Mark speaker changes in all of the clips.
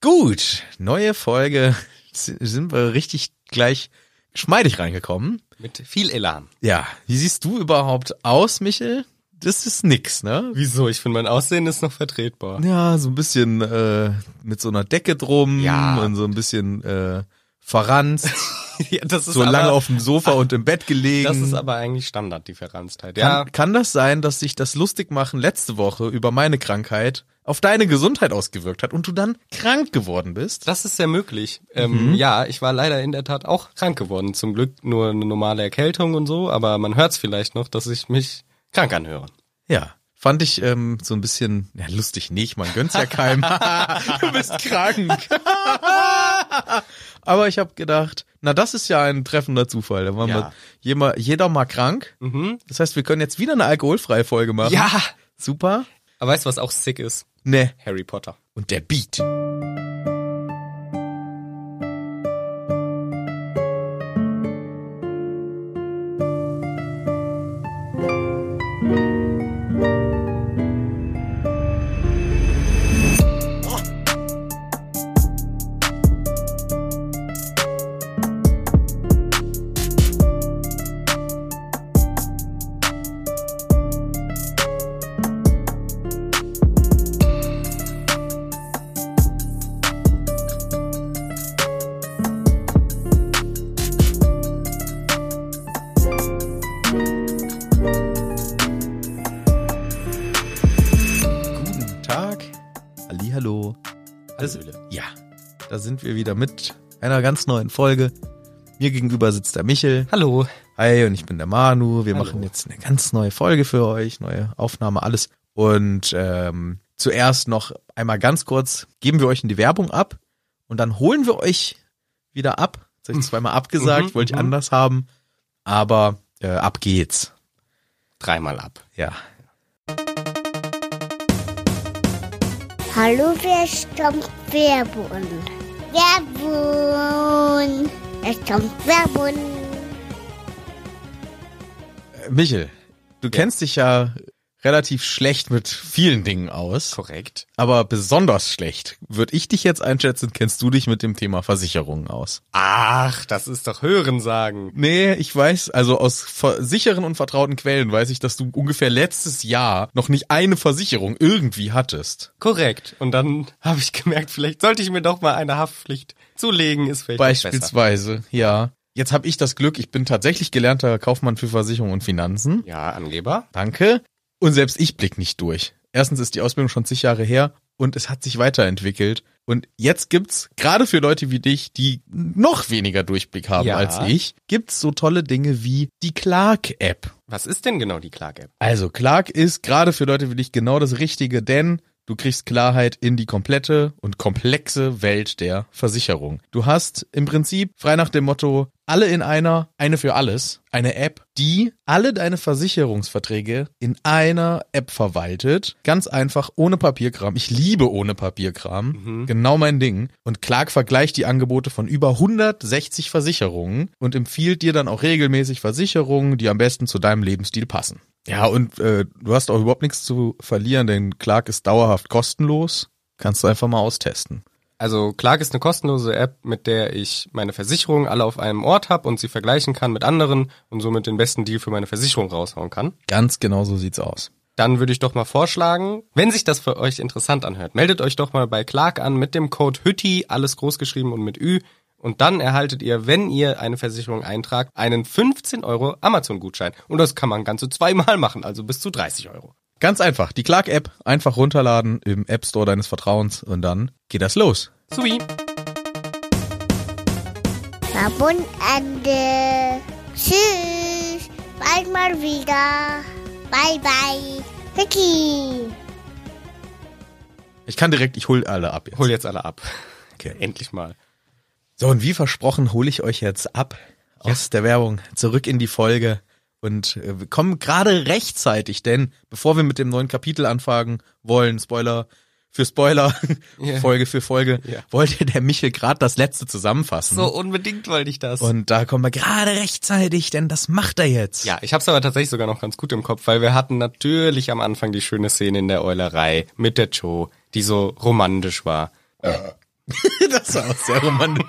Speaker 1: Gut, neue Folge. Sind wir richtig gleich schmeidig reingekommen.
Speaker 2: Mit viel Elan.
Speaker 1: Ja, wie siehst du überhaupt aus, Michel? Das ist nix, ne?
Speaker 2: Wieso? Ich finde, mein Aussehen ist noch vertretbar.
Speaker 1: Ja, so ein bisschen äh, mit so einer Decke drum
Speaker 2: Ja.
Speaker 1: und so ein bisschen äh, verranzt,
Speaker 2: Ja, das ist
Speaker 1: so lange auf dem Sofa und im Bett gelegen.
Speaker 2: Das ist aber eigentlich Standard, die Verranztheit. Ja,
Speaker 1: kann, kann das sein, dass sich das lustig machen letzte Woche über meine Krankheit auf deine Gesundheit ausgewirkt hat und du dann krank geworden bist?
Speaker 2: das ist sehr möglich. Ähm, Ja, ich war leider in der Tat auch krank geworden. Zum Glück nur eine normale Erkältung und so, aber man hört es vielleicht noch, dass ich mich krank anhöre.
Speaker 1: Ja. Fand ich ähm, so ein bisschen, ja, lustig nicht, man gönnt's ja keinem. du bist krank. Aber ich habe gedacht, na das ist ja ein treffender Zufall. Da waren
Speaker 2: Ja.
Speaker 1: wir jeder, jeder mal krank. Das heißt, wir können jetzt wieder eine alkoholfreie Folge machen.
Speaker 2: Ja!
Speaker 1: Super.
Speaker 2: Aber weißt du, was auch sick ist?
Speaker 1: Ne.
Speaker 2: Harry Potter.
Speaker 1: Und der Beat. Guten Tag. Hallihallo. Das-
Speaker 2: Hallöle.
Speaker 1: Ja, da sind wir wieder mit einer ganz neuen Folge. Mir gegenüber sitzt der Michel.
Speaker 2: Hallo.
Speaker 1: Hi, und ich bin der Manu. Wir
Speaker 2: Hallo.
Speaker 1: machen jetzt eine ganz neue Folge für euch, neue Aufnahme, alles. Und ähm, zuerst noch einmal ganz kurz, geben wir euch in die Werbung ab und dann holen wir euch wieder ab. Jetzt habe ich zweimal abgesagt,
Speaker 2: Mhm,
Speaker 1: wollte ich
Speaker 2: mhm.
Speaker 1: anders haben, aber äh, ab geht's.
Speaker 2: Dreimal ab.
Speaker 1: Ja.
Speaker 3: Hallo, wer stammt Werbun? Werbun! Es stammt Werbun!
Speaker 1: Äh, Michel, du kennst dich ja relativ schlecht mit vielen Dingen aus.
Speaker 2: Korrekt.
Speaker 1: Aber besonders schlecht, würde ich dich jetzt einschätzen, kennst du dich mit dem Thema Versicherungen aus?
Speaker 2: Ach, das ist doch Hörensagen.
Speaker 1: Nee, ich weiß, also aus ver- sicheren und vertrauten Quellen weiß ich, dass du ungefähr letztes Jahr noch nicht eine Versicherung irgendwie hattest.
Speaker 2: Korrekt. Und dann habe ich gemerkt, vielleicht sollte ich mir doch mal eine Haftpflicht zulegen, ist vielleicht besser.
Speaker 1: Beispielsweise, ja. Jetzt habe ich das Glück, ich bin tatsächlich gelernter Kaufmann für Versicherung und Finanzen.
Speaker 2: Ja, Angeber.
Speaker 1: Danke. Und selbst ich blick nicht durch. Erstens ist die Ausbildung schon zig Jahre her und es hat sich weiterentwickelt. Und jetzt gibt's, gerade für Leute wie dich, die noch weniger Durchblick haben
Speaker 2: Ja.
Speaker 1: als ich, gibt's so tolle Dinge wie die Clark-App.
Speaker 2: Was ist denn genau die Clark-App?
Speaker 1: Also Clark ist gerade für Leute wie dich genau das Richtige, denn du kriegst Klarheit in die komplette und komplexe Welt der Versicherung. Du hast im Prinzip frei nach dem Motto alle in einer, eine für alles, eine App, die alle deine Versicherungsverträge in einer App verwaltet. Ganz einfach, ohne Papierkram. Ich liebe ohne Papierkram. Genau mein Ding. Und Clark vergleicht die Angebote von über 160 Versicherungen und empfiehlt dir dann auch regelmäßig Versicherungen, die am besten zu deinem Lebensstil passen. Ja, und äh, du hast auch überhaupt nichts zu verlieren, denn Clark ist dauerhaft kostenlos. Kannst du einfach mal austesten.
Speaker 2: Also Clark ist eine kostenlose App, mit der ich meine Versicherungen alle auf einem Ort habe und sie vergleichen kann mit anderen und somit den besten Deal für meine Versicherung raushauen kann.
Speaker 1: Ganz genau so sieht's aus.
Speaker 2: Dann würde ich doch mal vorschlagen, wenn sich das für euch interessant anhört, meldet euch doch mal bei Clark an mit dem Code HÜTTI, alles groß geschrieben und mit Ü. Und dann erhaltet ihr, wenn ihr eine Versicherung eintragt, einen 15 Euro Amazon-Gutschein. Und das kann man ganze zweimal machen, also bis zu 30 Euro.
Speaker 1: Ganz einfach. Die Clark-App einfach runterladen im App Store deines Vertrauens und dann geht das los.
Speaker 2: Sowie.
Speaker 3: Werbun Ende! Tschüss! Bald mal wieder! Bye, bye! Vicky!
Speaker 1: Ich kann direkt, ich hol alle ab jetzt.
Speaker 2: Hol jetzt alle ab.
Speaker 1: Okay.
Speaker 2: Endlich mal.
Speaker 1: So, und wie versprochen hole ich euch jetzt ab aus der Werbung zurück in die Folge und äh, wir kommen gerade rechtzeitig, denn bevor wir mit dem neuen Kapitel anfangen wollen, Spoiler für Spoiler,
Speaker 2: Ja.
Speaker 1: Folge für Folge,
Speaker 2: Ja.
Speaker 1: wollte der Michel gerade das letzte zusammenfassen.
Speaker 2: unbedingt wollte ich das.
Speaker 1: Und da kommen wir gerade rechtzeitig, denn das macht er jetzt.
Speaker 2: Ja, ich hab's aber tatsächlich sogar noch ganz gut im Kopf, weil wir hatten natürlich am Anfang die schöne Szene in der Eulerei mit der Jo, die so romantisch war.
Speaker 1: das war auch sehr romantisch.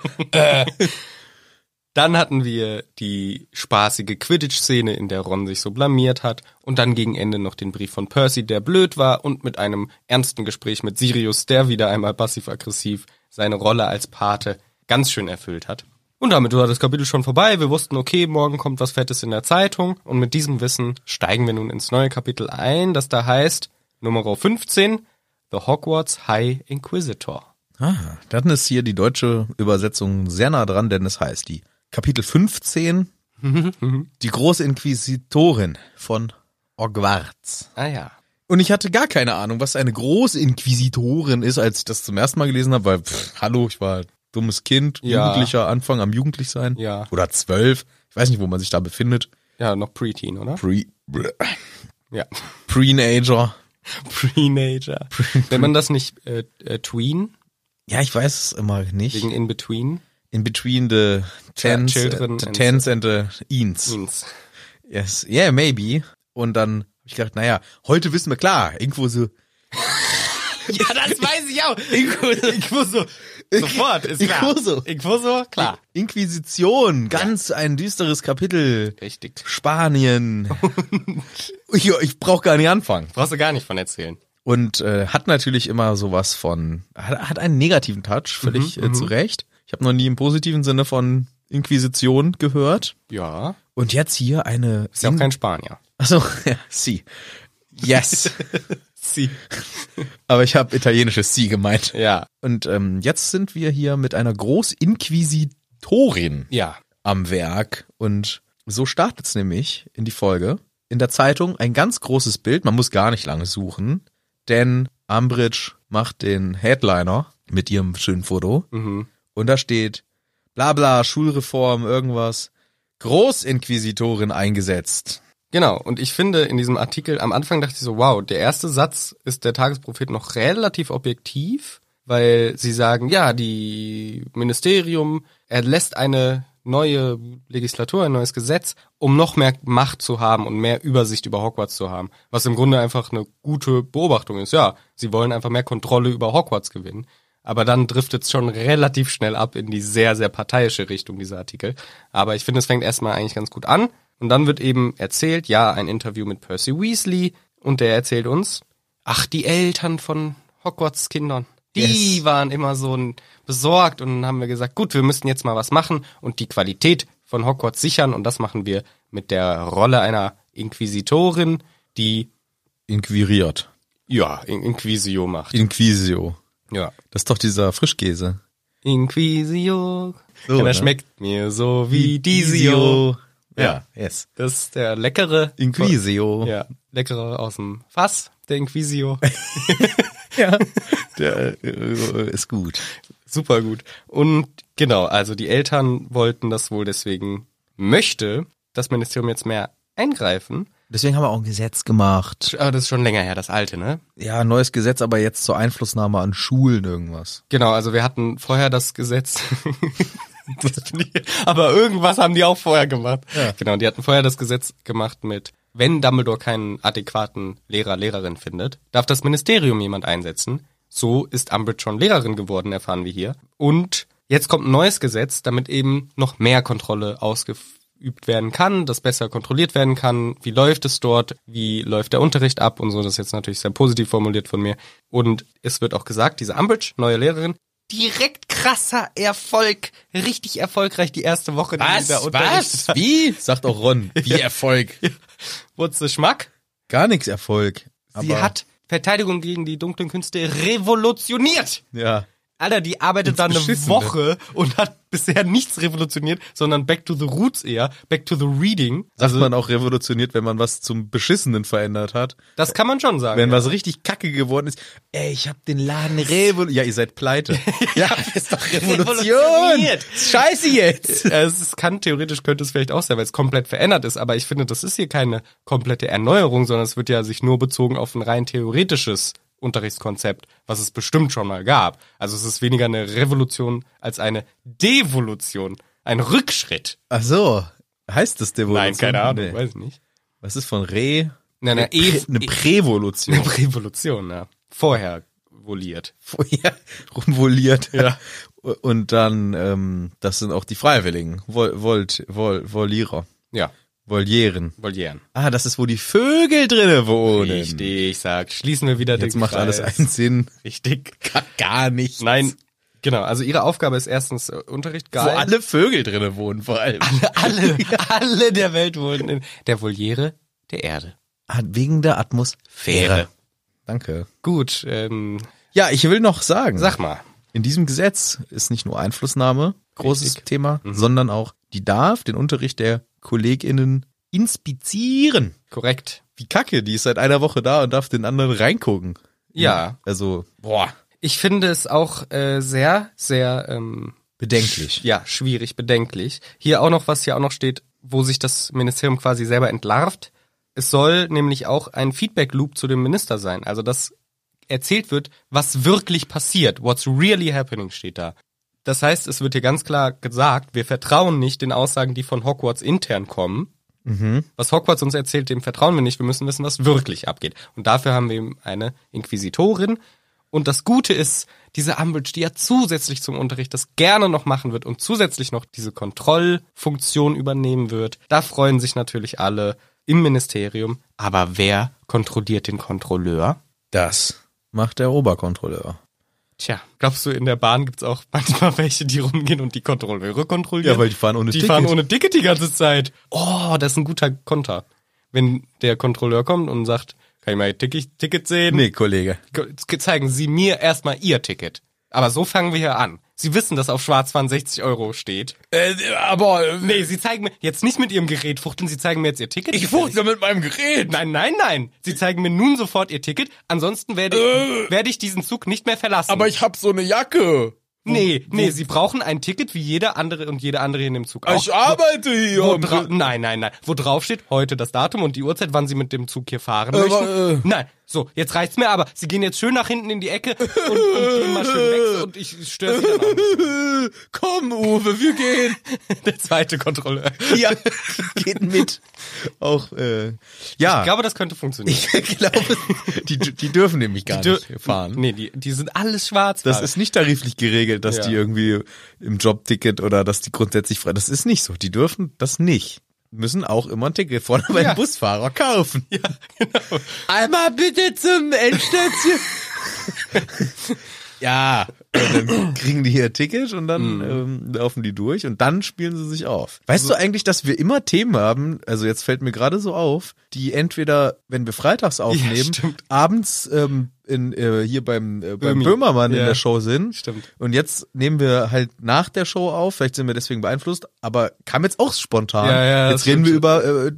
Speaker 2: Dann hatten wir die spaßige Quidditch-Szene, in der Ron sich so blamiert hat. Und dann gegen Ende noch den Brief von Percy, der blöd war und mit einem ernsten Gespräch mit Sirius, der wieder einmal passiv-aggressiv seine Rolle als Pate ganz schön erfüllt hat. Und damit war das Kapitel schon vorbei. Wir wussten, okay, morgen kommt was Fettes in der Zeitung. Und mit diesem Wissen steigen wir nun ins neue Kapitel ein, das da heißt Nummer 15, The Hogwarts High Inquisitor.
Speaker 1: Ah, dann ist hier die deutsche Übersetzung sehr nah dran, denn es heißt die Kapitel 15, die große Inquisitorin von Hogwarts.
Speaker 2: Ah ja.
Speaker 1: Und ich hatte gar keine Ahnung, was eine große Inquisitorin ist, als ich das zum ersten Mal gelesen habe, weil, pff, hallo, ich war dummes Kind,
Speaker 2: Ja.
Speaker 1: Jugendlicher, Anfang am Jugendlichsein.
Speaker 2: Ja.
Speaker 1: Oder zwölf. Ich weiß nicht, wo man sich da befindet.
Speaker 2: Ja, noch Preteen, oder?
Speaker 1: Pre, bleh,
Speaker 2: Ja.
Speaker 1: Preenager.
Speaker 2: Preenager. Wenn man das nicht äh, äh, tween,
Speaker 1: Ja, ich weiß es immer nicht.
Speaker 2: wegen in between,
Speaker 1: In between the tens,
Speaker 2: children
Speaker 1: the
Speaker 2: and-
Speaker 1: tens and the eens.
Speaker 2: means.
Speaker 1: Yes, yeah, maybe. Und dann habe ich gedacht, naja, heute wissen wir klar, irgendwo so.
Speaker 2: Ja, das weiß ich auch.
Speaker 1: Irgendwo,
Speaker 2: Inquuso. Sofort, ist klar.
Speaker 1: Inquuso.
Speaker 2: Inquuso, klar.
Speaker 1: Inquisition, ganz ein düsteres Kapitel.
Speaker 2: Richtig.
Speaker 1: Spanien. ich ich brauche gar nicht anfangen.
Speaker 2: Brauchst du gar nicht von erzählen.
Speaker 1: Und äh, hat natürlich immer sowas von, hat, hat einen negativen Touch,
Speaker 2: Mhm,
Speaker 1: völlig äh, zu Recht. Ich habe noch nie im positiven Sinne von Inquisition gehört.
Speaker 2: Ja.
Speaker 1: Und jetzt hier eine.
Speaker 2: Ist ja auch kein Spanier.
Speaker 1: Achso, ja, sie. Yes.
Speaker 2: Sie.
Speaker 1: Aber ich habe italienisches sie gemeint.
Speaker 2: Ja.
Speaker 1: Und ähm, jetzt sind wir hier mit einer Großinquisitorin
Speaker 2: Ja.
Speaker 1: am Werk. Und so startet's nämlich in die Folge. In der Zeitung ein ganz großes Bild, man muss gar nicht lange suchen, denn Ambridge macht den Headliner mit ihrem schönen Foto.
Speaker 2: Mhm.
Speaker 1: Und da steht bla bla, Schulreform, irgendwas. Großinquisitorin eingesetzt.
Speaker 2: Genau. Und ich finde in diesem Artikel, am Anfang dachte ich so, wow, der erste Satz ist der Tagesprophet noch relativ objektiv, weil sie sagen, ja, die Ministerium erlässt eine neue Legislatur, ein neues Gesetz, um noch mehr Macht zu haben und mehr Übersicht über Hogwarts zu haben. Was im Grunde einfach eine gute Beobachtung ist. Ja, sie wollen einfach mehr Kontrolle über Hogwarts gewinnen. Aber dann driftet es schon relativ schnell ab in die sehr, sehr parteiische Richtung, dieser Artikel. Aber ich finde, es fängt erstmal eigentlich ganz gut an. Und dann wird eben erzählt, ja, ein Interview mit Percy Weasley. Und der erzählt uns, ach, die Eltern von Hogwarts Kindern, die
Speaker 1: Yes.
Speaker 2: waren immer so n- besorgt. Und dann haben wir gesagt, gut, wir müssen jetzt mal was machen und die Qualität von Hogwarts sichern. Und das machen wir mit der Rolle einer Inquisitorin, die,
Speaker 1: Inquiriert.
Speaker 2: ja, In- Inquisio macht.
Speaker 1: Inquisio.
Speaker 2: Ja.
Speaker 1: Das ist doch dieser Frischkäse.
Speaker 2: Inquisio.
Speaker 1: So,
Speaker 2: So,
Speaker 1: ne?
Speaker 2: er schmeckt mir so wie Disio.
Speaker 1: Ja, yes.
Speaker 2: Das ist der leckere.
Speaker 1: Inquisio.
Speaker 2: Ja, leckere aus dem Fass, der Inquisio.
Speaker 1: Ja, der äh, ist gut.
Speaker 2: Super gut. Und genau, also die Eltern wollten das wohl deswegen, möchte das Ministerium jetzt mehr eingreifen.
Speaker 1: Deswegen haben wir auch ein Gesetz gemacht.
Speaker 2: Aber das ist schon länger her, das alte, ne?
Speaker 1: Ja, neues Gesetz, aber jetzt zur Einflussnahme an Schulen irgendwas.
Speaker 2: Genau, also wir hatten vorher das Gesetz. Das finde ich- Aber irgendwas haben die auch vorher gemacht.
Speaker 1: Ja.
Speaker 2: Genau, die hatten vorher das Gesetz gemacht mit, wenn Dumbledore keinen adäquaten Lehrer, Lehrerin findet, darf das Ministerium jemand einsetzen. So ist Umbridge schon Lehrerin geworden, erfahren wir hier. Und jetzt kommt ein neues Gesetz, damit eben noch mehr Kontrolle ausgeübt werden kann, das besser kontrolliert werden kann. Wie läuft es dort? Wie läuft der Unterricht ab? Und so, das ist jetzt natürlich sehr positiv formuliert von mir. Und es wird auch gesagt, diese Umbridge, neue Lehrerin, direkt krasser Erfolg, richtig erfolgreich die erste Woche. die sie da unterrichtet hat.
Speaker 1: Wie? Sagt auch Ron. Wie Erfolg?
Speaker 2: Wurde sie schmack?
Speaker 1: Gar nichts Erfolg.
Speaker 2: Sie
Speaker 1: aber-
Speaker 2: hat Verteidigung gegen die dunklen Künste revolutioniert.
Speaker 1: Ja.
Speaker 2: Alter, die arbeitet da eine
Speaker 1: Beschissene.
Speaker 2: Woche und hat bisher nichts revolutioniert, sondern back to the roots eher, back to the reading.
Speaker 1: Sagt man auch revolutioniert, wenn man was zum Beschissenen verändert hat.
Speaker 2: Das kann man schon sagen.
Speaker 1: Wenn was richtig kacke geworden ist. Ey, ich hab den Laden revolutioniert. Ja, ihr seid pleite. ja, ist doch
Speaker 2: Revolutioniert.
Speaker 1: Ist Scheiße jetzt.
Speaker 2: Ja, es ist, kann theoretisch könnte es vielleicht auch sein, weil es komplett verändert ist, aber ich finde, das ist hier keine komplette Erneuerung, sondern es wird ja sich nur bezogen auf ein rein theoretisches Unterrichtskonzept, was es bestimmt schon mal gab. Also es ist weniger eine Revolution als eine Devolution, ein Rückschritt.
Speaker 1: Ach so. Heißt das Devolution?
Speaker 2: Nein, keine Ahnung,
Speaker 1: Nee.
Speaker 2: weiß ich nicht.
Speaker 1: Was ist von Re?
Speaker 2: Nein,
Speaker 1: Eine,
Speaker 2: nein,
Speaker 1: Prä-
Speaker 2: Ev-
Speaker 1: eine Prävolution.
Speaker 2: Eine Revolution, ja. Vorher voliert.
Speaker 1: rumvoliert.
Speaker 2: Ja.
Speaker 1: Und dann, ähm, das sind auch die Freiwilligen. Vol, Volt, Vol, Volierer.
Speaker 2: Ja,
Speaker 1: Volieren.
Speaker 2: volieren.
Speaker 1: Ah, das ist, wo die Vögel drinne wohnen.
Speaker 2: Richtig, sagt. Schließen wir wieder
Speaker 1: Jetzt macht alles einen Sinn.
Speaker 2: Richtig.
Speaker 1: Gar nicht.
Speaker 2: Nein, genau. Also ihre Aufgabe ist erstens äh, Unterricht
Speaker 1: Wo
Speaker 2: geil.
Speaker 1: alle Vögel drinne wohnen, vor allem.
Speaker 2: alle, alle der Welt wurden in der Voliere der Erde.
Speaker 1: Wegen der Atmosphäre. Danke.
Speaker 2: Gut, ähm,
Speaker 1: Ja, ich will noch sagen,
Speaker 2: sag mal.
Speaker 1: in diesem Gesetz ist nicht nur Einflussnahme großes
Speaker 2: Richtig.
Speaker 1: Thema, sondern auch, die darf den Unterricht der KollegInnen inspizieren.
Speaker 2: Korrekt.
Speaker 1: Wie kacke, die ist seit einer Woche da und darf den anderen reingucken.
Speaker 2: Ja.
Speaker 1: Also, boah,
Speaker 2: Ich finde es auch äh, sehr, sehr ähm,
Speaker 1: bedenklich.
Speaker 2: ja, schwierig, bedenklich. Hier auch noch, was hier auch noch steht, wo sich das Ministerium quasi selber entlarvt. Es soll nämlich auch ein Feedback-Loop zu dem Minister sein. Also, dass erzählt wird, was wirklich passiert. What's really happening steht da. Das heißt, es wird hier ganz klar gesagt, wir vertrauen nicht den Aussagen, die von Hogwarts intern kommen. Was Hogwarts uns erzählt, dem vertrauen wir nicht. Wir müssen wissen, was wirklich abgeht. Und dafür haben wir eben eine Inquisitorin. Und das Gute ist, diese Umbridge, die ja zusätzlich zum Unterricht das gerne noch machen wird und zusätzlich noch diese Kontrollfunktion übernehmen wird, da freuen sich natürlich alle im Ministerium. Aber wer kontrolliert den Kontrolleur?
Speaker 1: Das macht der Oberkontrolleur.
Speaker 2: Tja, glaubst du, in der Bahn gibt's auch manchmal welche, die rumgehen und die Kontrolleure kontrollieren?
Speaker 1: Ja, weil die fahren ohne
Speaker 2: die
Speaker 1: Ticket.
Speaker 2: fahren ohne Ticket die ganze Zeit. Oh, das ist ein guter Konter. Wenn der Kontrolleur kommt und sagt, kann ich mal Ihr Ticket, Ticket sehen?
Speaker 1: Nee, Kollege.
Speaker 2: Ge- Zeigen Sie mir erstmal Ihr Ticket. Aber so fangen wir hier an. Sie wissen, dass auf Schwarz 62 Euro steht.
Speaker 1: Äh, aber
Speaker 2: Nee, Sie zeigen mir jetzt nicht mit Ihrem Gerät fuchteln, Sie zeigen mir jetzt Ihr Ticket.
Speaker 1: mit meinem Gerät.
Speaker 2: Nein, nein, nein. Sie zeigen mir nun sofort Ihr Ticket. Ansonsten werde,
Speaker 1: Äh.
Speaker 2: werde ich diesen Zug nicht mehr verlassen.
Speaker 1: ich hab so eine Jacke.
Speaker 2: Nee, nee, sie brauchen ein Ticket wie jeder andere und jede andere in dem Zug. Auch,
Speaker 1: arbeite hier.
Speaker 2: wo dra- nein, nein, nein. Wo drauf steht heute das Datum und die Uhrzeit, wann sie mit dem Zug hier fahren
Speaker 1: Aber,
Speaker 2: möchten.
Speaker 1: äh.
Speaker 2: Nein, so, jetzt reicht's mir aber. Sie gehen jetzt schön nach hinten in die Ecke und, und gehen mal schön weg und ich störe sie dann auch nicht.
Speaker 1: Komm, Uwe, wir gehen.
Speaker 2: Der zweite Kontrolleur.
Speaker 1: Ja, geht mit. Auch, äh, ja.
Speaker 2: Ich glaube, das könnte funktionieren.
Speaker 1: Ich glaube, die, die dürfen nämlich gar
Speaker 2: Dür-
Speaker 1: nicht fahren.
Speaker 2: Nee, die, die sind alles schwarz.
Speaker 1: Das ist nicht tariflich geregelt, dass
Speaker 2: Ja.
Speaker 1: die irgendwie im Jobticket oder dass die grundsätzlich frei. Das ist nicht so. Die dürfen das nicht. Müssen auch immer ein Ticket vorne beim
Speaker 2: Ja.
Speaker 1: Busfahrer kaufen.
Speaker 2: ja, genau.
Speaker 1: Einmal bitte zum Endstation. ja, und Äh, dann kriegen die hier ein Ticket und
Speaker 2: Mhm.
Speaker 1: dann ähm, laufen die durch und dann spielen sie sich auf. Weißt du eigentlich, dass wir immer Themen haben, also jetzt fällt mir gerade so auf, die entweder, wenn wir freitags aufnehmen,
Speaker 2: stimmt.
Speaker 1: abends ähm, in, äh, hier beim, äh, beim
Speaker 2: Böhmi.
Speaker 1: Böhmermann
Speaker 2: Ja.
Speaker 1: in der Show sind.
Speaker 2: Stimmt.
Speaker 1: Und jetzt nehmen wir halt nach der Show auf, vielleicht sind wir deswegen beeinflusst, aber kam jetzt auch spontan.
Speaker 2: Ja, ja, das
Speaker 1: jetzt reden wir
Speaker 2: stimmt.
Speaker 1: über äh,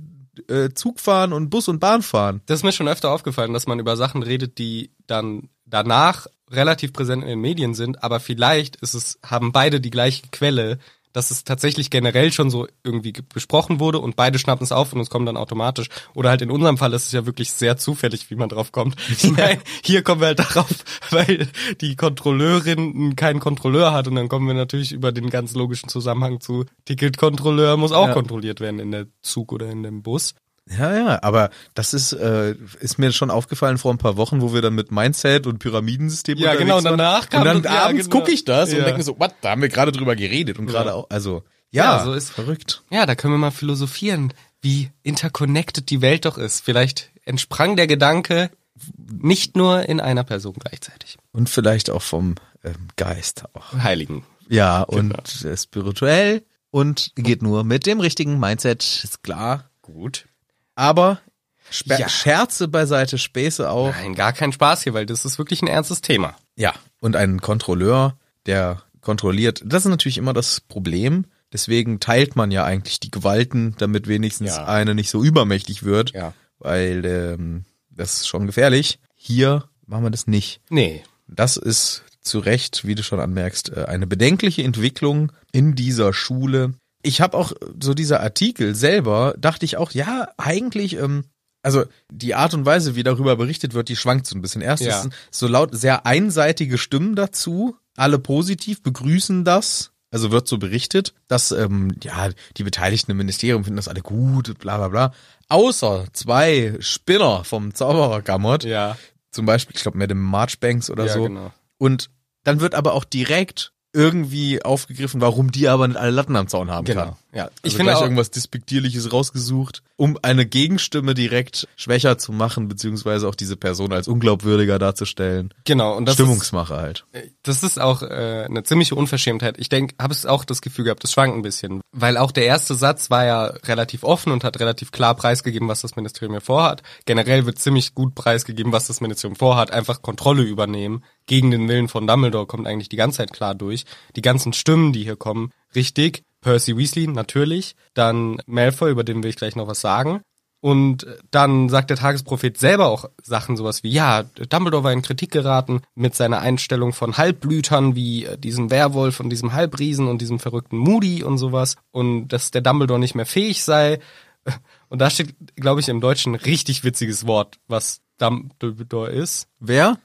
Speaker 1: äh, Zugfahren und Bus und Bahnfahren.
Speaker 2: Das ist mir schon öfter aufgefallen, dass man über Sachen redet, die dann danach relativ präsent in den Medien sind, aber vielleicht ist es, haben beide die gleiche Quelle, dass es tatsächlich generell schon so irgendwie ge- besprochen wurde und beide schnappen es auf und es kommt dann automatisch. Oder halt in unserem Fall ist es ja wirklich sehr zufällig, wie man drauf kommt. Ich meine, hier kommen wir halt darauf, weil die Kontrolleurin keinen Kontrolleur hat und dann kommen wir natürlich über den ganz logischen Zusammenhang zu Ticketkontrolleur muss auch
Speaker 1: Ja.
Speaker 2: kontrolliert werden in der Zug oder in dem Bus.
Speaker 1: Ja, ja, aber das ist, äh, ist mir schon aufgefallen vor ein paar Wochen, wo wir dann mit Mindset und Pyramidensystem
Speaker 2: Ja,
Speaker 1: unterwegs
Speaker 2: genau,
Speaker 1: waren.
Speaker 2: danach kam
Speaker 1: und dann
Speaker 2: das- ja,
Speaker 1: abends
Speaker 2: genau.
Speaker 1: gucke ich das
Speaker 2: Ja.
Speaker 1: und denke mir so, was, da haben wir gerade drüber geredet und gerade auch, also, ja,
Speaker 2: Ja, so ist-
Speaker 1: verrückt.
Speaker 2: Ja, da können wir mal philosophieren, wie interconnected die Welt doch ist. Vielleicht entsprang der Gedanke nicht nur in einer Person gleichzeitig.
Speaker 1: Und vielleicht auch vom ähm, Geist auch.
Speaker 2: Heiligen.
Speaker 1: Ja,
Speaker 2: Genau.
Speaker 1: und äh, spirituell und geht nur mit dem richtigen Mindset, ist klar.
Speaker 2: Gut.
Speaker 1: Aber Spe
Speaker 2: Ja.
Speaker 1: Scherze beiseite, Späße auch.
Speaker 2: Nein, gar kein Spaß hier, weil das ist wirklich ein ernstes Thema.
Speaker 1: Ja, und ein Kontrolleur, der kontrolliert. Das ist natürlich immer das Problem. Deswegen teilt man ja eigentlich die Gewalten, damit wenigstens
Speaker 2: Ja.
Speaker 1: eine nicht so übermächtig wird.
Speaker 2: Ja.
Speaker 1: Weil ähm, das ist schon gefährlich. Hier machen wir das nicht.
Speaker 2: Nee.
Speaker 1: Das ist zu Recht, wie du schon anmerkst, äh, eine bedenkliche Entwicklung in dieser Schule. Ich habe auch äh, so dieser Artikel selber, dachte ich auch, ja, eigentlich, ähm, also die Art und Weise, wie darüber berichtet wird, die schwankt so ein bisschen. Erstens
Speaker 2: Ja.
Speaker 1: so laut sehr einseitige Stimmen dazu, alle positiv begrüßen das. Also wird so berichtet, dass ähm, ja die Beteiligten im Ministerium finden das alle gut, bla bla bla. Außer zwei Spinner vom Zaubererkammert,
Speaker 2: Ja.
Speaker 1: Zum Beispiel, ich glaube, mit dem Marchbanks oder
Speaker 2: ja,
Speaker 1: so.
Speaker 2: genau.
Speaker 1: Und dann wird aber auch direkt irgendwie aufgegriffen, warum die aber nicht alle Latten am Zaun haben kann.
Speaker 2: genau. Ja.
Speaker 1: Also
Speaker 2: ich finde
Speaker 1: gleich
Speaker 2: auch,
Speaker 1: irgendwas Despektierliches rausgesucht, um eine Gegenstimme direkt schwächer zu machen, beziehungsweise auch diese Person als unglaubwürdiger darzustellen.
Speaker 2: genau. Und das ist,
Speaker 1: Stimmungsmacher halt.
Speaker 2: das ist auch äh, eine ziemliche Unverschämtheit. Ich denke, habe es auch das Gefühl gehabt, das schwankt ein bisschen. Weil auch der erste Satz war ja relativ offen und hat relativ klar preisgegeben, was das Ministerium hier vorhat. Generell wird ziemlich gut preisgegeben, was das Ministerium vorhat. Einfach Kontrolle übernehmen. Gegen den Willen von Dumbledore kommt eigentlich die ganze Zeit klar durch. Die ganzen Stimmen, die hier kommen, richtig. Percy Weasley, natürlich. Dann Malfoy, über den will ich gleich noch was sagen. Und dann sagt der Tagesprophet selber auch Sachen sowas wie, ja, Dumbledore war in Kritik geraten mit seiner Einstellung von Halbblütern wie äh, diesem Werwolf und diesem Halbriesen und diesem verrückten Moody und sowas und dass der Dumbledore nicht mehr fähig sei. Und da steht, glaube ich, im Deutschen ein richtig witziges Wort, was Dumbledore ist.
Speaker 1: Wer?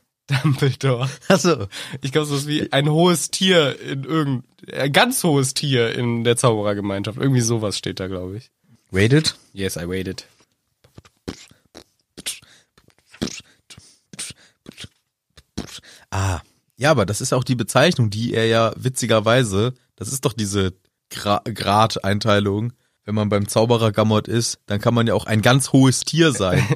Speaker 2: Dumbledore.
Speaker 1: Also
Speaker 2: Ich glaube, das ist wie ein hohes Tier in irgend, ein ganz hohes Tier in der Zauberergemeinschaft. Irgendwie sowas steht da, glaube ich.
Speaker 1: Rated?
Speaker 2: Yes, I waited.
Speaker 1: Ah, ja, aber das ist auch die Bezeichnung, die er ja witzigerweise, das ist doch diese Gra Grad-Einteilung. Wenn man beim Zauberer Gamot ist, dann kann man ja auch ein ganz hohes Tier sein.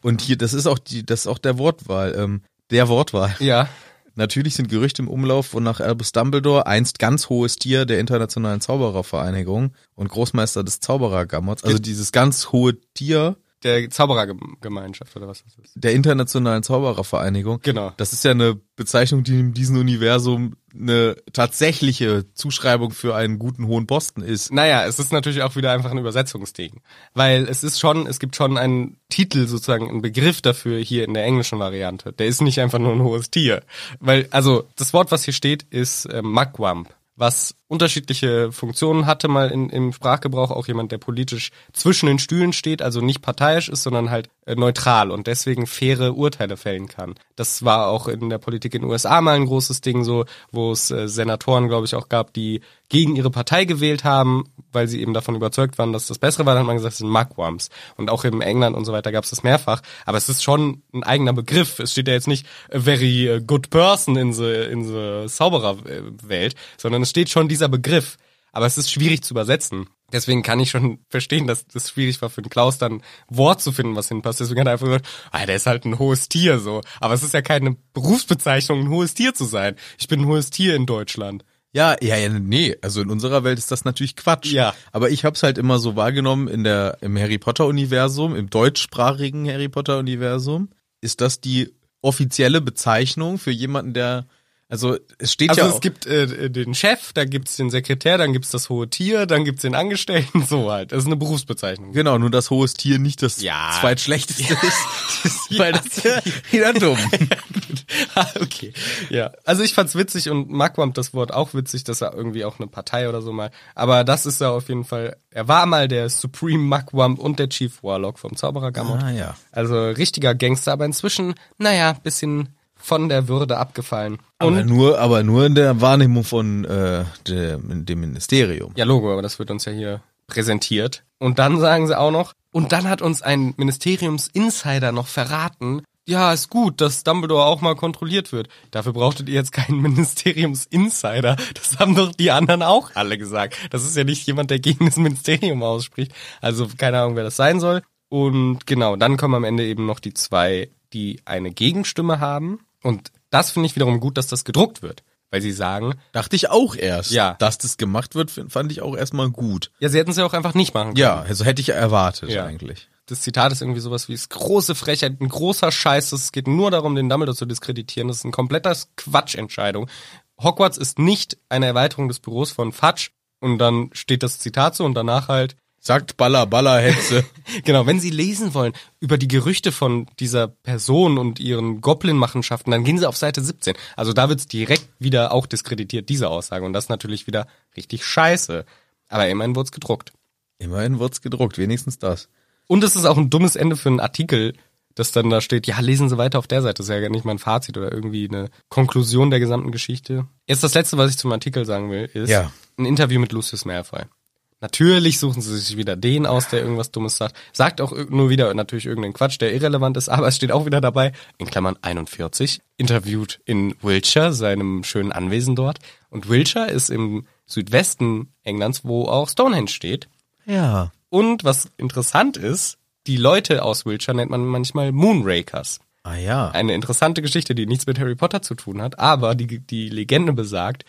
Speaker 1: Und hier, das ist auch die, das ist auch der Wortwahl, ähm, der Wortwahl.
Speaker 2: Ja.
Speaker 1: Natürlich sind Gerüchte im Umlauf, wonach Albus Dumbledore, einst ganz hohes Tier der Internationalen Zauberervereinigung und Großmeister des Zauberergammots, also dieses ganz hohe Tier
Speaker 2: der Zauberergemeinschaft oder was das ist.
Speaker 1: der Internationalen Zauberervereinigung,
Speaker 2: Genau.
Speaker 1: das ist ja eine Bezeichnung, die in diesem Universum eine tatsächliche Zuschreibung für einen guten hohen Posten ist.
Speaker 2: Naja, es ist natürlich auch wieder einfach ein Übersetzungsding. Weil es ist schon, es gibt schon einen Titel sozusagen, einen Begriff dafür hier in der englischen Variante. Der ist nicht einfach nur ein hohes Tier. Weil, also, das Wort, was hier steht, ist äh, Mugwump, was unterschiedliche Funktionen hatte mal in, im Sprachgebrauch. Auch jemand, der politisch zwischen den Stühlen steht, also nicht parteiisch ist, sondern halt äh, neutral und deswegen faire Urteile fällen kann. Das war auch in der Politik in den USA mal ein großes Ding so, wo es äh, Senatoren, glaube ich, auch gab, die gegen ihre Partei gewählt haben, weil sie eben davon überzeugt waren, dass das Bessere war, dann hat man gesagt, das sind Mugwumps. Und auch in England und so weiter gab es das mehrfach. Aber es ist schon ein eigener Begriff. Es steht ja jetzt nicht a very äh, good person in the, in the Zaubererwelt, sondern es steht schon dieser Begriff. Aber es ist schwierig zu übersetzen. Deswegen kann ich schon verstehen, dass das schwierig war für den Klaus, dann ein Wort zu finden, was hinpasst. Deswegen hat er einfach gesagt, ah, der ist halt ein hohes Tier, so. Aber es ist ja keine Berufsbezeichnung, ein hohes Tier zu sein. Ich bin ein hohes Tier in Deutschland.
Speaker 1: Ja, ja, ja, nee, also in unserer Welt ist das natürlich Quatsch.
Speaker 2: Ja.
Speaker 1: Aber ich hab's halt immer so wahrgenommen in der, im Harry Potter Universum, im deutschsprachigen Harry Potter Universum, ist das die offizielle Bezeichnung für jemanden, der, also es steht
Speaker 2: Also
Speaker 1: ja
Speaker 2: es
Speaker 1: auch-
Speaker 2: gibt äh, den Chef, dann gibt's den Sekretär, dann gibt's das hohe Tier, dann gibt's den Angestellten, so halt. Das ist eine Berufsbezeichnung.
Speaker 1: Genau, nur das hohes Tier nicht das
Speaker 2: Ja.
Speaker 1: zweitschlechteste ist, weil
Speaker 2: Ja.
Speaker 1: das ist ja wieder dumm.
Speaker 2: Ah, okay. Ja. Also ich fand's witzig und Magwamp das Wort auch witzig, dass er irgendwie auch eine Partei oder so mal. Aber das ist er auf jeden Fall. Er war mal der Supreme Magwamp und der Chief Warlock vom Zauberer Gamot.
Speaker 1: Ah, ja.
Speaker 2: Also richtiger Gangster, aber inzwischen, naja, bisschen von der Würde abgefallen.
Speaker 1: aber nur, aber nur in der Wahrnehmung von äh, dem, dem Ministerium.
Speaker 2: Ja, Logo, aber das wird uns ja hier präsentiert. Und dann sagen sie auch noch, und dann hat uns ein Ministeriums-Insider noch verraten, ja, ist gut, dass Dumbledore auch mal kontrolliert wird. Dafür brauchtet ihr jetzt keinen Ministeriums-Insider. Das haben doch die anderen auch alle gesagt. Das ist ja nicht jemand, der gegen das Ministerium ausspricht. Also keine Ahnung, wer das sein soll. Und genau, dann kommen am Ende eben noch die zwei, die eine Gegenstimme haben. Und das finde ich wiederum gut, dass das gedruckt wird. Weil sie sagen,
Speaker 1: Dachte ich auch erst.
Speaker 2: Ja.
Speaker 1: Dass das gemacht wird, find- fand ich auch erstmal gut.
Speaker 2: ja, sie hätten es ja auch einfach nicht machen können.
Speaker 1: Ja, also hätte ich erwartet
Speaker 2: Ja.
Speaker 1: eigentlich.
Speaker 2: das Zitat ist irgendwie sowas wie, es ist große Frechheit, ein großer Scheiß, es geht nur darum, den Dumbledore zu diskreditieren, das ist ein kompletter Quatschentscheidung. Hogwarts ist nicht eine Erweiterung des Büros von Fudge und dann steht das Zitat so und danach halt,
Speaker 1: Sagt Baller, Baller, Hexe.
Speaker 2: genau, wenn Sie lesen wollen über die Gerüchte von dieser Person und ihren Goblin-Machenschaften, dann gehen Sie auf Seite 17. Also da wird's direkt wieder auch diskreditiert, diese Aussage und das ist natürlich wieder richtig scheiße. Aber immerhin wurd's gedruckt.
Speaker 1: Immerhin wird's gedruckt, wenigstens das.
Speaker 2: Und es ist auch ein dummes Ende für einen Artikel, dass dann da steht, ja, lesen Sie weiter auf der Seite. Das ist ja gar nicht mal ein Fazit oder irgendwie eine Konklusion der gesamten Geschichte. Jetzt das Letzte, was ich zum Artikel sagen will, ist
Speaker 1: Ja.
Speaker 2: ein Interview mit Lucius Malfoy. Natürlich suchen sie sich wieder den aus, der irgendwas Dummes sagt. Sagt auch ir- nur wieder natürlich irgendeinen Quatsch, der irrelevant ist, aber es steht auch wieder dabei, in Klammern 41, interviewt in Wiltshire, seinem schönen Anwesen dort. Und Wiltshire ist im Südwesten Englands, wo auch Stonehenge steht.
Speaker 1: Ja.
Speaker 2: Und was interessant ist, die Leute aus Wiltshire nennt man manchmal Moonrakers.
Speaker 1: Ah ja.
Speaker 2: Eine interessante Geschichte, die nichts mit Harry Potter zu tun hat, aber die, die Legende besagt,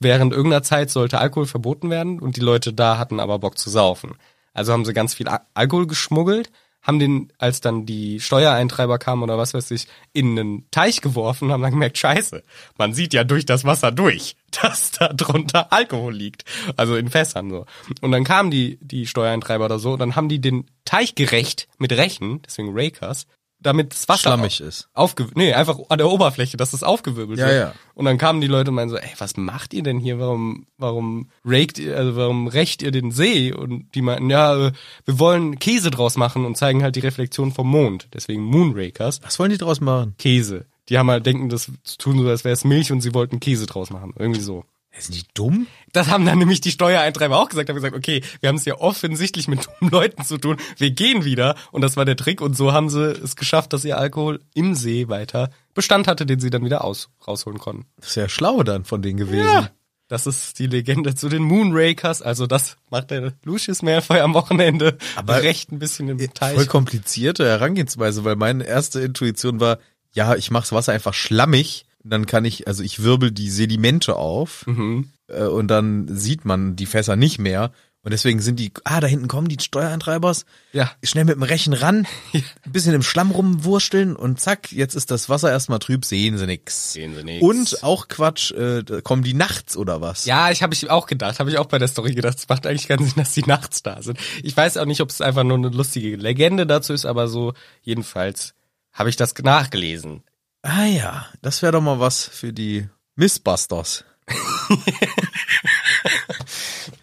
Speaker 2: während irgendeiner Zeit sollte Alkohol verboten werden und die Leute da hatten aber Bock zu saufen. Also haben sie ganz viel Al- Alkohol geschmuggelt, haben den, als dann die Steuereintreiber kamen oder was weiß ich, in einen Teich geworfen und haben dann gemerkt, scheiße, man sieht ja durch das Wasser durch, dass da drunter Alkohol liegt. Also in Fässern so. Und dann kamen die, die Steuereintreiber oder so, und dann haben die den Teich gerecht mit Rechen, deswegen Rakers, damit das Wasser
Speaker 1: Schlammig
Speaker 2: au-
Speaker 1: ist.
Speaker 2: Aufge nee, einfach an der Oberfläche, dass das aufgewirbelt
Speaker 1: Ja,
Speaker 2: wird.
Speaker 1: ja.
Speaker 2: Und dann kamen die Leute und meinten so, ey, was macht ihr denn hier? Warum, warum regt ihr, also warum rächt ihr den See? Und die meinten, ja, äh, wir wollen Käse draus machen und zeigen halt die Reflexion vom Mond. Deswegen Moonrakers.
Speaker 1: Was wollen die draus machen?
Speaker 2: Käse. Die haben halt denken, das tun so, als wäre es Milch und sie wollten Käse draus machen. Irgendwie so.
Speaker 1: Sind die dumm?
Speaker 2: Das haben dann nämlich die Steuereintreiber auch gesagt, haben gesagt, okay, wir haben es ja offensichtlich mit dummen Leuten zu tun, wir gehen wieder. Und das war der Trick. Und so haben sie es geschafft, dass ihr Alkohol im See weiter Bestand hatte, den sie dann wieder aus, rausholen konnten.
Speaker 1: Das ist ja schlau dann von denen gewesen.
Speaker 2: Das ist die Legende zu den Moonrakers. Also das macht der Lucius Malfoy am Wochenende
Speaker 1: Aber-
Speaker 2: recht ein bisschen im Teich.
Speaker 1: Voll komplizierte Herangehensweise, weil meine erste Intuition war, ja, ich mach's Wasser einfach schlammig, dann kann ich, also ich wirbel die Sedimente auf
Speaker 2: Mhm.
Speaker 1: äh, und dann sieht man die Fässer nicht mehr. Und deswegen sind die, ah, da hinten kommen die Steuereintreibers,
Speaker 2: Ja.
Speaker 1: schnell mit dem Rechen ran, ein bisschen im Schlamm rumwursteln und zack, jetzt ist das Wasser erstmal trüb, sehen sie nix.
Speaker 2: Sehen sie nix.
Speaker 1: Und auch Quatsch, äh, da kommen die nachts oder was?
Speaker 2: Ja, ich habe ich auch gedacht, habe ich auch bei der Story gedacht, es macht eigentlich keinen Sinn, dass die nachts da sind. Ich weiß auch nicht, ob es einfach nur eine lustige Legende dazu ist, aber so jedenfalls habe ich das nachgelesen.
Speaker 1: Ah ja, das wäre doch mal was für die Missbusters.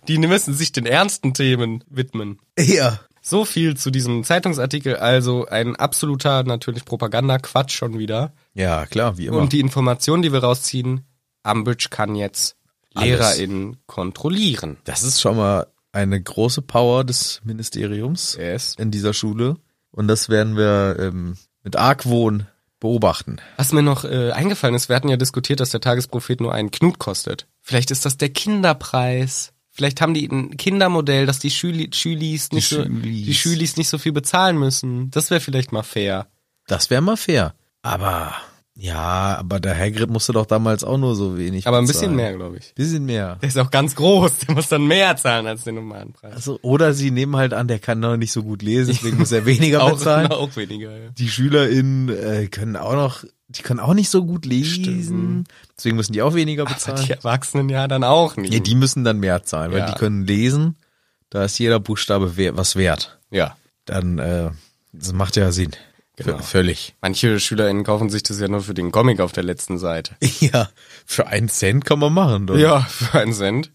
Speaker 2: Die müssen sich den ernsten Themen widmen.
Speaker 1: Ja.
Speaker 2: So viel zu diesem Zeitungsartikel, also ein absoluter natürlich Propaganda-Quatsch schon wieder.
Speaker 1: Ja, klar, wie immer.
Speaker 2: Und die Informationen, die wir rausziehen, Ambridge kann jetzt
Speaker 1: Alles.
Speaker 2: LehrerInnen kontrollieren.
Speaker 1: Das ist schon mal eine große Power des Ministeriums
Speaker 2: Yes.
Speaker 1: in dieser Schule. Und das werden wir ähm, mit Argwohn beobachten.
Speaker 2: Was mir noch äh, eingefallen ist, wir hatten ja diskutiert, dass der Tagesprophet nur einen Knut kostet. Vielleicht ist das der Kinderpreis. Vielleicht haben die ein Kindermodell, dass die Schüli Schülis nicht so
Speaker 1: Schülis.
Speaker 2: die Schülis nicht so viel bezahlen müssen. Das wäre vielleicht mal fair.
Speaker 1: Das wäre mal fair. Aber ja, aber der Hagrid musste doch damals auch nur so wenig.
Speaker 2: Aber ein
Speaker 1: bezahlen.
Speaker 2: bisschen mehr, glaube ich.
Speaker 1: Bisschen mehr.
Speaker 2: Der ist auch ganz groß, der muss dann mehr zahlen als den normalen Preis.
Speaker 1: Also, oder sie nehmen halt an, der kann noch nicht so gut lesen, deswegen muss er weniger
Speaker 2: Auch,
Speaker 1: bezahlen.
Speaker 2: auch weniger. Ja.
Speaker 1: Die SchülerInnen äh, können auch noch, die können auch nicht so gut lesen. Deswegen müssen die auch weniger
Speaker 2: Aber
Speaker 1: bezahlen.
Speaker 2: die Erwachsenen ja dann auch nicht.
Speaker 1: Ja, die müssen dann mehr zahlen, weil
Speaker 2: Mhm. Ja.
Speaker 1: die können lesen. Da ist jeder Buchstabe wer- was wert.
Speaker 2: ja.
Speaker 1: Dann äh, das macht ja Sinn. V-
Speaker 2: Genau.
Speaker 1: Völlig.
Speaker 2: Manche SchülerInnen kaufen sich das ja nur für den Comic auf der letzten Seite.
Speaker 1: Ja, für einen Cent kann man machen. Doch.
Speaker 2: Ja, für einen Cent.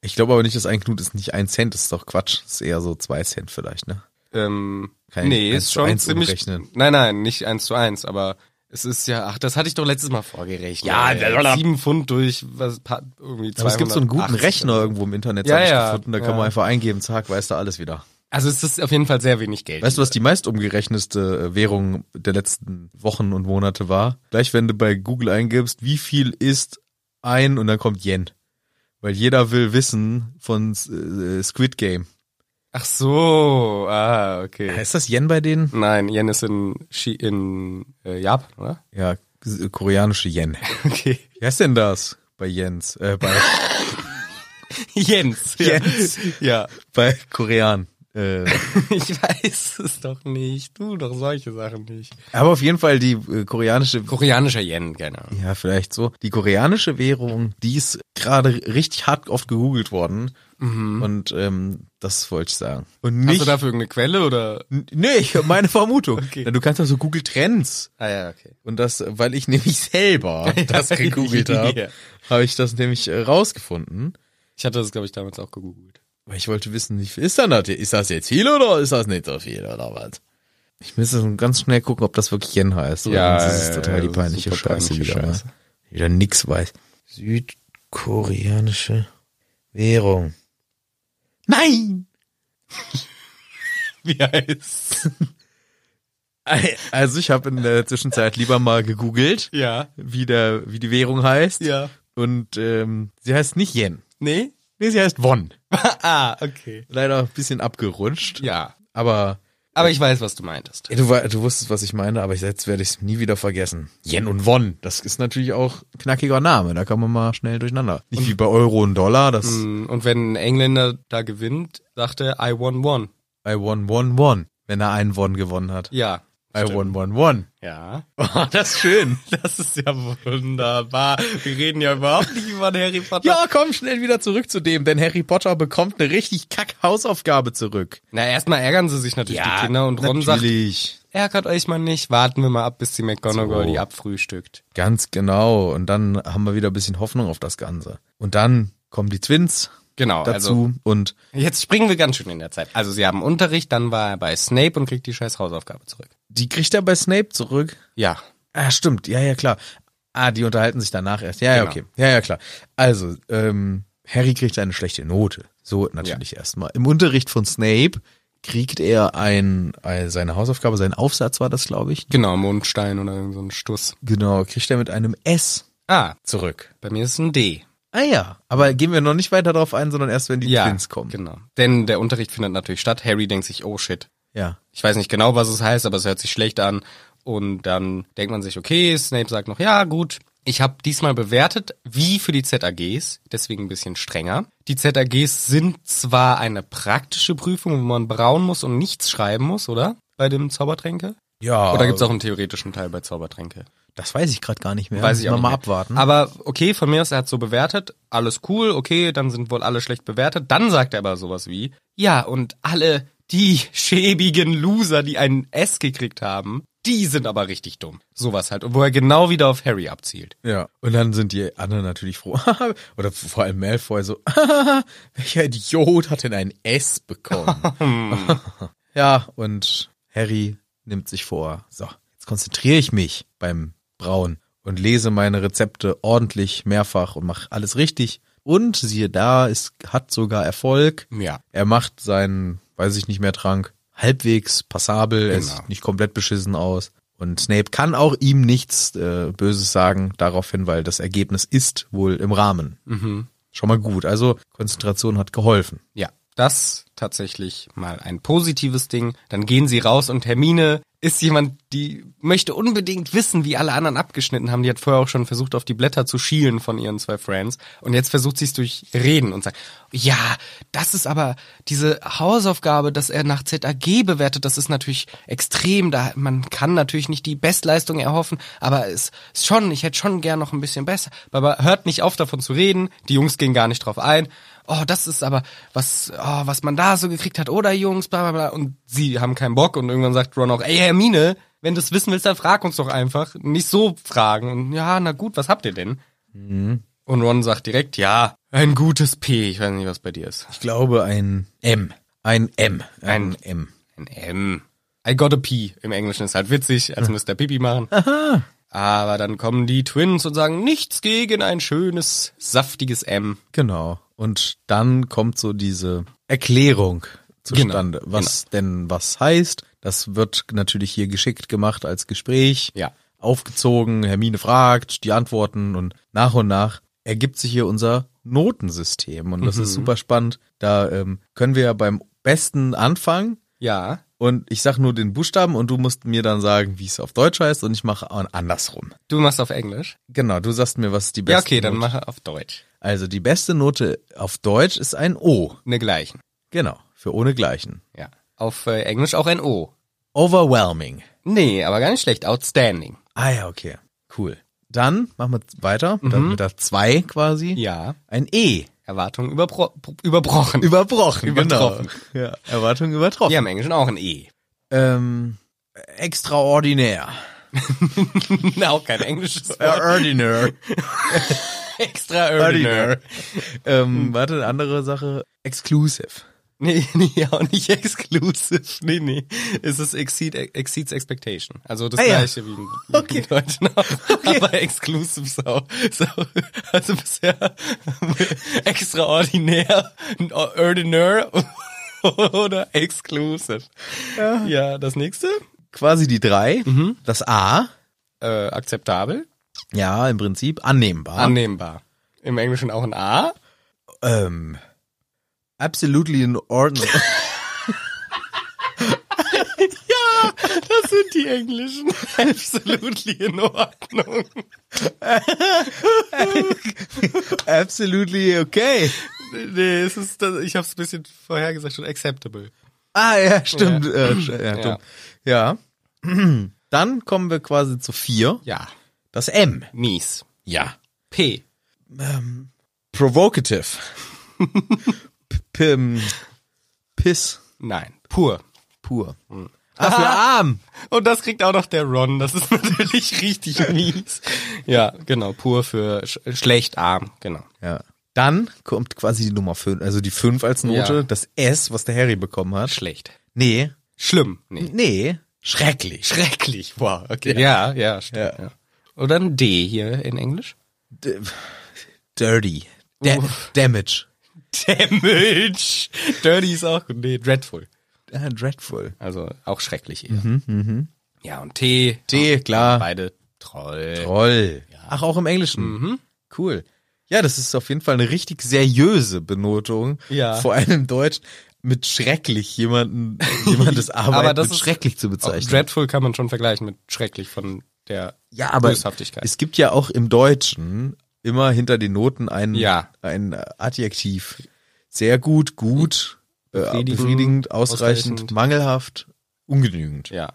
Speaker 1: Ich glaube aber nicht, dass ein Knut ist nicht ein Cent, das ist doch Quatsch. Das ist eher so zwei Cent vielleicht, ne?
Speaker 2: Ähm,
Speaker 1: Kein
Speaker 2: nee,
Speaker 1: 1
Speaker 2: ist
Speaker 1: zu
Speaker 2: schon
Speaker 1: 1
Speaker 2: ziemlich.
Speaker 1: umrechnen.
Speaker 2: Nein, nein, nicht eins zu eins, aber es ist ja, ach, das hatte ich doch letztes Mal vorgerechnet. Äh,
Speaker 1: Ja, blablabla.
Speaker 2: sieben Pfund durch was pa- irgendwie
Speaker 1: Aber es gibt so einen guten
Speaker 2: 280.
Speaker 1: Rechner irgendwo im Internet,
Speaker 2: Ja,
Speaker 1: hab ich
Speaker 2: ja,
Speaker 1: gefunden. Da
Speaker 2: ja.
Speaker 1: kann man einfach eingeben, zack, weißt du alles wieder.
Speaker 2: Also es ist auf jeden Fall sehr wenig Geld.
Speaker 1: Weißt du, was die meist umgerechnetste äh, Währung der letzten Wochen und Monate war? Gleich, wenn du bei Google eingibst, wie viel ist ein und dann kommt Yen. Weil jeder will wissen von äh, Squid Game.
Speaker 2: ach so, ah, okay.
Speaker 1: Ist das Yen bei denen?
Speaker 2: Nein, Yen ist in, Chi- in äh, Japan, oder?
Speaker 1: Ja, k- koreanische Yen.
Speaker 2: Okay.
Speaker 1: Wie heißt denn das bei Jens? Äh, bei,
Speaker 2: Jens.
Speaker 1: Jens.
Speaker 2: Ja. ja.
Speaker 1: bei Korean. Äh,
Speaker 2: Ich weiß es doch nicht. Du doch solche Sachen nicht.
Speaker 1: aber auf jeden Fall die äh, koreanische
Speaker 2: Koreanischer Yen, genau.
Speaker 1: Ja, vielleicht so. Die koreanische Währung, die ist gerade richtig hart oft gegoogelt worden. Und ähm, das wollte ich sagen. Und
Speaker 2: Mhm. Hast du
Speaker 1: nicht.
Speaker 2: dafür irgendeine Quelle oder?
Speaker 1: N- nee, ich, meine Vermutung.
Speaker 2: Okay.
Speaker 1: Na, du kannst doch so Google Trends.
Speaker 2: Ah ja, okay.
Speaker 1: Und das, weil ich nämlich selber das gegoogelt habe,
Speaker 2: Ja.
Speaker 1: habe ich das nämlich äh, rausgefunden.
Speaker 2: Ich hatte das, glaube ich, damals auch gegoogelt.
Speaker 1: Weil ich wollte wissen, wie viel ist denn das? hier? Ist das jetzt viel oder ist das nicht so viel oder was? Ich müsste so ganz schnell gucken, ob das wirklich Yen heißt. oder?
Speaker 2: Ja,
Speaker 1: das ist
Speaker 2: ja,
Speaker 1: total
Speaker 2: ja,
Speaker 1: die
Speaker 2: das ist
Speaker 1: peinliche
Speaker 2: super
Speaker 1: Scheiße
Speaker 2: peinliche
Speaker 1: wieder. mal.
Speaker 2: Scheiße.
Speaker 1: Wieder nix weiß. Südkoreanische Währung. Nein!
Speaker 2: Wie heißt?
Speaker 1: Also ich habe in der Zwischenzeit lieber mal gegoogelt,
Speaker 2: Ja.
Speaker 1: wie, der, wie die Währung heißt.
Speaker 2: Ja.
Speaker 1: Und ähm, sie heißt nicht Yen.
Speaker 2: Nee?
Speaker 1: Nee, sie heißt Won.
Speaker 2: ah, okay.
Speaker 1: Leider ein bisschen abgerutscht.
Speaker 2: Ja.
Speaker 1: Aber
Speaker 2: Aber ich weiß, was du meintest.
Speaker 1: Ja, Du, wei- du wusstest, was ich meine, aber jetzt werde ich es nie wieder vergessen. Yen und Won, das ist natürlich auch ein knackiger Name, da kann man mal schnell durcheinander. Nicht wie bei Euro und Mhm. Dollar, das
Speaker 2: Mm, Und wenn ein Engländer da gewinnt, sagt er, I won one.
Speaker 1: I won, won, won, wenn er einen Won gewonnen hat.
Speaker 2: Ja.
Speaker 1: I won, won, won.
Speaker 2: Ja.
Speaker 1: Oh, das ist schön.
Speaker 2: Das ist ja wunderbar. Wir reden ja überhaupt nicht über den Harry Potter.
Speaker 1: Ja, komm schnell wieder zurück zu dem, denn Harry Potter bekommt eine richtig kack Hausaufgabe zurück.
Speaker 2: Na, erstmal ärgern sie sich natürlich die Kinder und Ron
Speaker 1: natürlich.
Speaker 2: sagt, ärgert euch mal nicht, warten wir mal ab, bis die McGonagall
Speaker 1: So.
Speaker 2: die abfrühstückt.
Speaker 1: Ganz genau. Und dann haben wir wieder ein bisschen Hoffnung auf das Ganze. Und dann kommen die Twins
Speaker 2: Genau, also
Speaker 1: dazu und
Speaker 2: jetzt springen wir ganz schön in der Zeit. Also sie haben Unterricht, dann war er bei Snape und kriegt die scheiß Hausaufgabe zurück.
Speaker 1: die kriegt er bei Snape zurück.
Speaker 2: Ja.
Speaker 1: Ah, stimmt. Ja, ja, klar. Ah, die unterhalten sich danach erst. Ja, ja,
Speaker 2: Genau.
Speaker 1: okay. Ja, ja, klar. Also, ähm, Harry kriegt eine schlechte Note. So natürlich erstmal. Im Unterricht von Snape kriegt er ein, ein, seine Hausaufgabe, sein Aufsatz war das, glaube ich.
Speaker 2: Genau, Mondstein oder irgend so ein Stuss.
Speaker 1: Genau, kriegt er mit einem S
Speaker 2: Ah,
Speaker 1: zurück.
Speaker 2: bei mir ist ein D.
Speaker 1: Ah ja, aber gehen wir noch nicht weiter darauf ein, sondern erst, wenn die
Speaker 2: ja,
Speaker 1: Twins kommen.
Speaker 2: genau. Denn der Unterricht findet natürlich statt. Harry denkt sich, oh shit,
Speaker 1: Ja.
Speaker 2: Ich weiß nicht genau, was es heißt, aber es hört sich schlecht an. Und dann denkt man sich, okay, Snape sagt noch, ja gut, ich habe diesmal bewertet, wie für die ZAGs, deswegen ein bisschen strenger. Die ZAGs sind zwar eine praktische Prüfung, wo man brauen muss und nichts schreiben muss, oder? Bei dem Zaubertränke?
Speaker 1: Ja.
Speaker 2: Oder gibt's auch einen theoretischen Teil bei Zaubertränke?
Speaker 1: Das weiß ich gerade gar nicht mehr.
Speaker 2: Weiß ich auch
Speaker 1: Müssen wir
Speaker 2: nicht
Speaker 1: mal
Speaker 2: mehr.
Speaker 1: abwarten.
Speaker 2: Aber okay, von mir aus, er hat so bewertet, alles cool, okay, dann sind wohl alle schlecht bewertet. Dann sagt er aber sowas wie, ja, und alle die schäbigen Loser, die ein S gekriegt haben, die sind aber richtig dumm. Sowas halt. Und wo er genau wieder auf Harry abzielt.
Speaker 1: Ja, und dann sind die anderen natürlich froh. Oder vor allem Malfoy so, welcher Idiot hat denn ein S bekommen? ja, und Harry nimmt sich vor, so, jetzt konzentriere ich mich beim Brauen und lese meine Rezepte ordentlich mehrfach und mache alles richtig. Und siehe da, es hat sogar Erfolg.
Speaker 2: Ja.
Speaker 1: Er macht seinen, weiß ich nicht mehr, Trank halbwegs passabel, er
Speaker 2: Genau.
Speaker 1: sieht nicht komplett beschissen aus. Und Snape kann auch ihm nichts äh, Böses sagen daraufhin, weil das Ergebnis ist wohl im Rahmen.
Speaker 2: Mhm.
Speaker 1: Schon mal gut. Also Konzentration hat geholfen.
Speaker 2: Ja. Das tatsächlich mal ein positives Ding. Dann gehen sie raus und Hermine ist jemand, die möchte unbedingt wissen, wie alle anderen abgeschnitten haben. Die hat vorher auch schon versucht, auf die Blätter zu schielen von ihren zwei Friends. Und jetzt versucht sie es durch Reden und sagt, ja, das ist aber diese Hausaufgabe, dass er nach ZAG bewertet, das ist natürlich extrem. Da, man kann natürlich nicht die Bestleistung erhoffen, aber es ist schon, ich hätte schon gern noch ein bisschen besser. Aber hört nicht auf, davon zu reden. Die Jungs gehen gar nicht drauf ein oh, das ist aber, was, oh, was man da so gekriegt hat, oder Jungs, bla bla bla. Und sie haben keinen Bock und irgendwann sagt Ron auch, ey Hermine, wenn du es wissen willst, dann frag uns doch einfach. Nicht so fragen. Und ja, na gut, was habt ihr denn? Und Ron sagt direkt, ja, ein gutes P. Ich weiß nicht, was bei dir ist.
Speaker 1: Ich glaube ein M. Ein M.
Speaker 2: Ein-
Speaker 1: M.
Speaker 2: Ein M. I got a P. Im Englischen ist halt witzig, als müsste der Pipi machen. Aber dann kommen die Twins und sagen, nichts gegen ein schönes, saftiges M.
Speaker 1: Genau. Und dann kommt so diese Erklärung zustande,
Speaker 2: Genau,
Speaker 1: was denn was heißt. Das wird natürlich hier geschickt gemacht als Gespräch.
Speaker 2: Ja.
Speaker 1: Aufgezogen, Hermine fragt, die Antworten und nach und nach ergibt sich hier unser Notensystem. Und das
Speaker 2: Mhm.
Speaker 1: ist super spannend. Da ähm, können wir ja beim besten anfangen.
Speaker 2: Ja.
Speaker 1: Und ich sag nur den Buchstaben und du musst mir dann sagen, wie es auf Deutsch heißt und ich mache an- andersrum.
Speaker 2: Du machst auf Englisch?
Speaker 1: Genau, du sagst mir, was die beste
Speaker 2: Ja, okay, dann
Speaker 1: Note-
Speaker 2: mache auf Deutsch.
Speaker 1: Also die beste Note auf Deutsch ist ein O.
Speaker 2: Ne gleichen.
Speaker 1: Genau, für ohnegleichen.
Speaker 2: Ja. Auf äh, Englisch auch ein O.
Speaker 1: Overwhelming.
Speaker 2: Nee, aber gar nicht schlecht. Outstanding.
Speaker 1: Ah ja, okay. Cool. Dann machen wir weiter. Dann mit der 2 quasi.
Speaker 2: Mhm. Ja.
Speaker 1: Ein E.
Speaker 2: Erwartungen überbro überbrochen.
Speaker 1: Überbrochen.
Speaker 2: Übertroffen.
Speaker 1: Genau. Ja, Erwartung übertroffen.
Speaker 2: Wir haben im Englischen auch ein E.
Speaker 1: Ähm, extraordinär.
Speaker 2: auch kein englisches Wort.
Speaker 1: Ordinary.
Speaker 2: Extraordinary. Mhm.
Speaker 1: ähm, warte, eine andere Sache. Exclusive.
Speaker 2: Nee, nee, auch nicht exclusive. Nee, nee. Es ist exceed, exceeds expectation. Also das
Speaker 4: Ah ja.
Speaker 2: gleiche wie im, wie
Speaker 4: Okay.
Speaker 2: im Deutschen auch. Aber exclusive sau. So, also bisher extraordinär, ordinär oder exclusive. Ja, das nächste.
Speaker 1: Quasi die drei.
Speaker 2: Mhm.
Speaker 1: Das A,
Speaker 2: Äh, akzeptabel.
Speaker 1: ja, im Prinzip annehmbar.
Speaker 2: Ah. Annehmbar. Im Englischen auch ein A.
Speaker 1: ähm, absolutely in Ordnung.
Speaker 2: Das sind die Englischen. Absolutely in Ordnung.
Speaker 1: absolutely okay.
Speaker 2: Nee, es ist, das, ich habe es ein bisschen vorher gesagt, schon acceptable.
Speaker 1: Ah, ja, stimmt. Ja, äh, ja,
Speaker 2: Ja.
Speaker 1: dumm. ja. Dann kommen wir quasi zu vier.
Speaker 2: Ja.
Speaker 1: Das M.
Speaker 2: Mies.
Speaker 1: Ja.
Speaker 2: P.
Speaker 1: Provocative. P- Pim. Piss.
Speaker 2: Nein. Pur.
Speaker 1: Pur.
Speaker 2: Hm.
Speaker 1: Ach, für arm.
Speaker 2: Und das kriegt auch noch der Ron. Das ist natürlich richtig mies. Ja, genau. Pur für sch schlecht arm. Genau.
Speaker 1: Ja. Dann kommt quasi die Nummer 5, also die 5 als Note,
Speaker 2: Ja.
Speaker 1: das S, was der Harry bekommen hat.
Speaker 2: Schlecht.
Speaker 1: Nee,
Speaker 2: Schlimm. Nee.
Speaker 1: nee, schrecklich.
Speaker 2: Schrecklich. Wow. Okay. Ja, ja, stimmt. Ja. Oder ein D hier in Englisch.
Speaker 1: D dirty. Da damage.
Speaker 2: Damage. Dirty ist auch gut. Nee, dreadful.
Speaker 1: Ah, dreadful.
Speaker 2: Also auch schrecklich eher.
Speaker 1: Mhm,
Speaker 2: Ja, und T.
Speaker 1: T, klar.
Speaker 2: Beide Troll.
Speaker 1: Toll. Ach, auch im Englischen.
Speaker 2: Mhm.
Speaker 1: Cool. Ja, das ist auf jeden Fall eine richtig seriöse Benotung.
Speaker 2: Ja.
Speaker 1: Vor allem im Deutsch mit schrecklich jemanden, jemandes Arbeit
Speaker 2: Aber das
Speaker 1: mit
Speaker 2: ist-
Speaker 1: schrecklich zu
Speaker 2: Auch
Speaker 1: bezeichnen.
Speaker 2: Dreadful kann man schon vergleichen mit schrecklich von der
Speaker 1: Ja, aber
Speaker 2: Boshaftigkeit.
Speaker 1: es gibt ja auch im Deutschen immer hinter den Noten ein,
Speaker 2: Ja.
Speaker 1: ein Adjektiv. Sehr gut, gut, befriedigend,
Speaker 2: Befriedigend,
Speaker 1: befriedigend ausreichend,
Speaker 2: ausreichend.
Speaker 1: mangelhaft, ungenügend.
Speaker 2: ja.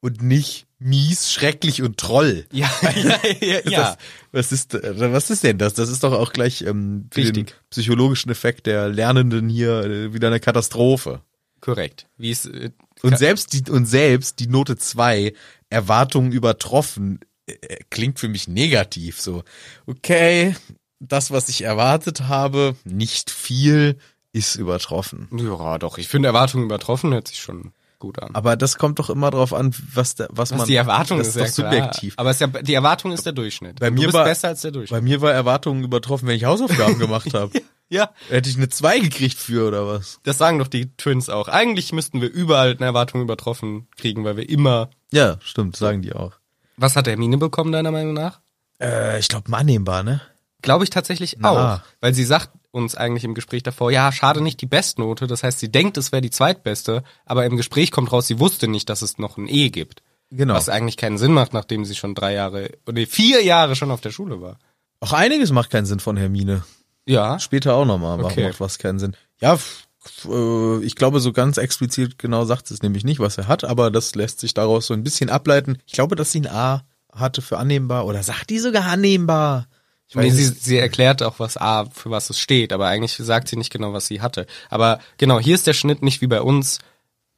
Speaker 1: Und nicht mies, schrecklich und Troll.
Speaker 2: Ja, ja, ja, ja.
Speaker 1: Das, was, ist, äh, was ist denn das? Das ist doch auch gleich ähm, für den
Speaker 2: Wichtig.
Speaker 1: psychologischen Effekt der Lernenden hier äh, wieder eine Katastrophe.
Speaker 2: korrekt. Wie es äh,
Speaker 1: Und
Speaker 2: ka-
Speaker 1: selbst die, und selbst die Note 2, Erwartungen übertroffen, äh, äh, klingt für mich negativ. So, okay, das, was ich erwartet habe, nicht viel, ist übertroffen.
Speaker 2: ja, doch, ich finde Erwartungen übertroffen hört sich schon gut an.
Speaker 1: Aber das kommt doch immer drauf an, was, da, was,
Speaker 2: Was
Speaker 1: man.
Speaker 2: die Erwartung
Speaker 1: das
Speaker 2: ist,
Speaker 1: doch
Speaker 2: ja klar.
Speaker 1: subjektiv.
Speaker 2: Aber es ist ja, die Erwartung ist der Durchschnitt.
Speaker 1: Bei
Speaker 2: Und
Speaker 1: mir
Speaker 2: du bist
Speaker 1: war-
Speaker 2: besser als der Durchschnitt.
Speaker 1: Bei mir war Erwartungen übertroffen, wenn ich Hausaufgaben gemacht habe.
Speaker 2: Ja,
Speaker 1: Hätte ich eine 2 gekriegt für oder was?
Speaker 2: das sagen doch die Twins auch. Eigentlich müssten wir überall eine Erwartung übertroffen kriegen, weil wir immer.
Speaker 1: Ja, stimmt, sagen die auch.
Speaker 2: Was hat Hermine bekommen deiner Meinung nach?
Speaker 1: Äh, ich glaube, annehmbar, ne?
Speaker 2: Glaube ich tatsächlich
Speaker 1: Na.
Speaker 2: auch, weil sie sagt uns eigentlich im Gespräch davor, ja, schade nicht die Bestnote, das heißt, sie denkt, es wäre die zweitbeste, aber im Gespräch kommt raus, sie wusste nicht, dass es noch ein E gibt.
Speaker 1: Genau.
Speaker 2: Was eigentlich keinen Sinn macht, nachdem sie schon drei Jahre, nee, vier Jahre schon auf der Schule war.
Speaker 1: Auch einiges macht keinen Sinn von Hermine.
Speaker 2: Ja.
Speaker 1: Später auch nochmal, okay.
Speaker 2: Okay.
Speaker 1: macht was keinen Sinn. Ja, f- f- äh, ich glaube, so ganz explizit genau sagt sie es nämlich nicht, was er hat, aber das lässt sich daraus so ein bisschen ableiten. Ich glaube, dass sie ein A hatte für annehmbar oder sagt die sogar annehmbar. Ich
Speaker 2: Nee,
Speaker 1: weiß
Speaker 2: sie,
Speaker 1: es-
Speaker 2: sie erklärt auch, was A, für was es steht, aber eigentlich sagt sie nicht genau, was sie hatte. Aber genau, hier ist der Schnitt nicht wie bei uns.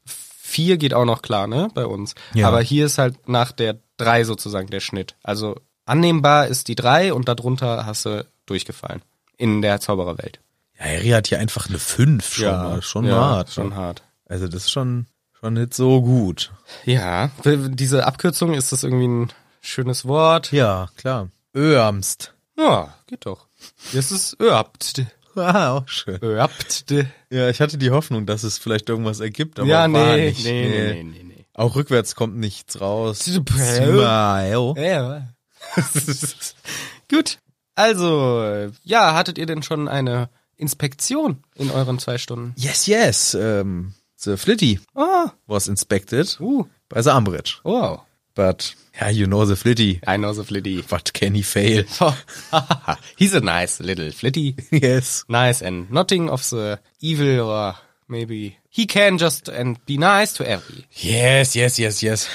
Speaker 2: Vier geht auch noch klar, ne, bei uns.
Speaker 1: Ja.
Speaker 2: Aber hier ist halt nach der drei sozusagen der Schnitt. Also annehmbar ist die drei und darunter hast du durchgefallen. In der Zaubererwelt.
Speaker 1: ja, Harry hat hier einfach eine 5 schon mal, schon
Speaker 2: ja,
Speaker 1: hart.
Speaker 2: Schon hart.
Speaker 1: Also das ist schon, schon nicht so gut.
Speaker 2: Ja, diese Abkürzung, ist das irgendwie ein schönes Wort?
Speaker 1: Ja, klar. Öamst.
Speaker 2: Ja, geht doch. Das ist öapt.
Speaker 1: Ah, auch schön.
Speaker 2: Öapt.
Speaker 1: Ja, ich hatte die Hoffnung, dass es vielleicht irgendwas ergibt, aber
Speaker 2: Ja,
Speaker 1: war
Speaker 2: nee,
Speaker 1: nicht.
Speaker 2: nee, nee, nee, nee, nee.
Speaker 1: Auch rückwärts kommt nichts raus.
Speaker 2: Smile. Ja. Äh. Gut. Also, ja, hattet ihr denn schon eine Inspektion in euren zwei Stunden?
Speaker 1: Yes, yes. Um, the Flitty
Speaker 2: Oh,
Speaker 1: was inspected
Speaker 2: uh,
Speaker 1: by the Umbridge.
Speaker 2: wow.
Speaker 1: But, yeah, you know the Flitty.
Speaker 2: I know the flitty.
Speaker 1: What can he fail?
Speaker 2: He's a nice little flitty.
Speaker 1: yes.
Speaker 2: Nice and nothing of the evil or maybe he can just and be nice to every.
Speaker 1: Yes, yes, yes, yes.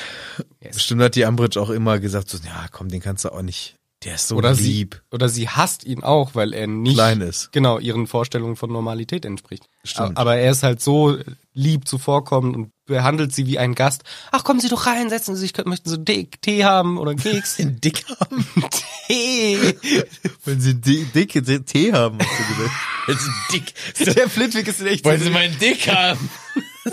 Speaker 2: Yes.
Speaker 1: Bestimmt hat die Umbridge auch immer gesagt, so, ja, komm, den kannst du auch nicht. Der ist so
Speaker 2: Oder sie,
Speaker 1: lieb.
Speaker 2: oder sie hasst ihn auch, weil er nicht
Speaker 1: Klein ist.
Speaker 2: Genau, ihren Vorstellungen von Normalität entspricht.
Speaker 1: Stimmt.
Speaker 2: A- Aber er ist halt so lieb zuvorkommend und behandelt sie wie einen Gast. Ach, kommen Sie doch rein, setzen Sie sich, kö- möchten Sie Tee, Tee haben oder einen Keks?
Speaker 1: Den dick haben.
Speaker 2: Tee.
Speaker 1: Wenn sie di dicke Tee haben, hast du gesagt. Weil sie dick.
Speaker 2: Der Flitwick ist echt.
Speaker 1: Wollen Sie meinen Dick haben?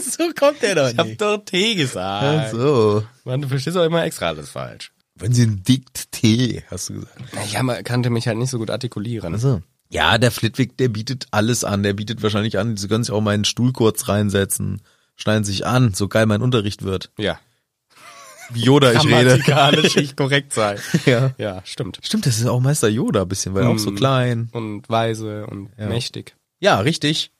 Speaker 1: so kommt der
Speaker 2: ich
Speaker 1: doch
Speaker 2: hab
Speaker 1: nicht.
Speaker 2: doch Tee gesagt.
Speaker 1: Also. so.
Speaker 2: Mann, du verstehst auch immer extra alles falsch.
Speaker 1: Wollen Sie einen dickt Tee, hast du gesagt.
Speaker 2: Ich hab- kannte mich halt nicht so gut artikulieren.
Speaker 1: Also. Ja, der Flitwick, der bietet alles an. Der bietet wahrscheinlich an, Sie können sich auch meinen Stuhl kurz reinsetzen. Schneiden sich an, so geil mein Unterricht wird.
Speaker 2: Ja.
Speaker 1: Wie Yoda ich rede.
Speaker 2: Grammatikalisch nicht korrekt sein.
Speaker 1: Ja.
Speaker 2: Ja, stimmt.
Speaker 1: Stimmt, das ist auch Meister Yoda ein bisschen, weil er auch so
Speaker 2: Mm.
Speaker 1: klein.
Speaker 2: Und weise und mächtig.
Speaker 1: Ja, richtig.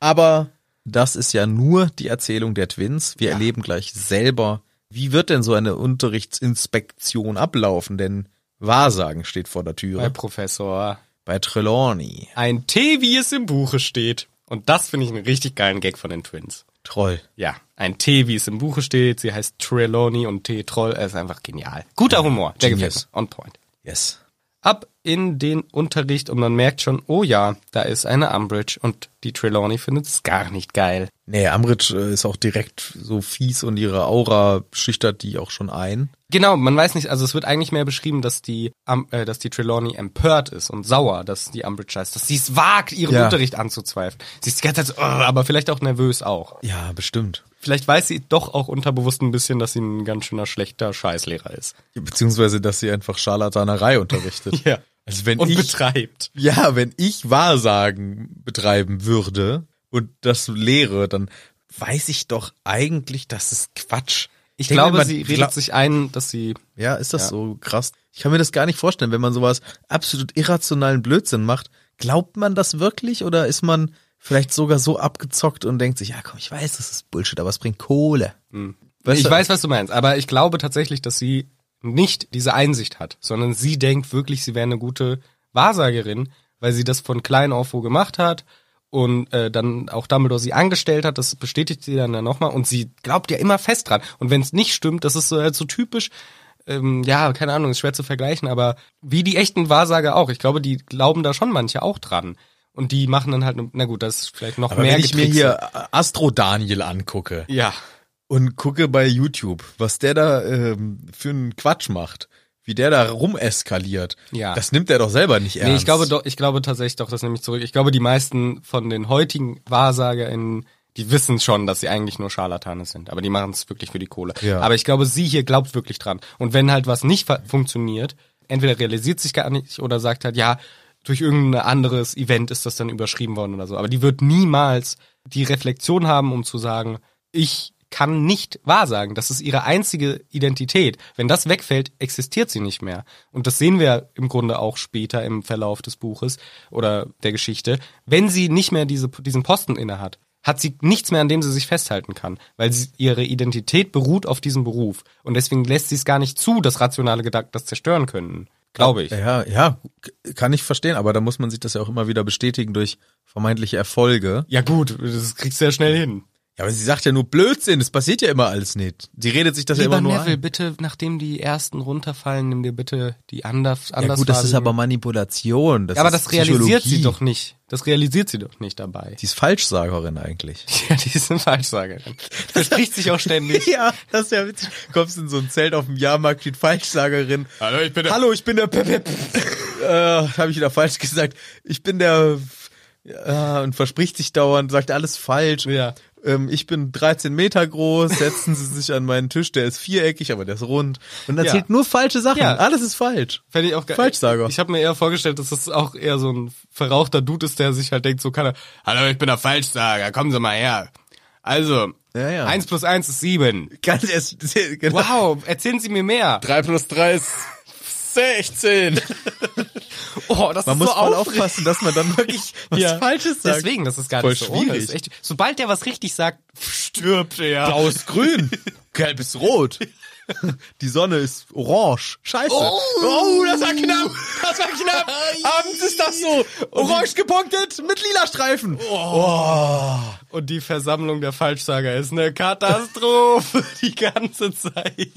Speaker 1: Aber das ist ja nur die Erzählung der Twins. Wir erleben gleich selber, wie wird denn so eine Unterrichtsinspektion ablaufen? Denn Wahrsagen steht vor der Türe
Speaker 2: Herr Professor.
Speaker 1: bei Trelawney.
Speaker 2: Ein T, wie es im Buche steht. Und das finde ich einen richtig geilen Gag von den Twins.
Speaker 1: Troll.
Speaker 2: Ja, ein T, wie es im Buche steht. Sie heißt Trelawney und T Troll. Er ist einfach genial. Guter Humor. Der
Speaker 1: Genius.
Speaker 2: gefällt mir. On point.
Speaker 1: Yes.
Speaker 2: Ab in den Unterricht und man merkt schon, oh ja, da ist eine Umbridge und die Trelawney findet es gar nicht geil.
Speaker 1: Nee, Amrit äh, ist auch direkt so fies und ihre Aura schüchtert die auch schon ein.
Speaker 2: Genau, man weiß nicht, also es wird eigentlich mehr beschrieben, dass die, Am- äh, dass die Trelawney empört ist und sauer, dass die Umbridge heißt, dass sie es wagt, ihren
Speaker 1: Ja.
Speaker 2: Unterricht anzuzweifeln. Sie ist die ganze Zeit so, "Ugh", aber vielleicht auch nervös auch.
Speaker 1: Ja, bestimmt.
Speaker 2: Vielleicht weiß sie doch auch unterbewusst ein bisschen, dass sie ein ganz schöner schlechter Scheißlehrer ist.
Speaker 1: Beziehungsweise, dass sie einfach Scharlatanerei unterrichtet.
Speaker 2: Ja.
Speaker 1: Also wenn
Speaker 2: Und
Speaker 1: ich
Speaker 2: betreibt.
Speaker 1: Ja, wenn ich Wahrsagen betreiben würde und das lehre, dann weiß ich doch eigentlich, das ist Quatsch.
Speaker 2: Ich
Speaker 1: denke
Speaker 2: glaube,
Speaker 1: mir,
Speaker 2: sie redet
Speaker 1: gla-
Speaker 2: sich ein, dass sie
Speaker 1: Ja, ist das so krass? Ich kann mir das gar nicht vorstellen, wenn man sowas absolut irrationalen Blödsinn macht. Glaubt man das wirklich oder ist man vielleicht sogar so abgezockt und denkt sich, ja komm, ich weiß, das ist Bullshit, aber es bringt Kohle.
Speaker 2: Mhm.
Speaker 1: Weißt
Speaker 2: ich
Speaker 1: du-
Speaker 2: weiß, was du meinst, aber ich glaube tatsächlich, dass sie nicht diese Einsicht hat, sondern sie denkt wirklich, sie wäre eine gute Wahrsagerin, weil sie das von klein auf wo gemacht hat und äh, dann auch Dumbledore sie angestellt hat, das bestätigt sie dann ja nochmal und sie glaubt ja immer fest dran. Und wenn es nicht stimmt, das ist so, halt so typisch, ähm, ja, keine Ahnung, ist schwer zu vergleichen, aber wie die echten Wahrsager auch. Ich glaube, die glauben da schon manche auch dran. Und die machen dann halt, ne- na gut, das ist vielleicht noch
Speaker 1: Aber
Speaker 2: mehr
Speaker 1: wenn ich mir
Speaker 2: Getrickse.
Speaker 1: hier äh, Astro Daniel angucke,
Speaker 2: Ja,
Speaker 1: und gucke bei YouTube, was der da ähm, für einen Quatsch macht, wie der da rumeskaliert.
Speaker 2: Ja.
Speaker 1: Das nimmt er doch selber nicht ernst.
Speaker 2: Nee, ich glaube, doch, ich glaube tatsächlich doch, das nehme ich zurück. Ich glaube, die meisten von den heutigen WahrsagerInnen, die wissen schon, dass sie eigentlich nur Scharlatane sind. Aber die machen es wirklich für die Kohle.
Speaker 1: Ja.
Speaker 2: Aber ich glaube, sie hier glaubt wirklich dran. Und wenn halt was nicht fa- funktioniert, entweder realisiert sich gar nicht oder sagt halt, ja, durch irgendein anderes Event ist das dann überschrieben worden oder so. Aber die wird niemals die Reflexion haben, um zu sagen, ich kann nicht wahrsagen. Das ist ihre einzige Identität. Wenn das wegfällt, existiert sie nicht mehr. Und das sehen wir im Grunde auch später im Verlauf des Buches oder der Geschichte. Wenn sie nicht mehr diese, diesen Posten innehat, hat sie nichts mehr, an dem sie sich festhalten kann, weil sie, ihre Identität beruht auf diesem Beruf. Und deswegen lässt sie es gar nicht zu, dass rationale Gedanken das zerstören können. Glaube ich.
Speaker 1: Ja, ja, kann ich verstehen, aber da muss man sich das ja auch immer wieder bestätigen durch vermeintliche Erfolge.
Speaker 2: Ja gut, das kriegst du ja schnell hin.
Speaker 1: Ja, aber sie sagt ja nur Blödsinn, es passiert ja immer alles nicht. Sie redet sich das ja
Speaker 2: Lieber
Speaker 1: immer nur
Speaker 2: Neville,
Speaker 1: an.
Speaker 2: bitte, nachdem die ersten runterfallen, nimm dir bitte die anders,
Speaker 1: Ja
Speaker 2: anders
Speaker 1: gut, das ist aber Manipulation. Das
Speaker 2: Ja, aber
Speaker 1: ist
Speaker 2: das realisiert
Speaker 1: Psychologie.
Speaker 2: sie doch nicht. Das realisiert sie doch nicht dabei.
Speaker 1: Die ist Falschsagerin eigentlich.
Speaker 2: Ja, die ist eine Falschsagerin. Verspricht sich auch ständig.
Speaker 1: Ja, das ist ja witzig. Kommst in so ein Zelt auf dem Jahrmarkt, steht Falschsagerin.
Speaker 2: Hallo, ich bin der-
Speaker 1: Hallo, ich bin der Pepe. äh, habe ich wieder falsch gesagt. Ich bin der äh, und verspricht sich dauernd, sagt alles falsch.
Speaker 2: Ja.
Speaker 1: Ähm, ich bin 13 Meter groß, setzen Sie sich an meinen Tisch, der ist viereckig, aber der ist rund. Und erzählt nur falsche Sachen.
Speaker 2: Ja.
Speaker 1: Alles ist falsch.
Speaker 2: Fände ich auch geil.
Speaker 1: Falschsager.
Speaker 2: Ich habe mir eher vorgestellt, dass das auch eher so ein verrauchter Dude ist, der sich halt denkt, so kann er, hallo, ich bin der Falschsager, kommen Sie mal her. Also,
Speaker 1: Ja, ja.
Speaker 2: eins plus eins ist sieben.
Speaker 1: Ganz erst, genau.
Speaker 2: Wow, erzählen Sie mir mehr.
Speaker 1: 3 plus 3 ist 16.
Speaker 2: Oh, das
Speaker 1: Man
Speaker 2: ist
Speaker 1: muss
Speaker 2: so
Speaker 1: voll
Speaker 2: aufregend.
Speaker 1: aufpassen, dass man dann wirklich was
Speaker 2: Ja.
Speaker 1: Falsches sagt.
Speaker 2: Deswegen, das ist gar
Speaker 1: Voll
Speaker 2: nicht so ohne.
Speaker 1: schwierig.
Speaker 2: Ist echt, sobald der was richtig sagt, stirbt er.
Speaker 1: Blau ist grün, gelb ist rot. Die Sonne ist orange. Scheiße. Oh, das war knapp. Das war knapp. Abends ist das so. Orange gepunktet mit lila Streifen.
Speaker 2: Und die Versammlung der Falschsager ist eine Katastrophe die ganze Zeit.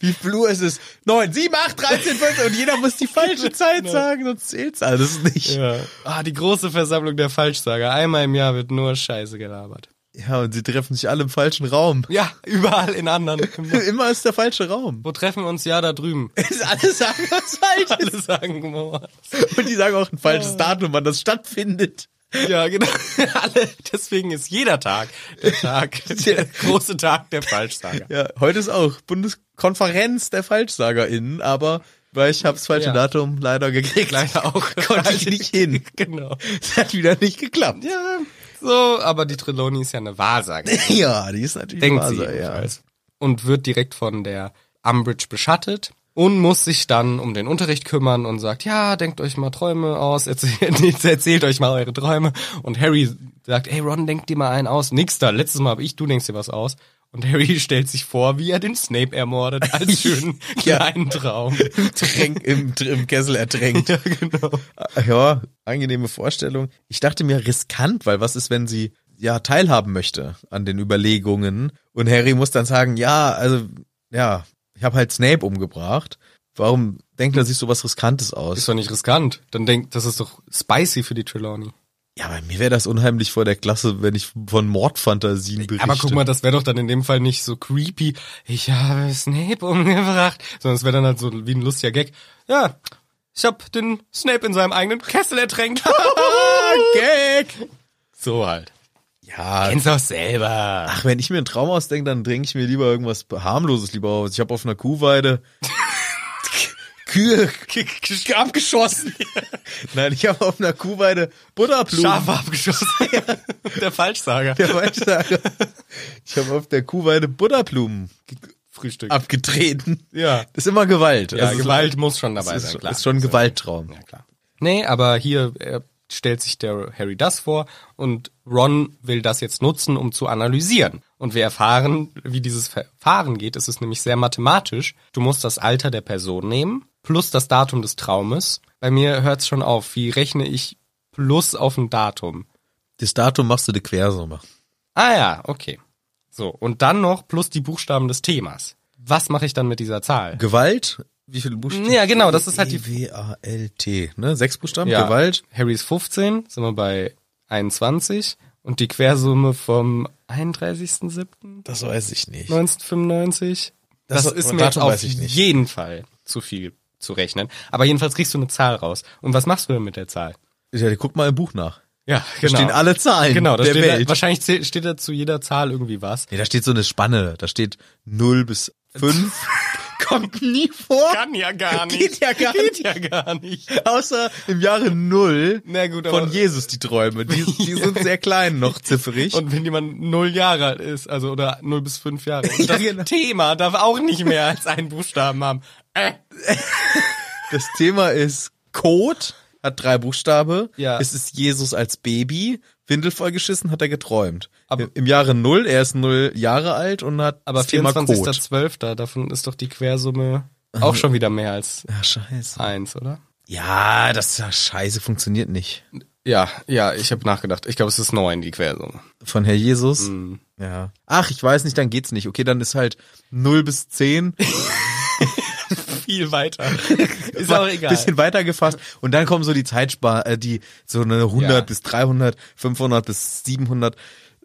Speaker 1: Wie blue ist es? 9, 7, 8, 13, 14. Und jeder muss die falsche Zeit sagen, sonst zählt's alles nicht. Ja.
Speaker 2: Ja. Ah, die große Versammlung der Falschsager. Einmal im Jahr wird nur Scheiße gelabert.
Speaker 1: und sie treffen sich alle im falschen Raum.
Speaker 2: Ja, überall in anderen.
Speaker 1: Immer ist der falsche Raum.
Speaker 2: Wo treffen wir uns? Ja, da drüben.
Speaker 1: Alle sagen was Falsches.
Speaker 2: Alle sagen, Moa.
Speaker 1: Und die sagen auch ein falsches Datum, wann das stattfindet.
Speaker 2: Ja, genau. Alle, deswegen ist jeder Tag der Tag, der große Tag der Falschsager.
Speaker 1: Ja, heute ist auch Bundeskonferenz der FalschsagerInnen, aber weil ich hab's falsche
Speaker 2: Ja.
Speaker 1: Datum leider gekriegt,
Speaker 2: Leider auch.
Speaker 1: konnte ich nicht hin.
Speaker 2: Genau.
Speaker 1: Das hat wieder nicht geklappt.
Speaker 2: Ja, so, aber die Trelawney ist ja eine Wahrsagerin.
Speaker 1: Ja, die ist natürlich
Speaker 2: Denkt sie
Speaker 1: Wahrsager,
Speaker 2: jedenfalls. Und wird direkt von der Umbridge beschattet und muss sich dann um den Unterricht kümmern und sagt, ja, denkt euch mal Träume aus, erzählt, nicht, erzählt euch mal eure Träume. Und Harry sagt, hey Ron, denkt dir mal einen aus. Nix da, letztes Mal habe ich, du denkst dir was aus. Und Harry stellt sich vor, wie er den Snape ermordet, als schönen
Speaker 1: Ja.
Speaker 2: kleinen Traum.
Speaker 1: Tränk, im, Im Kessel ertränkt. Ah,
Speaker 2: ja, genau.
Speaker 1: Ja, angenehme Vorstellung. Ich dachte mir riskant, weil was ist, wenn sie ja teilhaben möchte an den Überlegungen und Harry muss dann sagen, ja, also ja, ich habe halt Snape umgebracht. Warum denkt er sich sowas riskantes
Speaker 2: Ist
Speaker 1: aus?
Speaker 2: doch nicht riskant. Dann denkt, das ist doch spicy für die Trelawney.
Speaker 1: Ja, bei mir wäre das unheimlich vor der Klasse, wenn ich von Mordfantasien berichte.
Speaker 2: Aber guck mal, das wäre doch dann in dem Fall nicht so creepy. Ich habe Snape umgebracht, sondern es wäre dann halt so wie ein lustiger Gag. Ja, ich habe den Snape in seinem eigenen Kessel ertränkt. Gag. So halt.
Speaker 1: ja,
Speaker 2: Kennst du auch selber.
Speaker 1: ach, wenn ich mir einen Traum ausdenke, dann denke ich mir lieber irgendwas harmloses lieber aus. Ich habe auf einer Kuhweide Kühe
Speaker 2: Abgeschossen.
Speaker 1: Nein, ich habe auf einer Kuhweide Butterblumen.
Speaker 2: Schafe abgeschossen. Der Falschsager.
Speaker 1: Der Weissager. Ich habe auf der Kuhweide Butterblumen
Speaker 2: Frühstück.
Speaker 1: abgetreten.
Speaker 2: ja.
Speaker 1: Das ist immer Gewalt.
Speaker 2: Ja,
Speaker 1: Also es
Speaker 2: Gewalt muss schon dabei
Speaker 1: Ist,
Speaker 2: sein,
Speaker 1: schon-
Speaker 2: klar.
Speaker 1: ist schon ein Gewalttraum.
Speaker 2: Ja, klar. Nee, aber hier äh, stellt sich der Harry das vor und Ron will das jetzt nutzen, um zu analysieren. Und wir erfahren, wie dieses Verfahren geht. Es ist nämlich sehr mathematisch. Du musst das Alter der Person nehmen, plus das Datum des Traumes. Bei mir hört's schon auf. Wie rechne ich plus auf ein Datum?
Speaker 1: Das Datum machst du die Quersumme.
Speaker 2: Ah ja, okay. So, und dann noch plus die Buchstaben des Themas. Was mache ich dann mit dieser Zahl?
Speaker 1: Gewalt, wie viele Buchstaben?
Speaker 2: Ja, genau, das ist halt die-
Speaker 1: W-A-L-T, ne? Sechs Buchstaben,
Speaker 2: Ja.
Speaker 1: Gewalt.
Speaker 2: Harry ist 15, sind wir bei 21 und die Quersumme vom 31.07.1995.
Speaker 1: Das weiß ich nicht.
Speaker 2: Das,
Speaker 1: Das-
Speaker 2: ist
Speaker 1: und
Speaker 2: mir jetzt
Speaker 1: Datum
Speaker 2: auf
Speaker 1: weiß ich nicht.
Speaker 2: jeden Fall zu viel zu rechnen. Aber jedenfalls kriegst du eine Zahl raus. Und was machst du denn mit der Zahl?
Speaker 1: Ja, guck mal im Buch nach.
Speaker 2: Ja,
Speaker 1: Da stehen alle Zahlen
Speaker 2: Genau, da
Speaker 1: der
Speaker 2: steht,
Speaker 1: Welt.
Speaker 2: wahrscheinlich zäh- steht da zu jeder Zahl irgendwie was.
Speaker 1: Nee, da steht so eine Spanne. Da steht 0 bis 5. Kommt nie vor.
Speaker 2: Kann ja gar nicht.
Speaker 1: Geht ja gar
Speaker 2: Geht ja gar nicht.
Speaker 1: Außer im Jahre null
Speaker 2: Na gut, aber-
Speaker 1: von Jesus die Träume. Die, die sind sehr klein noch zifferig.
Speaker 2: Und wenn jemand null Jahre alt ist, also oder null bis fünf Jahre, und
Speaker 1: Ja,
Speaker 2: das
Speaker 1: genau.
Speaker 2: Thema darf auch nicht mehr als einen Buchstaben haben. Äh.
Speaker 1: das Thema ist Code, hat drei Buchstabe.
Speaker 2: Ja.
Speaker 1: Es ist Jesus als Baby. Windel vollgeschissen, hat er geträumt.
Speaker 2: Aber-
Speaker 1: Im Jahre null, er ist null Jahre alt und hat
Speaker 2: Aber
Speaker 1: das Thema Code.
Speaker 2: 24.12., davon ist doch die Quersumme auch schon wieder mehr als
Speaker 1: Ja, scheiße.
Speaker 2: eins, oder?
Speaker 1: Ja, das ja, scheiße funktioniert nicht.
Speaker 2: Ja, ja, ich habe nachgedacht. Ich glaube, es ist neun, die Quersumme.
Speaker 1: Von Herr Jesus.
Speaker 2: Mhm.
Speaker 1: Ja. Ach, ich weiß nicht, dann geht's nicht. Okay, dann ist halt null bis zehn.
Speaker 2: Viel weiter. ist auch egal.
Speaker 1: Bisschen weiter gefasst. Und dann kommen so die Zeitspar, äh, die so eine 100
Speaker 2: Ja.
Speaker 1: bis 300, 500 bis 700.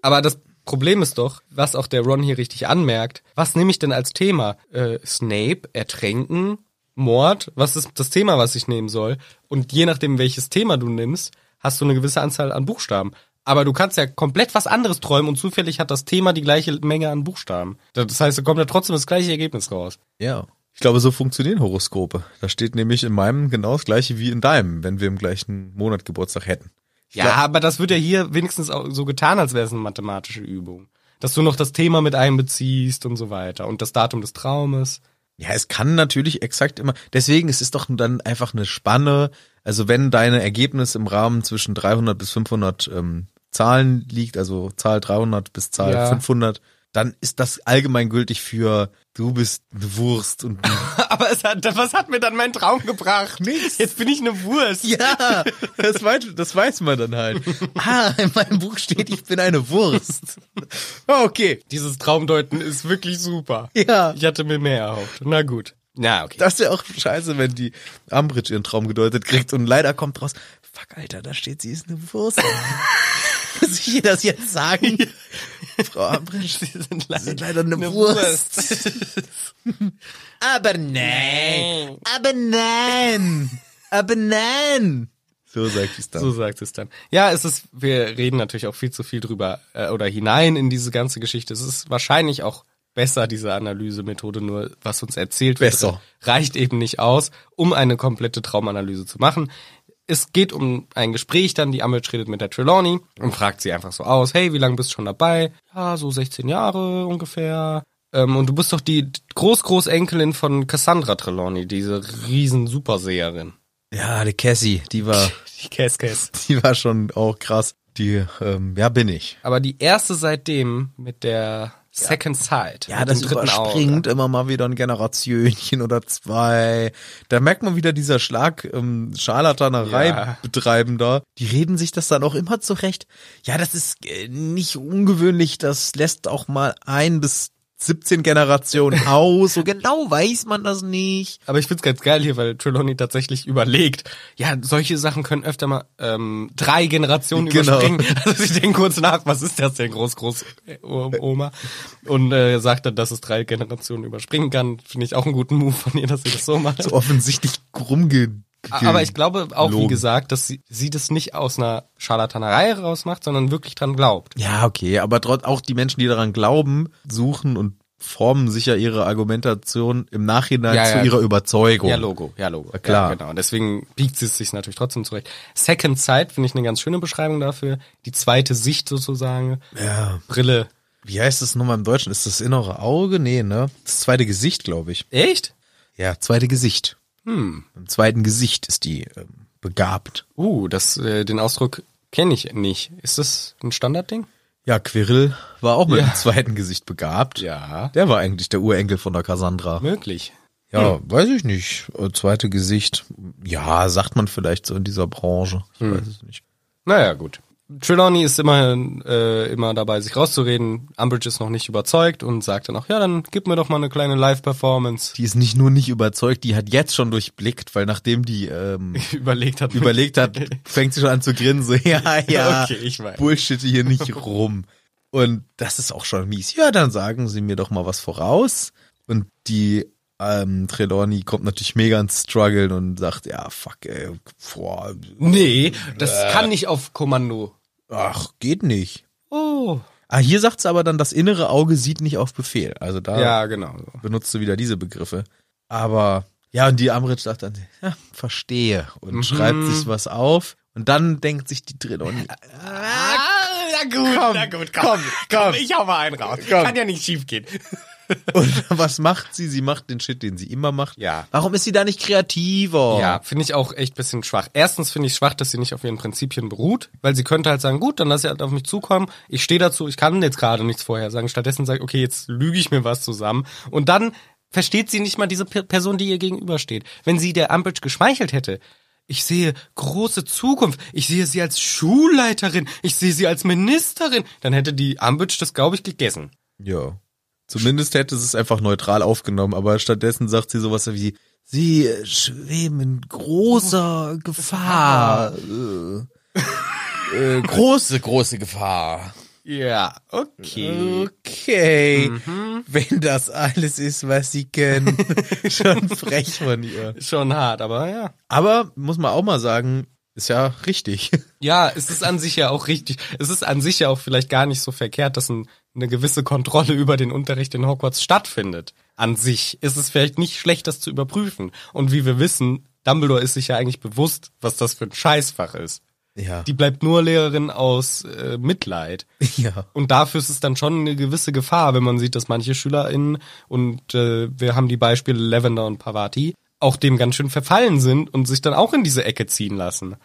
Speaker 2: Aber das Problem ist doch, was auch der Ron hier richtig anmerkt, was nehme ich denn als Thema? Äh, Snape, Ertränken, Mord, was ist das Thema, was ich nehmen soll? Und je nachdem, welches Thema du nimmst, hast du eine gewisse Anzahl an Buchstaben. Aber du kannst ja komplett was anderes träumen und zufällig hat das Thema die gleiche Menge an Buchstaben. Das heißt, da kommt ja trotzdem das gleiche Ergebnis raus.
Speaker 1: Ja. Ich glaube, so funktionieren Horoskope. Da steht nämlich in meinem genau das gleiche wie in deinem, wenn wir im gleichen Monat Geburtstag hätten.
Speaker 2: Ja, aber das wird ja hier wenigstens auch so getan, als wäre es eine mathematische Übung. Dass du noch das Thema mit einbeziehst und so weiter. Und das Datum des Traumes.
Speaker 1: Ja, es kann natürlich exakt immer. Deswegen, es ist doch dann einfach eine Spanne. Also wenn deine Ergebnis im Rahmen zwischen 300 bis 500 ähm, Zahlen liegt, also Zahl 300 bis Zahl
Speaker 2: Ja.
Speaker 1: 500, dann ist das allgemeingültig für du bist eine Wurst und du
Speaker 2: Aber es hat, was hat mir dann mein Traum gebracht?
Speaker 1: Nix.
Speaker 2: Jetzt bin ich eine Wurst.
Speaker 1: Ja, das weiß, das weiß man dann halt. Ah, in meinem Buch steht, ich bin eine Wurst. Ah, Okay.
Speaker 2: Oh, Dieses Traumdeuten ist wirklich super.
Speaker 1: Ja.
Speaker 2: Ich hatte mir mehr erhofft. Na gut. Na, okay.
Speaker 1: Das wäre auch scheiße, wenn die Ambridge ihren Traum gedeutet kriegt und leider kommt raus, fuck, Alter, da steht, sie ist eine Wurst. Muss ich ihr das jetzt sagen? Frau Ambridge,
Speaker 2: Sie sind
Speaker 1: sie sind leider eine, Wurst. Aber nein. Aber nein. Aber nein. So sagt es dann.
Speaker 2: So sagt es dann. Ja, es ist, wir reden natürlich auch viel zu viel drüber äh, oder hinein in diese ganze Geschichte. Es ist wahrscheinlich auch besser, diese Analysemethode, nur was uns erzählt wird,
Speaker 1: Besser.
Speaker 2: reicht eben nicht aus, um eine komplette Traumanalyse zu machen. Es geht um ein Gespräch dann, die Ambridge redet mit der Trelawney und fragt sie einfach so aus, hey, wie lange bist du schon dabei? Ja, so 16 Jahre ungefähr. Ähm, und du bist doch die Groß-Großenkelin von Cassandra Trelawney, diese riesen Superseherin.
Speaker 1: Ja, die Cassie, die war,
Speaker 2: Die Cass-Cass.
Speaker 1: die war schon auch krass. Die, ähm, ja, bin ich.
Speaker 2: Aber die erste seitdem mit der Second Sight.
Speaker 1: Ja,
Speaker 2: mit
Speaker 1: das
Speaker 2: dem dritten
Speaker 1: überspringt immer mal wieder ein Generationchen oder zwei. Da merkt man wieder dieser Schlag ähm, Scharlatanerei
Speaker 2: Ja.
Speaker 1: betreibender. Die reden sich das dann auch immer zurecht. Ja, das ist äh, nicht ungewöhnlich. Das lässt auch mal ein bis 17 Generationen aus. So genau weiß man das nicht.
Speaker 2: Aber ich find's ganz geil hier, weil Trelawney tatsächlich überlegt, ja, solche Sachen können öfter mal ähm, drei Generationen
Speaker 1: Genau.
Speaker 2: überspringen. Also sie denken kurz nach, was ist das denn, Groß, Groß, äh, Oma? Und äh, sagt dann, dass es drei Generationen überspringen kann. Finde ich auch einen guten Move von ihr, dass sie das so macht.
Speaker 1: So offensichtlich rumge.
Speaker 2: Aber ich glaube auch, wie
Speaker 1: Logen.
Speaker 2: gesagt, dass sie, sie das nicht aus einer Scharlatanerei rausmacht, sondern wirklich dran glaubt.
Speaker 1: Ja, okay, aber trotz auch die Menschen, die daran glauben, suchen und formen sich ja ihre Argumentation im Nachhinein
Speaker 2: Ja,
Speaker 1: zu
Speaker 2: ja.
Speaker 1: ihrer Überzeugung.
Speaker 2: Ja, Logo, ja, Logo.
Speaker 1: Ja, klar.
Speaker 2: Ja, genau. Und deswegen biegt es sich natürlich trotzdem zurecht. Second Sight finde ich eine ganz schöne Beschreibung dafür. Die zweite Sicht sozusagen.
Speaker 1: Ja.
Speaker 2: Brille.
Speaker 1: Wie heißt das nochmal im Deutschen? Ist das innere Auge? Nee, ne? Das zweite Gesicht, glaube ich.
Speaker 2: Echt?
Speaker 1: Ja, zweite Gesicht.
Speaker 2: Hm.
Speaker 1: Im zweiten Gesicht ist die ähm, begabt.
Speaker 2: Uh, das, äh, den Ausdruck kenne ich nicht. Ist das ein Standardding?
Speaker 1: Ja, Quirrell war auch mit
Speaker 2: Ja.
Speaker 1: dem zweiten Gesicht begabt.
Speaker 2: Ja.
Speaker 1: Der war eigentlich der Urenkel von der Cassandra.
Speaker 2: Möglich.
Speaker 1: Ja,
Speaker 2: Hm.
Speaker 1: weiß ich nicht. Äh, Zweite Gesicht. Ja, sagt man vielleicht so in dieser Branche. Ich
Speaker 2: Hm.
Speaker 1: weiß es nicht.
Speaker 2: Naja, gut. Trelawney ist immerhin äh, immer dabei, sich rauszureden. Umbridge ist noch nicht überzeugt und sagt dann auch, ja, dann gib mir doch mal eine kleine Live-Performance.
Speaker 1: Die ist nicht nur nicht überzeugt, die hat jetzt schon durchblickt, weil nachdem die ähm,
Speaker 2: Überlegt hat.
Speaker 1: überlegt hat, fängt sie schon an zu grinsen, so, ja, ja,
Speaker 2: Okay, ich weiß.
Speaker 1: Bullshit hier nicht rum. Und das ist auch schon mies. Ja, dann sagen sie mir doch mal was voraus. Und die ähm, Trelawney kommt natürlich mega ins Struggeln und sagt, ja, fuck, ey, boah,
Speaker 2: Nee, das kann nicht auf Kommando.
Speaker 1: ach, geht nicht.
Speaker 2: Oh.
Speaker 1: Ah, hier sagt sie aber dann, das innere Auge sieht nicht auf Befehl. Also da
Speaker 2: Ja, genau. So.
Speaker 1: benutzt du wieder diese Begriffe. Aber ja, und die Amrit sagt dann, ja, verstehe und schreibt sich was auf. Und dann denkt sich die Trelawney,
Speaker 2: Ah, na gut, na gut, komm, komm, ich hau mal einen raus. Kann ja nicht schief gehen.
Speaker 1: und was macht sie? Sie macht den Shit, den sie immer macht.
Speaker 2: Ja.
Speaker 1: Warum ist sie da nicht kreativer?
Speaker 2: Ja, finde ich auch echt bisschen schwach. Erstens finde ich schwach, dass sie nicht auf ihren Prinzipien beruht, weil sie könnte halt sagen, gut, dann lass sie halt auf mich zukommen, ich stehe dazu, ich kann jetzt gerade nichts vorher sagen. Stattdessen sagt, okay, jetzt lüge ich mir was zusammen. Und dann versteht sie nicht mal diese Pe- Person, die ihr gegenübersteht. Wenn sie der Umbridge geschmeichelt hätte, ich sehe große Zukunft, ich sehe sie als Schulleiterin, ich sehe sie als Ministerin, dann hätte die Umbridge das, glaube ich, gegessen.
Speaker 1: Ja. Zumindest hätte sie es einfach neutral aufgenommen, aber stattdessen sagt sie sowas wie, sie äh, schweben in großer Gefahr. Äh, äh, große, große Gefahr.
Speaker 2: Ja, okay.
Speaker 1: Okay, wenn das alles ist, was sie können, schon frech von ihr.
Speaker 2: Schon hart, aber ja.
Speaker 1: Aber muss man auch mal sagen, ist ja richtig.
Speaker 2: Ja, es ist an sich ja auch richtig. Es ist an sich ja auch vielleicht gar nicht so verkehrt, dass ein, eine gewisse Kontrolle über den Unterricht in Hogwarts stattfindet. An sich ist es vielleicht nicht schlecht, das zu überprüfen. Und wie wir wissen, Dumbledore ist sich ja eigentlich bewusst, was das für ein Scheißfach ist.
Speaker 1: Ja.
Speaker 2: Die bleibt nur Lehrerin aus äh, Mitleid.
Speaker 1: ja.
Speaker 2: Und dafür ist es dann schon eine gewisse Gefahr, wenn man sieht, dass manche SchülerInnen und äh, wir haben die Beispiele Lavender und Pavati auch dem ganz schön verfallen sind und sich dann auch in diese Ecke ziehen lassen.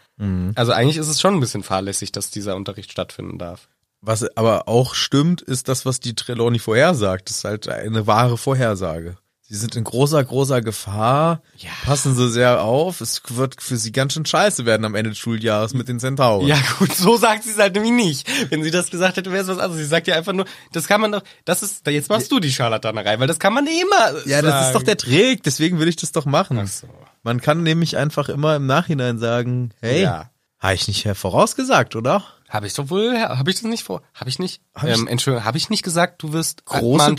Speaker 2: Also eigentlich ist es schon ein bisschen fahrlässig, dass dieser Unterricht stattfinden darf.
Speaker 1: Was aber auch stimmt, ist das, was die Trelawney vorhersagt. Das ist halt eine wahre Vorhersage. Sie sind in großer, großer Gefahr.
Speaker 2: Ja.
Speaker 1: Passen Sie sehr auf. Es wird für Sie ganz schön scheiße werden am Ende des Schuljahres mit den Centauren.
Speaker 2: Ja gut, so sagt sie es halt nämlich nicht. Wenn sie das gesagt hätte, wäre es was anderes. Sie sagt ja einfach nur, das kann man doch, das ist, jetzt machst du die Scharlatanerei, weil das kann man eh immer
Speaker 1: Ja, das ist doch
Speaker 2: sagen.
Speaker 1: der Trick. Deswegen will ich das doch machen.
Speaker 2: Ach so.
Speaker 1: Man kann nämlich einfach immer im Nachhinein sagen, hey,
Speaker 2: Ja.
Speaker 1: habe ich nicht vorausgesagt, oder?
Speaker 2: Habe ich doch wohl, habe ich das nicht vor, habe ich nicht,
Speaker 1: Hab ich-
Speaker 2: ähm, Entschuldigung, habe ich nicht gesagt, du wirst
Speaker 1: Große-
Speaker 2: Mann,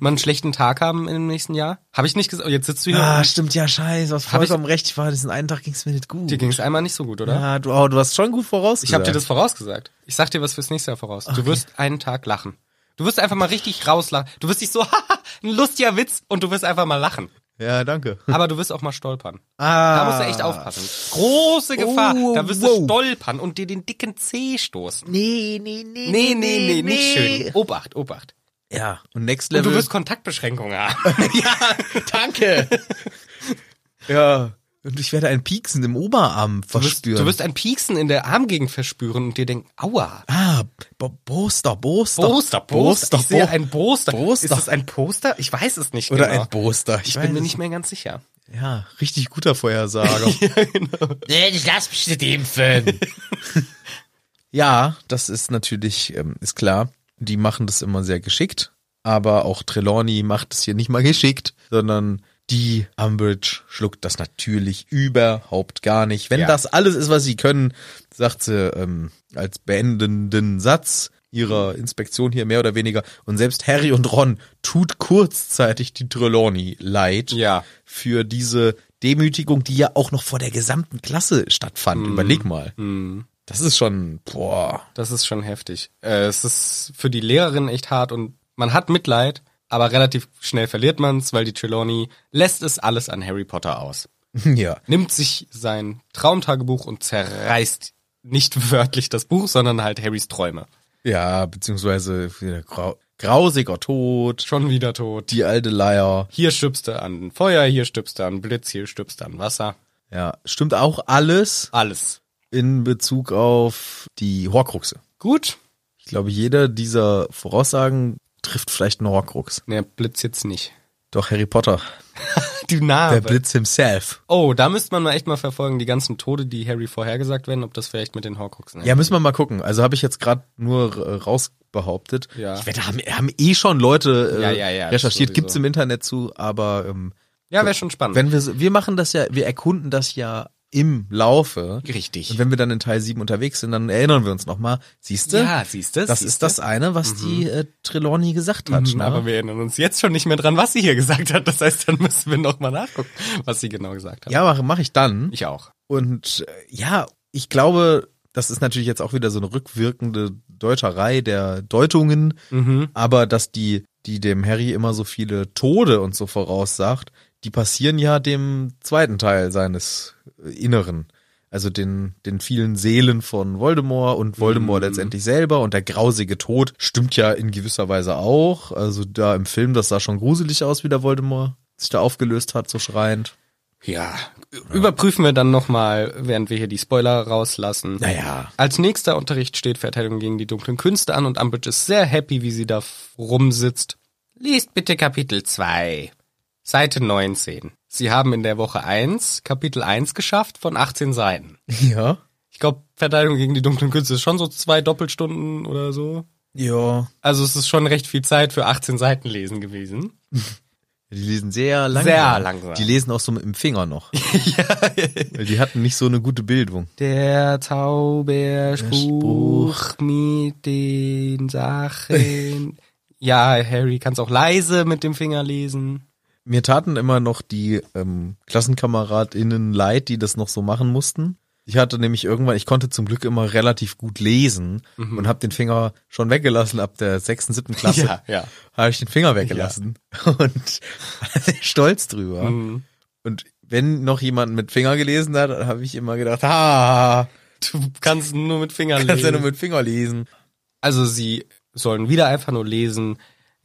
Speaker 2: mal einen schlechten Tag haben im nächsten Jahr? Habe ich nicht gesagt. Oh, Jetzt sitzt du hier.
Speaker 1: Ah, stimmt, ja, scheiße. Du hast
Speaker 2: Hab ich-
Speaker 1: vollkommen recht. Ich war, diesen einen Tag ging es mir nicht gut.
Speaker 2: Dir ging es einmal nicht so gut, oder?
Speaker 1: ja, du, oh, du hast schon gut vorausgesagt.
Speaker 2: Ich habe dir das vorausgesagt. Ich sag dir was fürs nächste Jahr voraus. Du wirst einen Tag lachen. Du wirst einfach mal richtig rauslachen. Du wirst dich so, haha, ein lustiger Witz und du wirst einfach mal lachen.
Speaker 1: Ja, danke.
Speaker 2: Aber du wirst auch mal stolpern.
Speaker 1: Hm. Ah.
Speaker 2: Da musst du echt aufpassen. Große Gefahr.
Speaker 1: Oh,
Speaker 2: da wirst
Speaker 1: wow.
Speaker 2: du stolpern und dir den dicken Zeh stoßen.
Speaker 1: Nee, nee, nee.
Speaker 2: Nee, nee, nee, nicht schön. Obacht, Obacht.
Speaker 1: Ja, und Next
Speaker 2: Und
Speaker 1: Level.
Speaker 2: du wirst Kontaktbeschränkungen haben. ja,
Speaker 1: danke. ja. Und ich werde ein Pieksen im Oberarm
Speaker 2: du wirst,
Speaker 1: verspüren.
Speaker 2: du wirst ein Pieksen in der Armgegend verspüren und dir denken, aua.
Speaker 1: ah, Bo Boster, Boster.
Speaker 2: Poster,
Speaker 1: Boster,
Speaker 2: Poster. Ich sehe
Speaker 1: Bo-
Speaker 2: ein Poster.
Speaker 1: Poster.
Speaker 2: Ist das ein Poster? Ich weiß es nicht
Speaker 1: Oder
Speaker 2: genau.
Speaker 1: ein Boster.
Speaker 2: Ich bin mir
Speaker 1: weiß
Speaker 2: nicht mehr ganz sicher.
Speaker 1: es. Ja, richtig guter Vorhersager. genau.
Speaker 4: Nee, ich lass mich nicht impfen.
Speaker 1: Ja, das ist natürlich, ähm, ist klar. Die machen das immer sehr geschickt. Aber auch Trelawney macht es hier nicht mal geschickt, sondern die Umbridge schluckt das natürlich überhaupt gar nicht. Wenn
Speaker 2: Ja.
Speaker 1: das alles ist, was sie können, sagt sie ähm, als beendenden Satz ihrer Inspektion hier mehr oder weniger. Und selbst Harry und Ron tut kurzzeitig die Trelawney leid
Speaker 2: Ja.
Speaker 1: für diese Demütigung, die ja auch noch vor der gesamten Klasse stattfand. Überleg mal. Das ist schon, boah.
Speaker 2: Das ist schon heftig. Äh, es ist für die Lehrerin echt hart und man hat Mitleid, aber relativ schnell verliert man es, weil die Trelawney lässt es alles an Harry Potter aus.
Speaker 1: Ja.
Speaker 2: Nimmt sich sein Traumtagebuch und zerreißt nicht wörtlich das Buch, sondern halt Harrys Träume.
Speaker 1: Ja, beziehungsweise wieder grau grausiger Tod,
Speaker 2: Schon wieder tot.
Speaker 1: die alte Leier.
Speaker 2: Hier stirbst du an Feuer, hier stirbst du an Blitz, hier stirbst du an Wasser.
Speaker 1: Ja, stimmt auch alles
Speaker 2: Alles.
Speaker 1: in Bezug auf die Horcruxe.
Speaker 2: Gut.
Speaker 1: Ich glaube, jeder dieser Voraussagen trifft vielleicht einen Horcrux.
Speaker 2: Ne, Blitz jetzt nicht.
Speaker 1: Doch Harry Potter,
Speaker 2: Die
Speaker 1: der
Speaker 2: Narbe.
Speaker 1: Blitz himself.
Speaker 2: Oh, da müsste man mal echt mal verfolgen, die ganzen Tode, die Harry vorhergesagt werden, ob das vielleicht mit den Horcruxen
Speaker 1: Ja, müssen wir mal gucken. Also habe ich jetzt gerade nur äh, rausbehauptet.
Speaker 2: Ja.
Speaker 1: Ich wette, haben, haben eh schon Leute äh,
Speaker 2: Ja, ja, ja,
Speaker 1: recherchiert,
Speaker 2: sowieso.
Speaker 1: gibt's im Internet zu, aber ähm,
Speaker 2: Ja, wäre schon spannend.
Speaker 1: wenn wir so- wir machen das ja, wir erkunden das ja im Laufe.
Speaker 2: Richtig.
Speaker 1: Und wenn wir dann in Teil 7 unterwegs sind, dann erinnern wir uns nochmal. Siehst du?
Speaker 2: ja, siehst du? Mhm.
Speaker 1: das ist das eine, was die äh, Trelawney gesagt hat. ne?
Speaker 2: Aber wir erinnern uns jetzt schon nicht mehr dran, was sie hier gesagt hat. Das heißt, dann müssen wir nochmal nachgucken, was sie genau gesagt hat.
Speaker 1: ja, mache mach ich dann.
Speaker 2: Ich auch.
Speaker 1: Und äh, ja, ich glaube, das ist natürlich jetzt auch wieder so eine rückwirkende Deuterei der Deutungen,
Speaker 2: Mhm.
Speaker 1: aber dass die, die dem Harry immer so viele Tode und so voraussagt, die passieren ja dem zweiten Teil seines äh, Inneren. Also den, den vielen Seelen von Voldemort und Voldemort letztendlich selber und der grausige Tod stimmt ja in gewisser Weise auch. Also da im Film, das sah schon gruselig aus, wie der Voldemort sich da aufgelöst hat, so schreiend.
Speaker 2: Ja. Überprüfen wir dann nochmal, während wir hier die Spoiler rauslassen.
Speaker 1: Naja.
Speaker 2: Als nächster Unterricht steht Verteidigung gegen die dunklen Künste an und Umbridge ist sehr happy, wie sie da f- rumsitzt. Liest bitte Kapitel 2. Seite 19. Sie haben in der Woche 1 Kapitel 1 geschafft von 18 Seiten.
Speaker 1: Ja.
Speaker 2: Ich glaube, Verteidigung gegen die dunklen Künste ist schon so zwei Doppelstunden oder so.
Speaker 1: Ja.
Speaker 2: Also es ist schon recht viel Zeit für 18 Seiten lesen gewesen.
Speaker 1: Die lesen sehr langsam.
Speaker 2: Sehr langsam.
Speaker 1: Die lesen auch so mit dem Finger noch. Weil die hatten nicht so eine gute Bildung.
Speaker 2: Der Zauberspruch mit den Sachen. ja, Harry kann es auch leise mit dem Finger lesen.
Speaker 1: Mir taten immer noch die ähm, KlassenkameradInnen leid, die das noch so machen mussten. Ich hatte nämlich irgendwann, ich konnte zum Glück immer relativ gut lesen
Speaker 2: Mhm.
Speaker 1: und habe den Finger schon weggelassen ab der sechsten, siebten Klasse.
Speaker 2: Ja, ja.
Speaker 1: Habe ich den Finger weggelassen und war sehr stolz drüber.
Speaker 2: Mhm.
Speaker 1: Und wenn noch jemand mit Finger gelesen hat, habe ich immer gedacht, ha,
Speaker 2: Du kannst nur mit Finger
Speaker 1: kannst ja
Speaker 2: lesen.
Speaker 1: nur mit Finger lesen.
Speaker 2: also sie sollen wieder einfach nur lesen.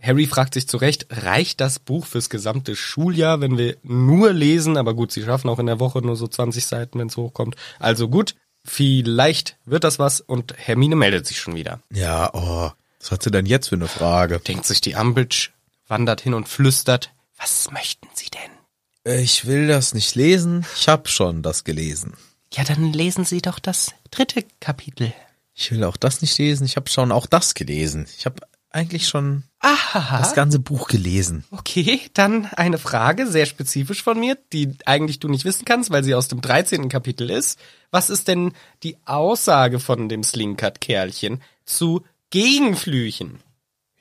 Speaker 2: Harry fragt sich zu Recht, reicht das Buch fürs gesamte Schuljahr, wenn wir nur lesen? Aber gut, sie schaffen auch in der Woche nur so 20 Seiten, wenn es hochkommt. Also gut, vielleicht wird das was und Hermine meldet sich schon wieder.
Speaker 1: Ja, oh, was hat sie denn jetzt für eine Frage?
Speaker 2: denkt sich die Umbridge, wandert hin und flüstert, was möchten Sie denn?
Speaker 1: Ich will das nicht lesen. Ich hab schon das gelesen.
Speaker 2: Ja, dann lesen Sie doch das dritte Kapitel.
Speaker 1: Ich will auch das nicht lesen. Ich hab schon auch das gelesen. Ich hab eigentlich schon das ganze Buch gelesen.
Speaker 2: Okay, dann eine Frage, sehr spezifisch von mir, die eigentlich du nicht wissen kannst, weil sie aus dem 13. Kapitel ist. Was ist denn die Aussage von dem Slinkert-Kerlchen zu Gegenflüchen?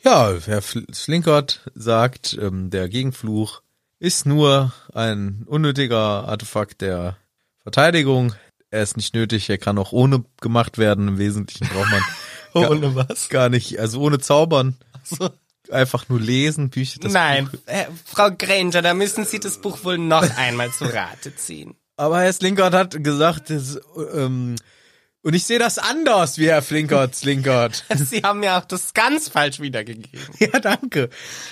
Speaker 1: Ja, Herr Fl- Slinkert sagt, ähm, der Gegenfluch ist nur ein unnötiger Artefakt der Verteidigung. Er ist nicht nötig, er kann auch ohne gemacht werden. Im Wesentlichen braucht man
Speaker 2: Ohne was?
Speaker 1: gar nicht, also ohne Zaubern,
Speaker 2: So.
Speaker 1: einfach nur lesen, Bücher. das-
Speaker 2: Nein, äh, Frau Granger, da müssen Sie das Buch wohl noch einmal zu Rate ziehen.
Speaker 1: Aber Herr Slinkert hat gesagt, das, ähm, und ich sehe das anders, wie Herr Flinkert Slinkert.
Speaker 2: Sie haben ja auch das ganz falsch wiedergegeben.
Speaker 1: ja, danke.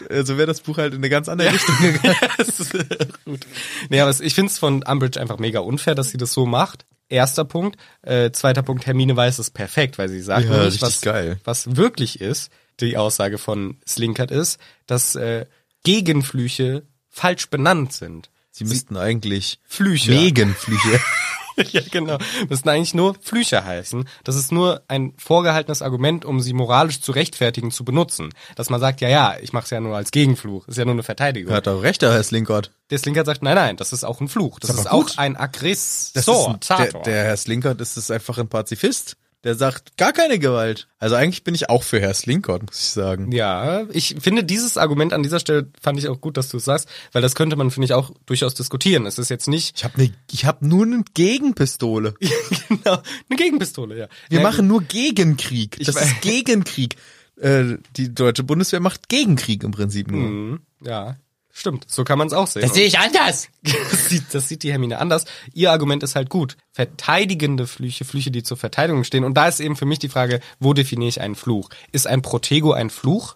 Speaker 1: Also wäre das Buch halt in eine ganz andere Richtung gegangen.
Speaker 2: Das ist gut. Nee, aber es- ich finde es von Umbridge einfach mega unfair, dass sie das so macht. Erster Punkt. Äh, zweiter Punkt, Hermine weiß es perfekt, weil sie sagt,
Speaker 1: Ja,
Speaker 2: nämlich,
Speaker 1: richtig
Speaker 2: was,
Speaker 1: geil.
Speaker 2: was wirklich ist, die Aussage von Slinkert ist, dass äh, Gegenflüche falsch benannt sind.
Speaker 1: Sie müssten eigentlich
Speaker 2: Flüche.
Speaker 1: Negenflüche.
Speaker 2: ja, genau. Müssten eigentlich nur Flüche heißen. Das ist nur ein vorgehaltenes Argument, um sie moralisch zu rechtfertigen, zu benutzen. Dass man sagt, ja, ja, ich mache es ja nur als Gegenfluch. Ist ja nur eine Verteidigung.
Speaker 1: Hat auch recht, der Herr Slinkert.
Speaker 2: Der Slinker sagt, nein, nein, das ist auch ein Fluch. Das
Speaker 1: Ist
Speaker 2: ist,
Speaker 1: aber
Speaker 2: auch
Speaker 1: gut.
Speaker 2: ein Aggressor.
Speaker 1: ist ein, der,
Speaker 2: Tator.
Speaker 1: der Herr Slinkert ist es einfach ein Pazifist. Der sagt gar keine Gewalt. Also eigentlich bin ich auch für Herr Slinkert, muss ich sagen.
Speaker 2: ja, ich finde dieses Argument an dieser Stelle fand ich auch gut, dass du es sagst, weil das könnte man, finde ich, auch durchaus diskutieren. Es ist jetzt nicht
Speaker 1: Ich habe ne, ich hab nur eine Gegenpistole.
Speaker 2: genau eine Gegenpistole, ja.
Speaker 1: Wir
Speaker 2: Na gut.
Speaker 1: machen nur Gegenkrieg. Das
Speaker 2: weiß-
Speaker 1: ist Gegenkrieg. Äh, die deutsche Bundeswehr macht Gegenkrieg im Prinzip nur.
Speaker 2: Mhm, ja. Stimmt, so kann man es auch sehen.
Speaker 4: Das sehe ich anders.
Speaker 2: das, sieht, das sieht die Hermine anders. Ihr Argument ist halt gut. Verteidigende Flüche, Flüche, die zur Verteidigung stehen. Und da ist eben für mich die Frage, wo definiere ich einen Fluch? Ist ein Protego ein Fluch?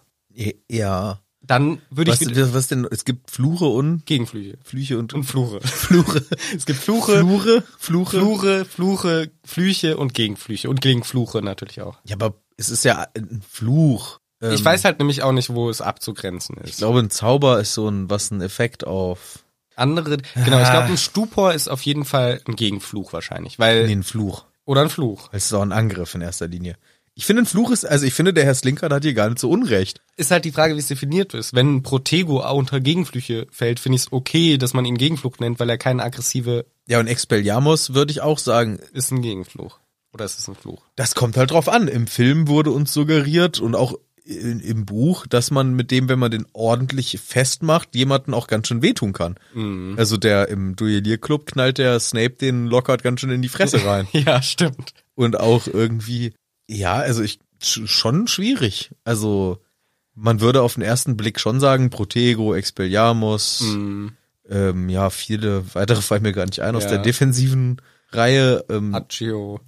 Speaker 1: Ja.
Speaker 2: Dann würde
Speaker 1: Was,
Speaker 2: ich wieder-
Speaker 1: was denn? Es gibt Flure und
Speaker 2: Gegenflüche.
Speaker 1: Flüche und,
Speaker 2: Und Flure.
Speaker 1: Flure.
Speaker 2: Es gibt Fluche,
Speaker 1: Flure? Fluche?
Speaker 2: Flure, Fluche, Flüche und Gegenflüche und Gegenfluche natürlich auch.
Speaker 1: Ja, aber es ist ja ein Fluch.
Speaker 2: ich
Speaker 1: Ähm,
Speaker 2: weiß halt nämlich auch nicht, wo es abzugrenzen
Speaker 1: Ich
Speaker 2: ist.
Speaker 1: glaube, ein Zauber ist so ein, was ein Effekt auf.
Speaker 2: Andere, genau, ich
Speaker 1: Ah.
Speaker 2: glaube, ein Stupor ist auf jeden Fall ein Gegenfluch wahrscheinlich, weil
Speaker 1: Nee, ein Fluch.
Speaker 2: oder ein Fluch.
Speaker 1: Es ist auch ein Angriff in erster Linie. Ich finde, ein Fluch ist, also ich finde, der Herr Slinker hat hier gar nicht so unrecht.
Speaker 2: Ist halt die Frage, wie es definiert ist. Wenn ein Protego auch unter Gegenflüche fällt, finde ich es okay, dass man ihn Gegenfluch nennt, weil er keine aggressive
Speaker 1: Ja, und Expelliarmus würde ich auch sagen,
Speaker 2: ist ein Gegenfluch oder ist es ein Fluch?
Speaker 1: das kommt halt drauf an. Im Film wurde uns suggeriert und auch in, im Buch, dass man mit dem, wenn man den ordentlich festmacht, jemanden auch ganz schön wehtun kann.
Speaker 2: Mhm.
Speaker 1: Also der im Duellierclub knallt der Snape den Lockhart ganz schön in die Fresse rein.
Speaker 2: Ja, stimmt.
Speaker 1: und auch irgendwie, ja, also ich, sch- schon schwierig. Also, man würde auf den ersten Blick schon sagen, Protego, Expelliarmus, ähm, ja, viele weitere fallen mir gar nicht ein aus
Speaker 2: Mhm. Ja.
Speaker 1: der defensiven Reihe. Ähm,
Speaker 2: Accio.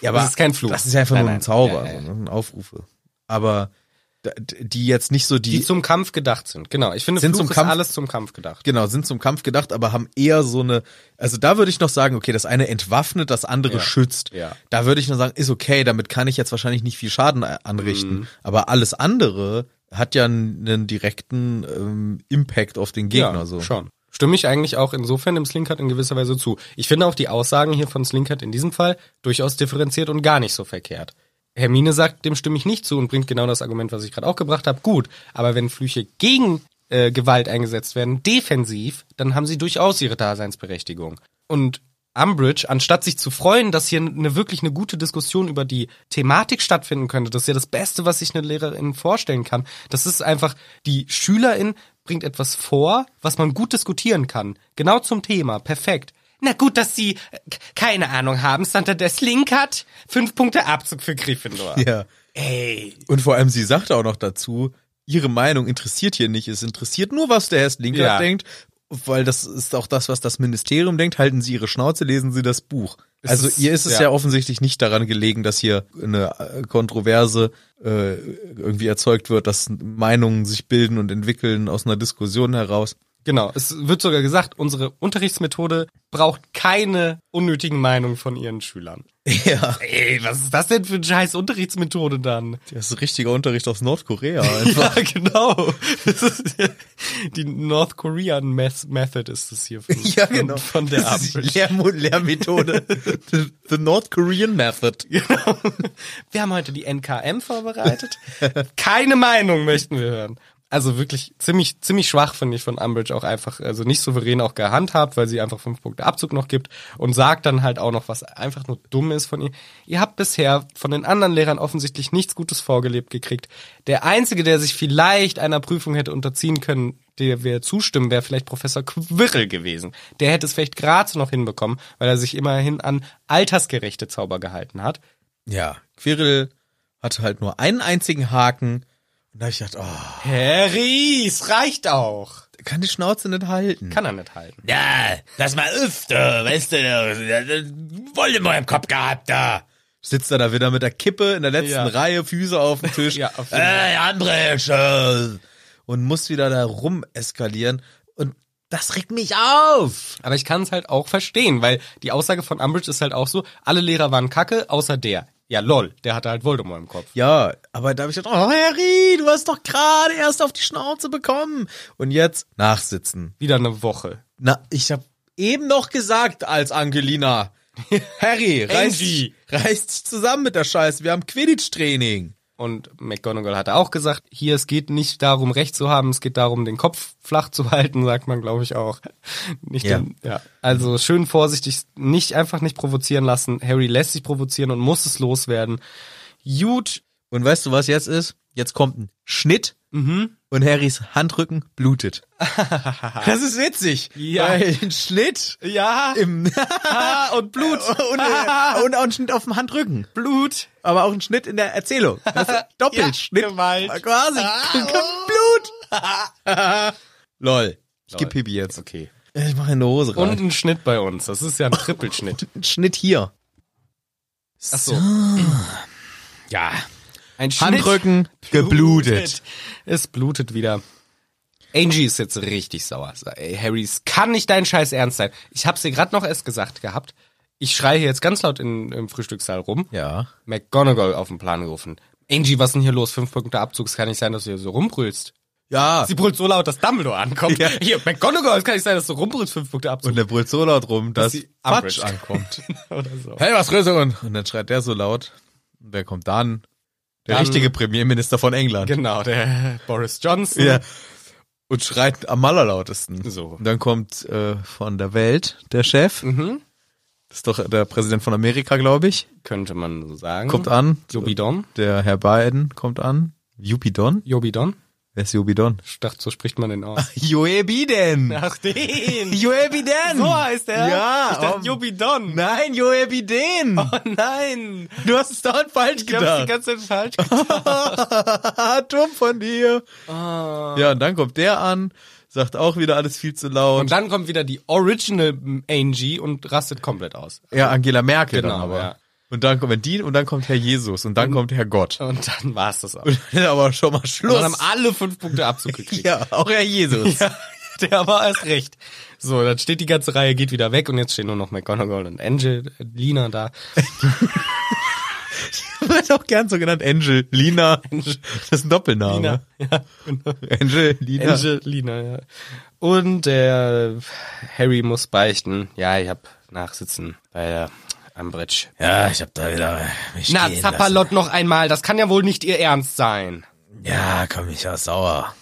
Speaker 1: ja,
Speaker 2: das ist kein Fluch.
Speaker 1: Das ist ja einfach
Speaker 2: Nein,
Speaker 1: nur
Speaker 2: nein.
Speaker 1: ein Zauber,
Speaker 2: Ja, ja.
Speaker 1: So, ne? ein Aufrufe. Aber da- d- die jetzt nicht so die,
Speaker 2: Die zum Kampf gedacht sind. Genau, ich finde
Speaker 1: Sind
Speaker 2: Fluch
Speaker 1: zum
Speaker 2: ist
Speaker 1: Kampf-
Speaker 2: alles zum Kampf gedacht.
Speaker 1: genau, sind zum Kampf gedacht, aber haben eher so eine, also da würde ich noch sagen, okay, das eine entwaffnet, das andere
Speaker 2: Ja.
Speaker 1: schützt.
Speaker 2: Ja.
Speaker 1: Da würde ich nur sagen, ist okay, damit kann ich jetzt wahrscheinlich nicht viel Schaden a- anrichten.
Speaker 2: Mhm.
Speaker 1: Aber alles andere hat ja einen, einen direkten ähm, Impact auf den Gegner. so.
Speaker 2: Schon. Stimme ich eigentlich auch insofern dem Slinkert in gewisser Weise zu. Ich finde auch die Aussagen hier von Slinkert in diesem Fall durchaus differenziert und gar nicht so verkehrt. Hermine sagt, dem stimme ich nicht zu und bringt genau das Argument, was ich gerade auch gebracht habe. Gut, aber wenn Flüche gegen äh, Gewalt eingesetzt werden, defensiv, dann haben sie durchaus ihre Daseinsberechtigung. Und Umbridge, anstatt sich zu freuen, dass hier eine wirklich eine gute Diskussion über die Thematik stattfinden könnte, das ist ja das Beste, was sich eine Lehrerin vorstellen kann. Das ist einfach, die Schülerin bringt etwas vor, was man gut diskutieren kann. Genau zum Thema. Perfekt. Na gut, dass Sie äh, k- keine Ahnung haben. Santa Deslink hat fünf Punkte Abzug für Gryffindor.
Speaker 1: Ja.
Speaker 2: Ey.
Speaker 1: Und vor allem, sie sagte auch noch dazu, ihre Meinung interessiert hier nicht. Es interessiert nur, was der Herr Slinker
Speaker 2: Ja.
Speaker 1: denkt, weil das ist auch das, was das Ministerium denkt. Halten Sie Ihre Schnauze, lesen Sie das Buch.
Speaker 2: Es
Speaker 1: also
Speaker 2: ist-
Speaker 1: ihr ist es
Speaker 2: ja.
Speaker 1: ja. offensichtlich nicht daran gelegen, dass hier eine äh, Kontroverse äh, irgendwie erzeugt wird, dass Meinungen sich bilden und entwickeln aus einer Diskussion heraus.
Speaker 2: Genau. Es wird sogar gesagt, unsere Unterrichtsmethode braucht keine unnötigen Meinungen von ihren Schülern.
Speaker 1: Ja,
Speaker 2: Ey, was ist das denn für eine scheiß Unterrichtsmethode dann?
Speaker 1: das ist richtiger Unterricht aus Nordkorea. Einfach.
Speaker 2: Ja, genau. Das ist, die North Korean Meth- Method ist es hier von, von, von der
Speaker 1: genau. Das ist die
Speaker 2: Ampel.
Speaker 1: Lehr Lehrmethode. the, the North Korean Method.
Speaker 2: Genau. Wir haben heute die NKM vorbereitet. Keine Meinung möchten wir hören. Also wirklich ziemlich, ziemlich schwach, finde ich, von Umbridge auch einfach, also nicht souverän auch gehandhabt, weil sie einfach fünf Punkte Abzug noch gibt und sagt dann halt auch noch, was einfach nur dumm ist von ihr. Ihr habt bisher von den anderen Lehrern offensichtlich nichts Gutes vorgelebt gekriegt. Der Einzige, der sich vielleicht einer Prüfung hätte unterziehen können, der wir zustimmen, wäre vielleicht Professor Quirrell gewesen. Der hätte es vielleicht gerade so noch hinbekommen, weil er sich immerhin an altersgerechte Zauber gehalten hat.
Speaker 1: Ja, Quirrell hatte halt nur einen einzigen Haken. Und da hab ich gedacht, oh,
Speaker 2: Herr Ries, reicht auch.
Speaker 1: der kann die Schnauze nicht halten.
Speaker 2: Kann er nicht halten.
Speaker 4: Ja, das mal öfter, weißt du, da- da- da- Voldemort im Kopf gehabt da.
Speaker 1: Sitzt er da wieder mit der Kippe in der letzten
Speaker 2: Ja.
Speaker 1: Reihe, Füße auf dem Tisch
Speaker 2: Ja, auf jeden Fall.
Speaker 4: Ey, Umbridge. äh.
Speaker 1: und muss wieder da rum eskalieren. Und das regt mich auf.
Speaker 2: Aber ich kann es halt auch verstehen, weil die Aussage von Umbridge ist halt auch so, alle Lehrer waren kacke, außer der. Ja, lol, der hatte halt Voldemort im Kopf.
Speaker 1: Ja, aber da hab ich gedacht, oh Harry, du hast doch gerade erst auf die Schnauze bekommen. Und jetzt nachsitzen.
Speaker 2: Wieder eine Woche.
Speaker 1: Na, ich hab eben noch gesagt als Angelina. Harry, reiß,
Speaker 2: Angie.
Speaker 1: reiß dich zusammen mit der Scheiße. Wir haben Quidditch-Training.
Speaker 2: Und McGonagall hatte auch gesagt, hier, es geht nicht darum, Recht zu haben, es geht darum, den Kopf flach zu halten, sagt man, glaube ich, auch. Nicht
Speaker 1: Ja.
Speaker 2: Den, ja. Also schön vorsichtig, nicht einfach nicht provozieren lassen. Harry lässt sich provozieren und muss es loswerden. Gut,
Speaker 1: Und weißt du, was jetzt ist? Jetzt kommt ein Schnitt
Speaker 2: Mhm.
Speaker 1: und Harrys Handrücken blutet. das ist witzig.
Speaker 2: Ja.
Speaker 1: Weil ein Schnitt
Speaker 2: ja,
Speaker 1: im
Speaker 2: und Blut
Speaker 1: und, äh, und auch ein Schnitt auf dem Handrücken.
Speaker 2: Blut.
Speaker 1: Aber auch ein Schnitt in der Erzählung. Das ist doppelt
Speaker 2: Ja, Ah. oh.
Speaker 1: Schnitt.
Speaker 2: Gewalt.
Speaker 1: Quasi. Blut. Lol. Ich geb
Speaker 2: Lol.
Speaker 1: Pipi jetzt.
Speaker 2: Okay.
Speaker 1: Ich mache in die Hose rein.
Speaker 2: Und ein Schnitt bei uns. Das ist ja ein Trippelschnitt.
Speaker 1: ein Schnitt hier.
Speaker 2: Ach so.
Speaker 4: Ja,
Speaker 2: Ein
Speaker 1: Handrücken geblutet.
Speaker 2: Es blutet wieder. Angie ist jetzt richtig sauer. Ey, Harry, es kann nicht dein Scheiß ernst sein. Ich hab's dir gerade noch erst gesagt gehabt. Ich schreie hier jetzt ganz laut in, im Frühstückssaal rum.
Speaker 1: Ja.
Speaker 2: McGonagall auf den Plan gerufen. Angie, was ist denn hier los? Fünf Punkte Abzug. Es kann nicht sein, dass du hier so rumbrüllst.
Speaker 1: Ja.
Speaker 2: Sie brüllt so laut, dass Dumbledore ankommt.
Speaker 1: Ja.
Speaker 2: Hier, McGonagall, es kann nicht sein, dass du rumbrüllst. Fünf Punkte Abzug.
Speaker 1: Und der brüllt so laut rum, dass
Speaker 2: sie
Speaker 1: Quatsch
Speaker 2: Umbridge.
Speaker 1: ankommt.
Speaker 2: Oder so.
Speaker 1: hey, was Größeren? Und dann schreit der so laut. Und wer kommt dann? Der
Speaker 2: Dann-
Speaker 1: richtige Premierminister von England.
Speaker 2: Genau, der Boris Johnson.
Speaker 1: Ja. Und schreit am allerlautesten.
Speaker 2: Genau. So.
Speaker 1: Und dann kommt äh, von der Welt der Chef.
Speaker 2: Mhm.
Speaker 1: Das ist doch der Präsident von Amerika, glaube ich.
Speaker 2: Könnte man so sagen.
Speaker 1: Kommt an.
Speaker 2: Jobidon.
Speaker 1: Der Herr Biden kommt an. Jupidon?
Speaker 2: Jobidon?
Speaker 1: Wer ist Jupidon?
Speaker 2: Ich dachte, so spricht man den aus.
Speaker 1: Joebiden!
Speaker 2: Ach, den!
Speaker 1: Joebiden!
Speaker 2: So heißt er?
Speaker 1: Ja,
Speaker 2: Ich dachte,
Speaker 1: um-
Speaker 2: Jobidon.
Speaker 1: Nein, Joebiden!
Speaker 2: Oh nein!
Speaker 1: Du hast es dauernd falsch
Speaker 2: Ich hab's die
Speaker 1: gedacht.
Speaker 2: ganze Zeit falsch gedacht.
Speaker 1: Dumm von dir. Ja, und dann kommt der an, sagt auch wieder alles viel zu laut.
Speaker 2: Und dann kommt wieder die Original m, Angie und rastet komplett aus.
Speaker 1: ja, Angela Merkel
Speaker 2: Genau,
Speaker 1: dann aber.
Speaker 2: ja.
Speaker 1: Und dann kommt die und dann kommt Herr Jesus und dann kommt Herr Gott.
Speaker 2: Und dann war's das auch. Und
Speaker 1: Und dann ist aber schon mal Schluss.
Speaker 2: Oh. dann haben alle fünf Punkte Abzug gekriegt.
Speaker 1: ja, auch Herr Jesus.
Speaker 2: Ja, Der war erst recht. So, dann steht die ganze Reihe, geht wieder weg und jetzt stehen nur noch McGonagall und Angel, äh, Lina da.
Speaker 1: Wird auch gern so genannt Angel, Lina. Das ist ein Doppelname.
Speaker 2: Lina. Ja, genau.
Speaker 1: Angel, Lina.
Speaker 2: Angelina, ja. Und der Harry muss beichten. Ja, ich hab Nachsitzen bei der Ambridge.
Speaker 4: ja, ich hab da wieder mich
Speaker 2: Na,
Speaker 4: gehen lassen.
Speaker 2: Zapperlott noch einmal. Das kann ja wohl nicht ihr Ernst sein.
Speaker 4: Ja, komm, ich war sauer.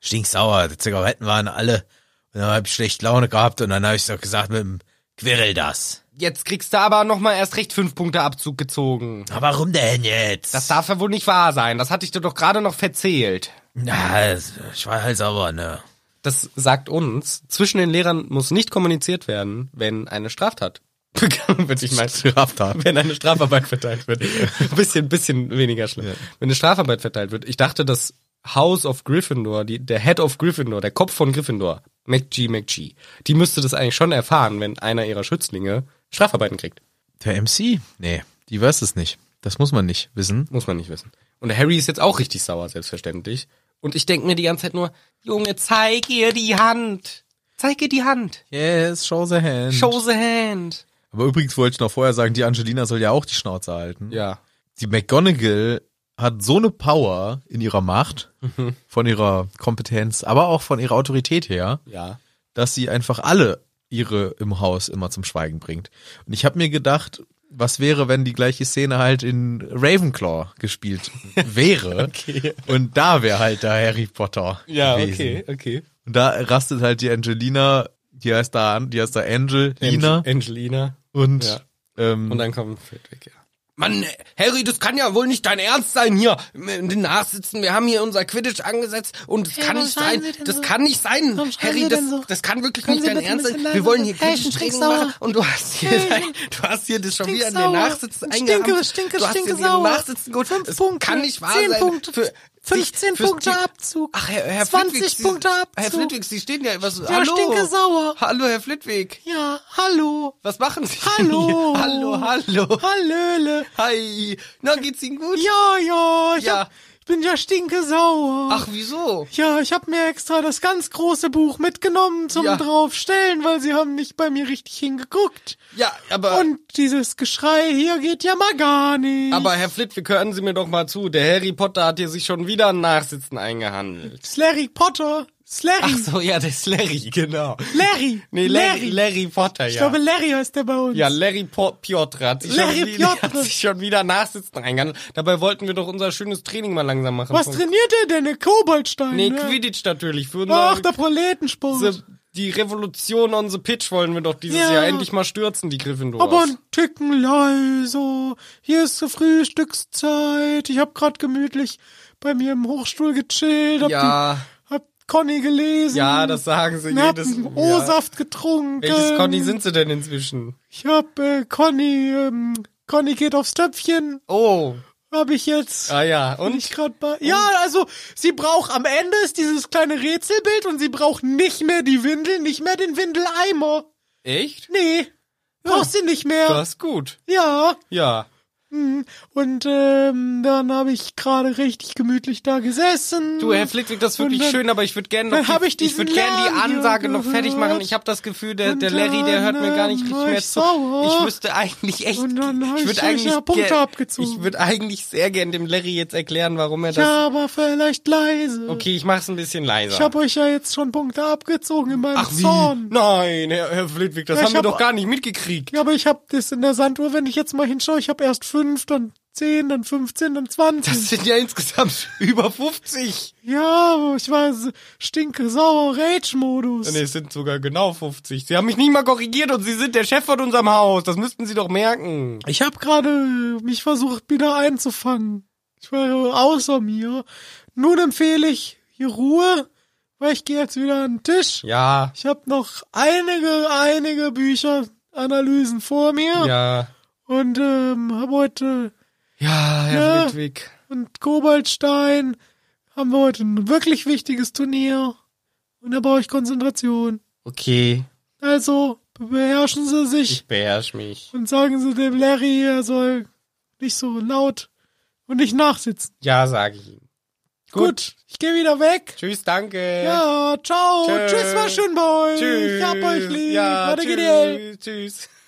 Speaker 4: Stinksauer. Die Zigaretten waren alle. Und dann hab ich schlecht Laune gehabt und dann hab ich doch gesagt mit dem Quirrell das.
Speaker 2: Jetzt kriegst du aber noch mal erst recht fünf Punkte Abzug gezogen.
Speaker 4: Aber warum denn jetzt?
Speaker 2: Das darf ja wohl nicht wahr sein. Das hatte ich dir doch gerade noch verzählt.
Speaker 4: Na, ich war halt sauer, ne?
Speaker 2: Das sagt uns, zwischen den Lehrern muss nicht kommuniziert werden, wenn eine Straftat begangen wird. Ich meine,
Speaker 1: Straftat.
Speaker 2: wenn eine Strafarbeit verteilt wird. Ein bisschen, bisschen weniger schlimm. Wenn eine Strafarbeit verteilt wird. Ich dachte, das House of Gryffindor, die, der Head of Gryffindor, der Kopf von Gryffindor, McG, McG, die müsste das eigentlich schon erfahren, wenn einer ihrer Schützlinge Strafarbeiten kriegt.
Speaker 1: Der MC? Nee, die weiß es nicht. Das muss man nicht wissen.
Speaker 2: Muss man nicht wissen. Und der Harry ist jetzt auch richtig sauer, selbstverständlich. Und ich denke mir die ganze Zeit nur, Junge, zeig ihr die Hand. Zeig ihr die Hand.
Speaker 1: Yes, show the hand.
Speaker 2: Show the hand.
Speaker 1: Aber übrigens wollte ich noch vorher sagen, die Angelina soll ja auch die Schnauze halten.
Speaker 2: Ja.
Speaker 1: Die McGonagall hat so eine Power in ihrer Macht,
Speaker 4: Mhm.
Speaker 1: von ihrer Kompetenz, aber auch von ihrer Autorität her,
Speaker 2: Ja.
Speaker 1: dass sie einfach alle ihre im Haus immer zum Schweigen bringt. Und ich habe mir gedacht, was wäre, wenn die gleiche Szene halt in Ravenclaw gespielt wäre?
Speaker 2: Okay.
Speaker 1: Und da wäre halt der Harry Potter.
Speaker 2: Ja,
Speaker 1: gewesen.
Speaker 2: okay, okay.
Speaker 1: Und da rastet halt die Angelina, die heißt da, die heißt da Angel, Lina
Speaker 2: Angel- Angelina.
Speaker 1: und,
Speaker 2: ja.
Speaker 1: Ähm,
Speaker 2: Und dann kommt Frederick, ja. Mhm. Mann, Harry, das kann ja wohl nicht dein Ernst sein hier. In den Nachsitzen, wir haben hier unser Quidditch angesetzt und es kann nicht sein. Das kann nicht sein. Harry, das, das kann wirklich nicht dein Ernst sein. Wir wollen hier Quidditch-Training machen und du hast hier, dein, du hast hier das schon wieder in den Nachsitzen eingehabt. Stinke, stinke, du hast stinke, hier in den Nachsitzen gut. Fünf das Punkte, kann nicht wahr sein. Punkte, für, 15 Punkte Abzug. Ach, Herr, Herr 20 Flitwick, Punkte Abzug. Herr Flitwick, Sie stehen ja was. Ja, hallo. stinke sauer. Hallo, Herr Flitwick. Ja, hallo. Was machen Sie? denn
Speaker 5: Hallo.
Speaker 2: Hier? Hallo, hallo.
Speaker 5: Hallöle.
Speaker 2: Hi. Na, geht's Ihnen gut?
Speaker 5: Ja, ja, ich,
Speaker 2: Ja.
Speaker 5: Hab, ich bin ja stinke sauer.
Speaker 2: Ach, wieso?
Speaker 5: Ja, ich hab mir extra das ganz große Buch mitgenommen zum
Speaker 2: Ja.
Speaker 5: draufstellen, weil sie haben nicht bei mir richtig hingeguckt.
Speaker 2: Ja, aber.
Speaker 5: Und dieses Geschrei hier geht ja mal gar nicht.
Speaker 2: aber Herr Flitwick, hören Sie mir doch mal zu. Der Harry Potter hat hier sich schon wieder ein Nachsitzen eingehandelt.
Speaker 5: Larry Potter,
Speaker 2: Ach
Speaker 5: Larry,
Speaker 2: so, ja, das ist Larry, genau.
Speaker 5: Larry,
Speaker 2: Nee, Larry, Larry,
Speaker 5: Larry.
Speaker 2: Potter, ja.
Speaker 5: Ich glaube, Larry heißt der bei uns.
Speaker 2: ja, Larry po Piotr hat sich, schon
Speaker 5: Larry
Speaker 2: wieder, hat
Speaker 5: Piotr.
Speaker 2: sich schon wieder Nachsitzen eingehandelt. Dabei wollten wir doch unser schönes Training mal langsam machen.
Speaker 5: Was trainiert er denn? Eine Koboldstein?
Speaker 2: Nee,
Speaker 5: ne?
Speaker 2: Quidditch natürlich. Für unser
Speaker 5: Ach, der Proletensport.
Speaker 2: the, die Revolution on the Pitch wollen wir doch dieses
Speaker 5: Ja.
Speaker 2: Jahr endlich mal stürzen, die Gryffindors.
Speaker 5: Aber ein Ticken leiser. Hier ist so Frühstückszeit. Ich hab grad gemütlich bei mir im Hochstuhl gechillt, hab,
Speaker 2: ja,
Speaker 5: die, hab Conny gelesen.
Speaker 2: ja, das sagen sie
Speaker 5: ich hab
Speaker 2: jedes
Speaker 5: einen
Speaker 2: Jahr.
Speaker 5: O-Saft getrunken.
Speaker 2: Welches Conny sind sie denn inzwischen?
Speaker 5: Ich hab äh, Conny, ähm, Conny geht aufs Töpfchen.
Speaker 2: Oh,
Speaker 5: Hab ich jetzt.
Speaker 2: ah ja,
Speaker 5: Bin
Speaker 2: und?
Speaker 5: ich grad bei. Ja, also sie braucht am Ende ist dieses kleine Rätselbild und sie braucht nicht mehr die Windel, nicht mehr den Windeleimer.
Speaker 2: Echt?
Speaker 5: Nee, braucht sie nicht mehr.
Speaker 2: Das ist gut.
Speaker 5: Ja.
Speaker 2: Ja.
Speaker 5: Und ähm, dann habe ich gerade richtig gemütlich da gesessen.
Speaker 2: Du, Herr Flitwick, das ist wirklich
Speaker 5: Und dann-
Speaker 2: schön, aber ich würde gerne
Speaker 5: dann
Speaker 2: noch,
Speaker 5: hab
Speaker 2: die-
Speaker 5: ich diesen
Speaker 2: würd gern die
Speaker 5: Lärm hier
Speaker 2: Ansage noch fertig machen.
Speaker 5: gehört.
Speaker 2: Ich habe das Gefühl, der,
Speaker 5: Und
Speaker 2: der Larry, der hört mir gar nicht richtig
Speaker 5: dann war
Speaker 2: mehr
Speaker 5: ich
Speaker 2: zu.
Speaker 5: sauer.
Speaker 2: Ich müsste eigentlich echt,
Speaker 5: Und dann hab
Speaker 2: ich
Speaker 5: ich
Speaker 2: würde
Speaker 5: euch
Speaker 2: eigentlich,
Speaker 5: ja Punkte
Speaker 2: gern-
Speaker 5: abgezogen.
Speaker 2: ich würde eigentlich sehr gern dem Larry jetzt erklären, warum er das,
Speaker 5: ja, aber vielleicht leise.
Speaker 2: okay, ich mach's ein bisschen leiser.
Speaker 5: Ich habe euch ja jetzt schon Punkte abgezogen in meinem Zorn.
Speaker 2: Nein, Herr, Herr Flitwick, das
Speaker 5: Ja,
Speaker 2: haben
Speaker 5: ich
Speaker 2: wir
Speaker 5: hab-
Speaker 2: doch gar nicht mitgekriegt.
Speaker 5: Ja, aber ich habe das in der Sanduhr, wenn ich jetzt mal hinschaue, ich habe erst fünf, dann zehn, dann 15, dann 20.
Speaker 2: Das sind ja insgesamt über 50.
Speaker 5: ja, aber ich war s- stinke sauer Rage-Modus.
Speaker 2: Nee, es sind sogar genau 50. Sie haben mich nicht mal korrigiert und Sie sind der Chef von unserem Haus. Das müssten Sie doch merken.
Speaker 5: Ich habe gerade mich versucht, wieder einzufangen. Ich war ja außer mir. Nun empfehle ich hier Ruhe, weil ich gehe jetzt wieder an den Tisch.
Speaker 2: Ja,
Speaker 5: Ich habe noch einige, einige Bücher, Analysen vor mir.
Speaker 2: ja,
Speaker 5: Und ähm, habe heute
Speaker 2: ja, Herr
Speaker 5: Ja.
Speaker 2: Flitwick.
Speaker 5: und Koboldstein haben wir heute ein wirklich wichtiges Turnier. Und da brauche ich Konzentration.
Speaker 2: Okay,
Speaker 5: Also beherrschen Sie sich.
Speaker 2: ich beherrsch mich.
Speaker 5: Und sagen Sie dem Larry, er soll nicht so laut und nicht nachsitzen.
Speaker 2: Ja, sage ich Ihnen.
Speaker 5: Gut, ich gehe wieder weg.
Speaker 2: Tschüss, danke.
Speaker 5: Ja, ciao.
Speaker 2: Tschö.
Speaker 5: Tschüss, war schön bei euch.
Speaker 2: Tschüss.
Speaker 5: Ich hab euch lieb.
Speaker 2: Ja,
Speaker 5: Warte, GDL.
Speaker 2: tschüss. tschüss.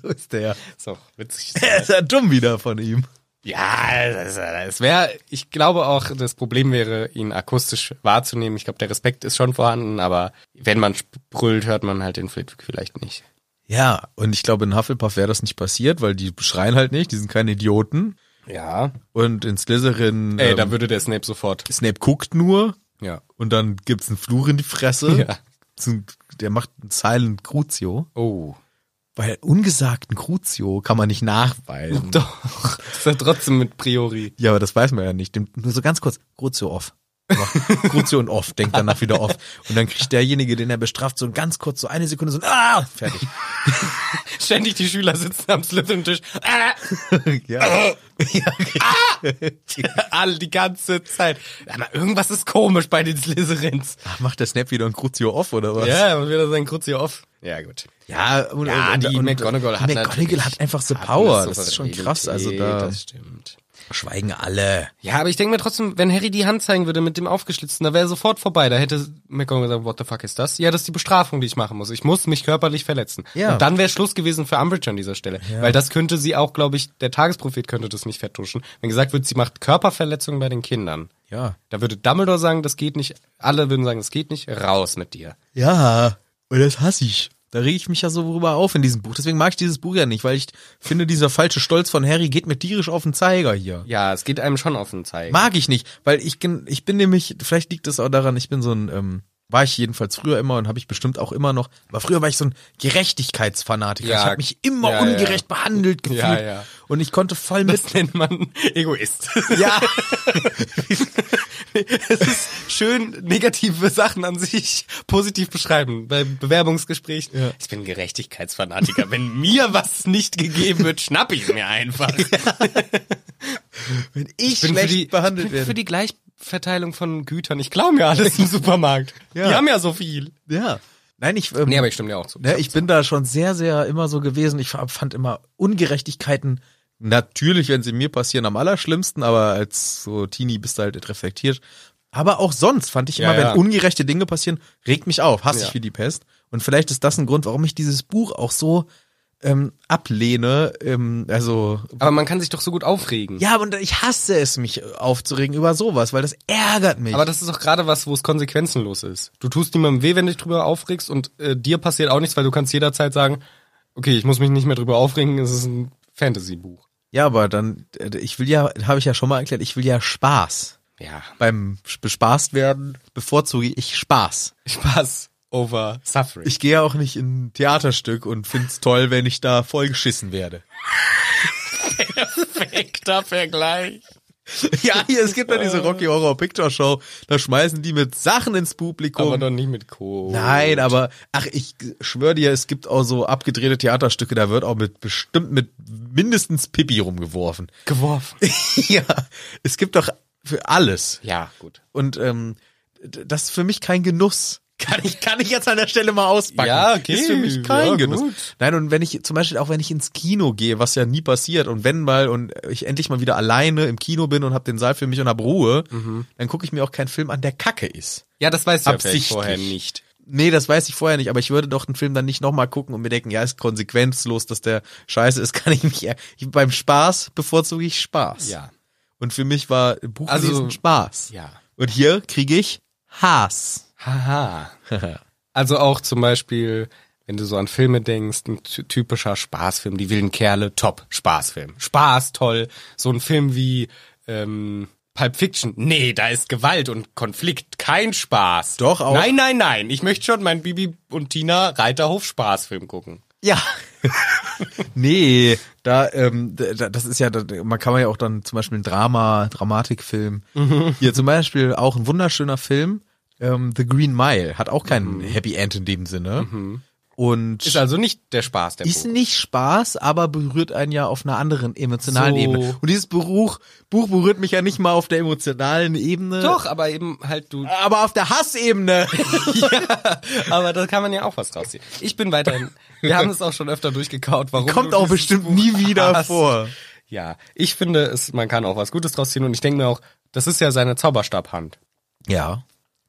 Speaker 1: so ist der.
Speaker 2: So, witzig.
Speaker 1: Er ist ja dumm wieder von ihm.
Speaker 2: Ja, das, das wäre, ich glaube auch, das Problem wäre, ihn akustisch wahrzunehmen. Ich glaube, der Respekt ist schon vorhanden, aber wenn man sp- brüllt, hört man halt den Flitwick vielleicht nicht.
Speaker 1: Ja, und ich glaube, in Hufflepuff wäre das nicht passiert, weil die schreien halt nicht, die sind keine Idioten.
Speaker 2: Ja.
Speaker 1: Und in Slytherin
Speaker 2: Ey,
Speaker 1: ähm,
Speaker 2: da würde der Snape sofort.
Speaker 1: Snape guckt nur
Speaker 2: Ja.
Speaker 1: und dann gibt's einen Fluch in die Fresse.
Speaker 2: Ja.
Speaker 1: Zum- Der macht einen Silent Crucio.
Speaker 2: Oh.
Speaker 1: Weil ungesagten Crucio kann man nicht nachweisen.
Speaker 2: Doch. Ist er trotzdem mit Priori.
Speaker 1: Ja, aber das weiß man ja nicht. Dem- Nur so ganz kurz, Crucio off. Mach Crucio und off, denkt danach wieder off. Und dann kriegt derjenige, den er bestraft, so ganz kurz, so eine Sekunde, so ein Ah! Fertig.
Speaker 2: Ständig die Schüler sitzen am Slytherin-Tisch. Ah,
Speaker 1: ja.
Speaker 2: alle die ganze Zeit. Aber irgendwas ist komisch bei den Slytherins.
Speaker 1: Ach, macht der Snap wieder ein Crucio off oder was?
Speaker 2: Ja, und wieder sein Kurz hier auf. Ja, gut.
Speaker 1: Ja, und,
Speaker 2: Ja, die McGonagall hat
Speaker 1: McGonagall
Speaker 2: natürlich-
Speaker 1: hat einfach the
Speaker 2: hat
Speaker 1: power.
Speaker 2: eine
Speaker 1: Das ist schon
Speaker 2: Souveränität,
Speaker 1: krass. Also da
Speaker 2: Das stimmt.
Speaker 1: schweigen alle.
Speaker 2: Ja, aber ich denke mir trotzdem, wenn Harry die Hand zeigen würde mit dem Aufgeschlitzten, da wäre sofort vorbei. Da hätte McGonagall gesagt, what the fuck ist das? Ja, das ist die Bestrafung, die ich machen muss. Ich muss mich körperlich verletzen.
Speaker 1: Ja.
Speaker 2: Und dann wäre Schluss gewesen für Umbridge an dieser Stelle. Weil das könnte sie auch, glaube ich, der Tagesprophet könnte das nicht vertuschen. Wenn gesagt wird, sie macht Körperverletzungen bei den Kindern.
Speaker 1: Ja.
Speaker 2: Da würde Dumbledore sagen, das geht nicht. Alle würden sagen, das geht nicht. Raus mit dir.
Speaker 1: Ja, und das hasse ich. Da reg ich mich ja so drüber auf in diesem Buch. Deswegen mag ich dieses Buch ja nicht, weil ich finde, dieser falsche Stolz von Harry geht mir tierisch auf den Zeiger hier.
Speaker 2: Ja, es geht einem schon auf den Zeiger.
Speaker 1: Mag ich nicht, weil ich, gen- ich bin nämlich, vielleicht liegt es auch daran, ich bin so ein, ähm, war ich jedenfalls früher immer und habe ich bestimmt auch immer noch, aber früher war ich so ein Gerechtigkeitsfanatiker.
Speaker 2: Ja.
Speaker 1: ich habe mich immer
Speaker 2: Ja, ja.
Speaker 1: ungerecht behandelt gefühlt
Speaker 2: Ja, ja.
Speaker 1: und ich konnte voll mit.
Speaker 2: das nennt man Egoist.
Speaker 1: ja,
Speaker 2: es ist schön, negative Sachen an sich positiv beschreiben. Bei Bewerbungsgesprächen. Ich bin Gerechtigkeitsfanatiker. Wenn mir was nicht gegeben wird, schnapp ich mir einfach.
Speaker 1: wenn ich,
Speaker 2: bin
Speaker 1: eh schlecht
Speaker 2: für die,
Speaker 1: behandelt
Speaker 2: ich bin
Speaker 1: werde.
Speaker 2: für die Gleichverteilung von Gütern. Ich klaue mir alles im Supermarkt.
Speaker 1: Ja.
Speaker 2: Die haben ja so viel.
Speaker 1: ja. Nein, ich, ähm,
Speaker 2: Nee, aber ich stimme dir auch zu.
Speaker 1: Ne, ich bin da schon sehr, sehr immer so gewesen. Ich fand immer Ungerechtigkeiten natürlich, wenn sie mir passieren, am allerschlimmsten, aber als so Teenie bist du halt reflektiert. Aber auch sonst fand ich
Speaker 2: Ja,
Speaker 1: immer,
Speaker 2: ja.
Speaker 1: wenn ungerechte Dinge passieren, regt mich auf, hasse
Speaker 2: Ja.
Speaker 1: ich wie die Pest. Und vielleicht ist das ein Grund, warum ich dieses Buch auch so ähm, ablehne. Ähm, also
Speaker 2: aber man kann sich doch so gut aufregen.
Speaker 1: ja, und ich hasse es, mich aufzuregen über sowas, weil das ärgert mich.
Speaker 2: Aber das ist auch gerade was, wo es konsequenzenlos ist. Du tust niemandem weh, wenn du dich drüber aufregst und äh, dir passiert auch nichts, weil du kannst jederzeit sagen, okay, ich muss mich nicht mehr drüber aufregen, es ist ein Fantasy-Buch.
Speaker 1: ja, aber dann, äh, ich will ja, habe ich ja schon mal erklärt, ich will ja Spaß.
Speaker 2: Ja.
Speaker 1: beim Sch- bespaßt werden bevorzuge ich Spaß.
Speaker 2: Spaß over suffering.
Speaker 1: Ich gehe auch nicht in ein Theaterstück und find's toll, wenn ich da vollgeschissen werde.
Speaker 2: perfekter Vergleich.
Speaker 1: Ja, hier, es gibt ja diese Rocky Horror Picture Show, da schmeißen die mit Sachen ins
Speaker 2: Aber
Speaker 1: Publikum.
Speaker 2: doch nicht mit Co.
Speaker 1: Nein, aber ach, ich schwöre dir, es gibt auch so abgedrehte Theaterstücke, da wird auch mit bestimmt mit mindestens Pipi rumgeworfen.
Speaker 2: Geworfen.
Speaker 1: ja, es gibt doch für alles.
Speaker 2: Ja, gut.
Speaker 1: Und ähm, d- das ist für mich kein Genuss. Kann ich, kann ich jetzt an der Stelle mal auspacken.
Speaker 2: Ja, okay,
Speaker 1: Ist für mich kein
Speaker 2: ja,
Speaker 1: Genuss.
Speaker 2: gut.
Speaker 1: Nein, und wenn ich, zum Beispiel auch wenn ich ins Kino gehe, was ja nie passiert, und wenn mal und ich endlich mal wieder alleine im Kino bin und habe den Saal für mich und hab Ruhe, dann gucke ich mir auch keinen Film an, der kacke ist.
Speaker 2: Ja, das weißt du ja vielleicht
Speaker 1: Absichtlich.
Speaker 2: vorher nicht.
Speaker 1: Nee, das weiß ich vorher nicht, aber ich würde doch einen Film dann nicht nochmal gucken und mir denken, ja, ist konsequenzlos, dass der scheiße ist, kann ich mich, eher- ich, beim Spaß bevorzuge ich Spaß.
Speaker 2: Ja.
Speaker 1: Und für mich war Buchlesen
Speaker 2: Also-
Speaker 1: Spaß.
Speaker 2: Ja.
Speaker 1: Und hier kriege ich Hass.
Speaker 2: Haha. also auch zum Beispiel, wenn du so an Filme denkst, ein ty- typischer Spaßfilm, die wilden Kerle, top, Spaßfilm. Spaß, toll. So ein Film wie ähm, Pulp Fiction. Nee, da ist Gewalt und Konflikt, kein Spaß.
Speaker 1: Doch, auch.
Speaker 2: Nein, nein, nein. Ich möchte schon meinen Bibi und Tina Reiterhof Spaßfilm gucken.
Speaker 1: Ja. nee, da, ähm, da, das ist ja, da, man kann ja auch dann zum Beispiel ein Drama, Dramatikfilm.
Speaker 2: Mhm.
Speaker 1: Hier zum Beispiel auch ein wunderschöner Film, ähm, The Green Mile, hat auch kein
Speaker 2: Mhm.
Speaker 1: Happy End in dem Sinne. Und
Speaker 2: Ist also nicht der Spaß der
Speaker 1: ist
Speaker 2: Buch.
Speaker 1: nicht Spaß, aber berührt einen ja auf einer anderen emotionalen
Speaker 2: So.
Speaker 1: Ebene. Und dieses Buch, Buch berührt mich ja nicht mal auf der emotionalen Ebene.
Speaker 2: Doch, aber eben halt du.
Speaker 1: Aber auf der Hassebene.
Speaker 2: Aber da kann man ja auch was rausziehen. Ich bin weiterhin. Wir haben es auch schon öfter durchgekaut. Warum
Speaker 1: Kommt
Speaker 2: du
Speaker 1: auch
Speaker 2: dieses
Speaker 1: bestimmt
Speaker 2: Buch
Speaker 1: nie wieder
Speaker 2: hast.
Speaker 1: vor.
Speaker 2: Ja, ich finde, es, man kann auch was Gutes draus ziehen und ich denke mir auch, das ist ja seine Zauberstabhand.
Speaker 1: Ja.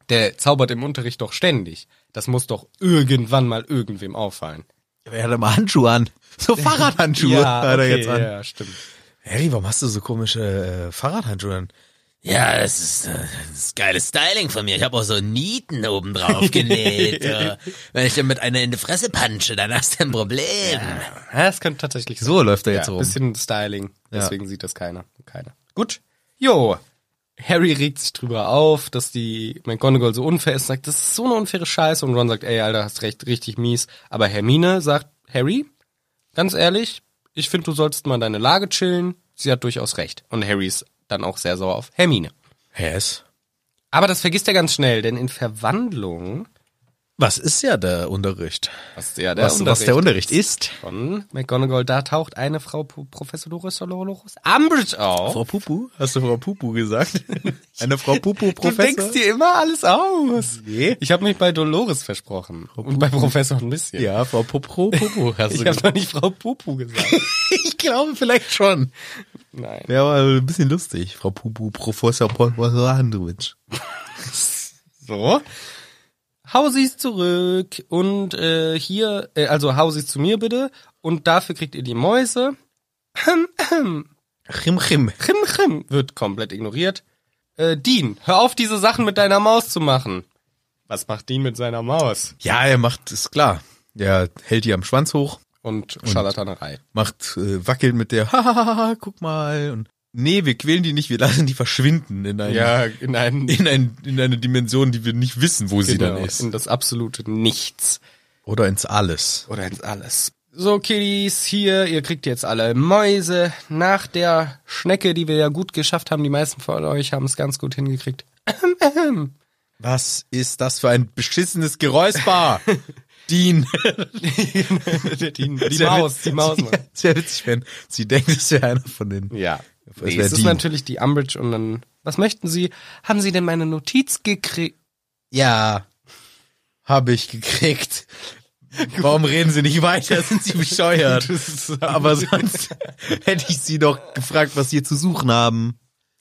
Speaker 2: Der zaubert im Unterricht doch ständig. Das muss doch irgendwann mal irgendwem auffallen.
Speaker 1: Er hat immer Handschuhe an. So Fahrradhandschuhe hat er jetzt an.
Speaker 2: ja, stimmt.
Speaker 1: Harry, warum hast du so komische äh, Fahrradhandschuhe an?
Speaker 4: Ja, das ist, äh, das ist geiles Styling von mir. Ich habe auch so Nieten oben drauf genäht. äh, Wenn ich dir mit einer in die Fresse punche, dann hast du ein Problem.
Speaker 2: Ja, das könnte tatsächlich sein.
Speaker 1: So läuft er jetzt
Speaker 2: ja,
Speaker 1: rum.
Speaker 2: bisschen Styling. Deswegen sieht das keiner. Keiner. Gut. Jo. Harry regt sich drüber auf, dass die McGonagall so unfair ist, sagt, das ist so eine unfaire Scheiße. Und Ron sagt, ey, Alter, hast recht, richtig mies. Aber Hermine sagt, Harry, ganz ehrlich, ich finde, du sollst mal deine Lage chillen. Sie hat durchaus recht. Und Harry ist dann auch sehr sauer auf Hermine.
Speaker 1: Yes.
Speaker 2: Aber das vergisst er ganz schnell, denn in Verwandlung,
Speaker 1: Was ist ja der Unterricht?
Speaker 2: was ja der,
Speaker 1: Was, was der Unterricht ist?
Speaker 2: von McGonagall, da taucht eine Frau Pro- Professor Dolores Dolores Umbridge auf.
Speaker 1: Frau Pupu? Hast du Frau Pupu gesagt? Eine Frau Pupu
Speaker 2: Du denkst dir immer alles aus.
Speaker 1: Nee.
Speaker 2: Ich habe mich bei Dolores versprochen. Und bei Professor ein bisschen.
Speaker 1: Ja, Frau Popro Pupu hast
Speaker 2: Ich
Speaker 1: du
Speaker 2: habe
Speaker 1: gesagt.
Speaker 2: noch nicht Frau Pupu gesagt.
Speaker 1: Ich glaube vielleicht schon.
Speaker 2: Nein.
Speaker 1: Wäre aber ein bisschen lustig. Frau Pupu, Professor Professor Andrewitsch.
Speaker 2: So. Hausi ist zurück und äh, hier, äh, also Hausi zu mir bitte und dafür kriegt ihr die Mäuse.
Speaker 1: Chim Chim.
Speaker 2: Chim Chim wird komplett ignoriert. Äh, Dean, hör auf, diese Sachen mit deiner Maus zu machen. Was macht Dean mit seiner Maus?
Speaker 1: Ja, er macht, ist klar.
Speaker 5: Der hält die am Schwanz hoch,
Speaker 2: und Scharlatanerei.
Speaker 5: macht äh, wackelt mit der, hahaha, guck mal. Und nee, wir quälen die nicht, wir lassen die verschwinden in ein,
Speaker 2: in einem
Speaker 5: in, ein, in eine Dimension, die wir nicht wissen, wo sie
Speaker 2: Genau.
Speaker 5: dann ist.
Speaker 2: in das absolute Nichts.
Speaker 5: Oder ins Alles.
Speaker 2: Oder ins Alles. So, Kiddies, hier, ihr kriegt jetzt alle Mäuse. Nach der Schnecke, die wir ja gut geschafft haben, die meisten von euch haben es ganz gut hingekriegt.
Speaker 5: Was ist das für ein beschissenes Geräusper? Dean.
Speaker 2: die, die
Speaker 5: Sehr
Speaker 2: Maus, die
Speaker 5: witzig.
Speaker 2: Maus. Mann.
Speaker 5: Sehr witzig, wenn sie denkt, es wäre einer von den.
Speaker 2: Ja.
Speaker 5: Es
Speaker 2: Nee,
Speaker 5: wär
Speaker 2: es ist
Speaker 5: Dean.
Speaker 2: natürlich die Umbridge und dann, was möchten Sie? Haben Sie denn meine Notiz gekriegt?
Speaker 5: Ja, habe ich gekriegt. Warum reden Sie nicht weiter? Sind Sie bescheuert? Aber sonst hätte ich Sie doch gefragt, was Sie zu suchen haben.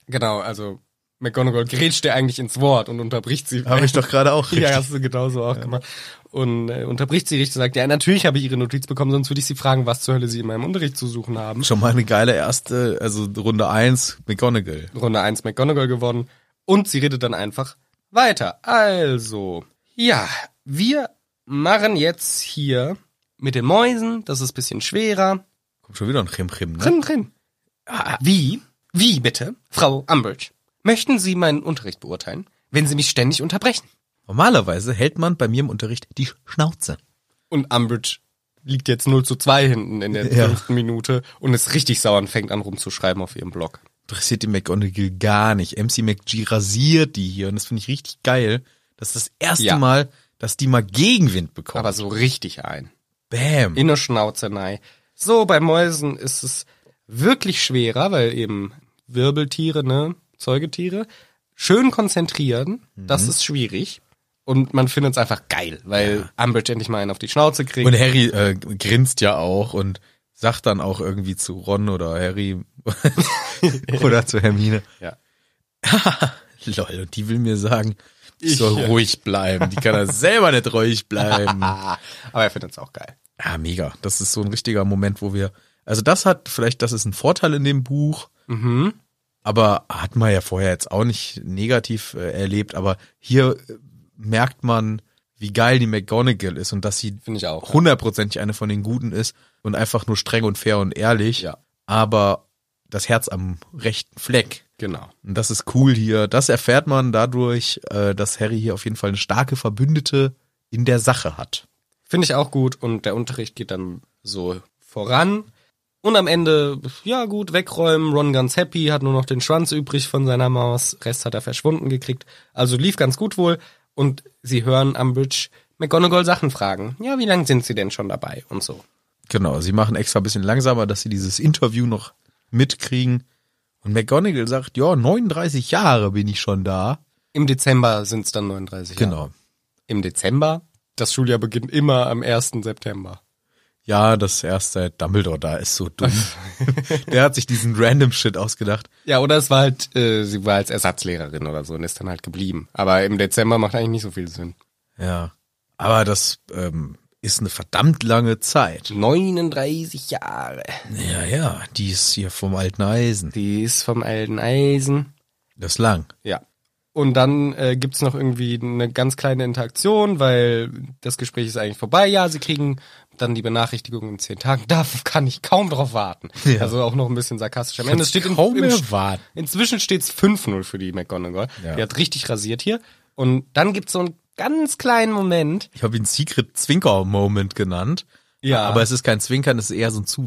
Speaker 2: Genau, also McGonagall grätscht dir eigentlich ins Wort und unterbricht sie.
Speaker 5: Habe ich doch gerade auch richtig.
Speaker 2: Ja, hast du genauso auch gemacht. Und äh, unterbricht sie richtig und sagt, ja, natürlich habe ich ihre Notiz bekommen, sonst würde ich sie fragen, was zur Hölle sie in meinem Unterricht zu suchen haben.
Speaker 5: Schon mal eine geile erste, also Runde eins McGonagall.
Speaker 2: Runde 1 McGonagall geworden. Und sie redet dann einfach weiter. Also, ja, wir machen jetzt hier mit den Mäusen, das ist ein bisschen schwerer.
Speaker 5: Kommt schon wieder ein Chim-Chim, ne?
Speaker 2: Drin, drin. Ah, Wie? Wie bitte, Frau Umbridge? Möchten Sie meinen Unterricht beurteilen, wenn Sie mich ständig unterbrechen?
Speaker 5: Normalerweise hält man bei mir im Unterricht die Schnauze.
Speaker 2: Und Umbridge liegt jetzt 0 zu 2 hinten in der
Speaker 5: Ja.
Speaker 2: fünften Minute und ist richtig sauer und fängt an rumzuschreiben auf ihrem Blog.
Speaker 5: Interessiert die McGonagall gar nicht. MC McG rasiert die hier und das finde ich richtig geil. Das ist das erste
Speaker 2: Ja.
Speaker 5: Mal, dass die mal Gegenwind bekommt.
Speaker 2: Aber so richtig ein.
Speaker 5: Bam.
Speaker 2: In der Schnauzenei. So, bei Mäusen ist es wirklich schwerer, weil eben Wirbeltiere, ne, Zeugetiere, schön konzentrieren, das
Speaker 5: Mhm.
Speaker 2: ist schwierig. Und man findet es einfach geil, weil Umbridge endlich mal einen auf die Schnauze kriegt.
Speaker 5: Und Harry äh, grinst ja auch und sagt dann auch irgendwie zu Ron oder Harry oder zu Hermine.
Speaker 2: Ja.
Speaker 5: Lol, und die will mir sagen, ich
Speaker 2: Ich,
Speaker 5: soll
Speaker 2: ja.
Speaker 5: ruhig bleiben. Die kann ja selber nicht ruhig bleiben.
Speaker 2: ah, aber er findet es auch geil.
Speaker 5: Ja, Ah, mega. Das ist so ein richtiger Moment, wo wir. Also das hat vielleicht, das ist ein Vorteil in dem Buch,
Speaker 2: Mhm.
Speaker 5: aber hat man ja vorher jetzt auch nicht negativ äh, erlebt. Aber hier äh, merkt man, wie geil die McGonagall ist und dass sie
Speaker 2: Finde ich auch.
Speaker 5: hundertprozentig eine von den Guten ist und einfach nur streng und fair und ehrlich.
Speaker 2: Ja.
Speaker 5: Aber das Herz am rechten Fleck.
Speaker 2: Genau.
Speaker 5: Und das ist cool hier. Das erfährt man dadurch, äh, dass Harry hier auf jeden Fall eine starke Verbündete in der Sache hat.
Speaker 2: Finde ich auch gut und der Unterricht geht dann so voran. Und am Ende, ja gut, wegräumen, Ron ganz happy, hat nur noch den Schwanz übrig von seiner Maus, Rest hat er verschwunden gekriegt. Also lief ganz gut wohl und sie hören Umbridge McGonagall Sachen fragen. Ja, wie lange sind sie denn schon dabei und so.
Speaker 5: Genau, sie machen extra ein bisschen langsamer, dass sie dieses Interview noch mitkriegen. Und McGonagall sagt, ja, 39 Jahre bin ich schon da.
Speaker 2: Im Dezember sind es dann 39 Jahre.
Speaker 5: Genau.
Speaker 2: Im Dezember? Das Schuljahr beginnt immer am 1. September.
Speaker 5: Ja, das erste Dumbledore da ist so dumm. der hat sich diesen random Shit ausgedacht.
Speaker 2: Ja, oder es war halt, äh, sie war als Ersatzlehrerin oder so und ist dann halt geblieben. Aber im Dezember macht eigentlich nicht so viel Sinn.
Speaker 5: Ja. Aber das ähm, ist eine verdammt lange Zeit.
Speaker 2: 39 Jahre.
Speaker 5: Ja, ja, die ist hier vom alten Eisen.
Speaker 2: Die ist vom alten Eisen.
Speaker 5: Das ist lang.
Speaker 2: Ja. Und dann äh, gibt's noch irgendwie eine ganz kleine Interaktion, weil das Gespräch ist eigentlich vorbei. Ja, sie kriegen dann die Benachrichtigung in zehn Tagen. Da kann ich kaum drauf warten.
Speaker 5: Ja.
Speaker 2: Also auch noch ein bisschen sarkastisch. Am Ende
Speaker 5: Kannst
Speaker 2: steht in-
Speaker 5: kaum
Speaker 2: im
Speaker 5: mehr
Speaker 2: Sch-
Speaker 5: warten.
Speaker 2: Inzwischen steht's 5-0 für die McGonagall.
Speaker 5: Ja.
Speaker 2: Die hat richtig rasiert hier. Und dann gibt's so einen ganz kleinen Moment.
Speaker 5: Ich habe ihn Secret Zwinker Moment genannt.
Speaker 2: Ja.
Speaker 5: Aber es ist kein Zwinkern, es ist eher so ein zu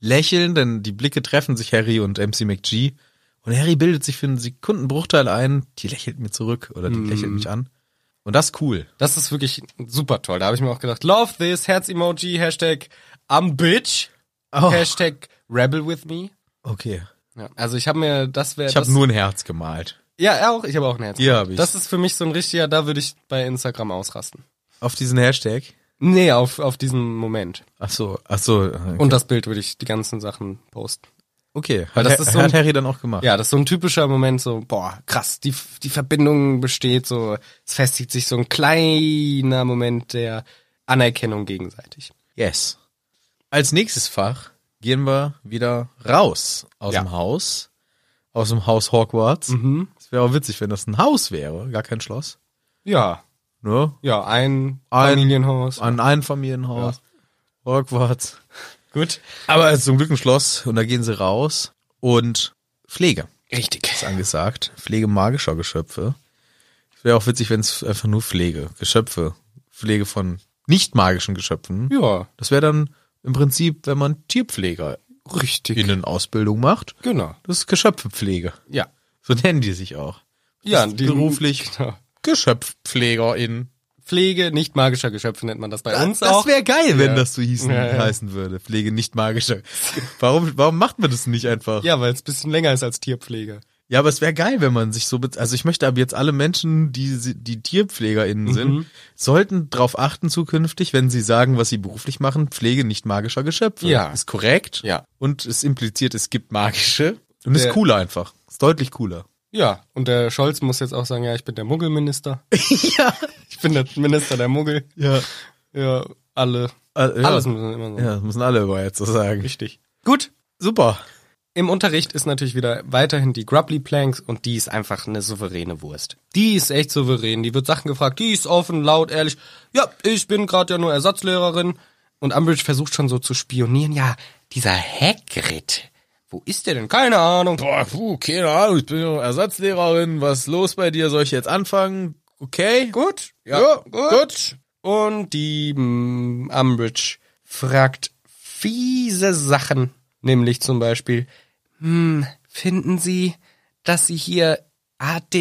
Speaker 5: lächeln, denn die Blicke treffen sich Harry und MC McG. Und Harry bildet sich für einen Sekundenbruchteil ein, die lächelt mir zurück oder die
Speaker 2: Mhm.
Speaker 5: lächelt mich an. Und das ist cool.
Speaker 2: Das ist wirklich super toll. Da habe ich mir auch gedacht, love this, Herz-Emoji, Hashtag I'm bitch,
Speaker 5: Oh.
Speaker 2: Hashtag rebel with me.
Speaker 5: Okay.
Speaker 2: Ja, also ich habe mir, das wäre.
Speaker 5: Ich habe nur ein Herz gemalt.
Speaker 2: Ja, er auch. Ich habe auch ein Herz.
Speaker 5: Ja, hab ich.
Speaker 2: Das ist für mich so ein richtiger, da würde ich bei Instagram ausrasten.
Speaker 5: Auf diesen Hashtag.
Speaker 2: Nee, auf, auf diesen Moment.
Speaker 5: Ach so, ach so. Okay.
Speaker 2: Und das Bild würde ich die ganzen Sachen posten.
Speaker 5: okay. Hat,
Speaker 2: Weil das
Speaker 5: Ha-
Speaker 2: ist so ein-
Speaker 5: hat Harry dann auch gemacht.
Speaker 2: Ja, das ist so ein typischer Moment, so, boah, krass, die, die Verbindung besteht, so, es festigt sich so ein kleiner Moment der Anerkennung gegenseitig.
Speaker 5: Yes. Als nächstes Fach gehen wir wieder raus aus
Speaker 2: Ja. Mhm.
Speaker 5: dem Haus, aus dem Haus Hogwarts. Es wäre auch witzig, wenn das ein Haus wäre, gar kein Schloss.
Speaker 2: Ja.
Speaker 5: ne?
Speaker 2: Ja, ein,
Speaker 5: Ein-
Speaker 2: Familienhaus.
Speaker 5: An ein Familienhaus. Hogwarts.
Speaker 2: Gut.
Speaker 5: Aber es ist zum Glück ein Schloss und da gehen sie raus und Pflege
Speaker 2: Richtig.
Speaker 5: ist angesagt. Pflege magischer Geschöpfe. Es wäre auch witzig, wenn es einfach nur Pflege, Geschöpfe, Pflege von nicht magischen Geschöpfen.
Speaker 2: Ja,
Speaker 5: Das wäre dann im Prinzip, wenn man Tierpfleger
Speaker 2: richtig.
Speaker 5: in Ausbildung macht,
Speaker 2: Genau.
Speaker 5: das ist Geschöpfepflege.
Speaker 2: Ja.
Speaker 5: So nennen die sich auch.
Speaker 2: Ja,
Speaker 5: ist
Speaker 2: die-
Speaker 5: beruflich
Speaker 2: Genau.
Speaker 5: Geschöpfpflegerin.
Speaker 2: Pflege nicht magischer Geschöpfe nennt man das bei uns
Speaker 5: das
Speaker 2: auch.
Speaker 5: wäre geil, wenn
Speaker 2: Ja.
Speaker 5: das so hießen,
Speaker 2: Ja, ja.
Speaker 5: heißen würde. Pflege nicht magischer. Warum, warum macht man das nicht einfach?
Speaker 2: Ja, weil es ein bisschen länger ist als Tierpflege.
Speaker 5: Ja, aber es wäre geil, wenn man sich so, bez- also ich möchte aber jetzt alle Menschen, die, si- die TierpflegerInnen sind, sollten darauf achten zukünftig, wenn sie sagen, was sie beruflich machen, Pflege nicht magischer Geschöpfe.
Speaker 2: Ja.
Speaker 5: Ist korrekt.
Speaker 2: Ja.
Speaker 5: Und es impliziert, es gibt magische. Und
Speaker 2: Der-
Speaker 5: ist cooler einfach. Ist deutlich cooler.
Speaker 2: Ja, und der Scholz muss jetzt auch sagen, ja, ich bin der Muggelminister. ja. Ich bin der Minister der Muggel.
Speaker 5: Ja.
Speaker 2: Ja, alle.
Speaker 5: Äh, ja.
Speaker 2: Alles muss man immer so.
Speaker 5: Ja, das müssen alle über jetzt so sagen.
Speaker 2: Richtig. Gut.
Speaker 5: Super.
Speaker 2: Im Unterricht ist natürlich wieder weiterhin die Grubbly Planks und die ist einfach eine souveräne Wurst. Die ist echt souverän. Die wird Sachen gefragt. Die ist offen, laut, ehrlich. Ja, ich bin gerade ja nur Ersatzlehrerin. Und Umbridge versucht schon so zu spionieren. Ja, dieser Hagrid. Wo ist der denn? Keine Ahnung.
Speaker 5: Boah, puh, keine Ahnung, ich bin ja Ersatzlehrerin. Was ist los bei dir? Soll ich jetzt anfangen? Okay.
Speaker 2: Gut. Ja,
Speaker 5: Ja,
Speaker 2: gut. Und die mm, Umbridge fragt fiese Sachen. Nämlich zum Beispiel, hm, finden Sie, dass Sie hier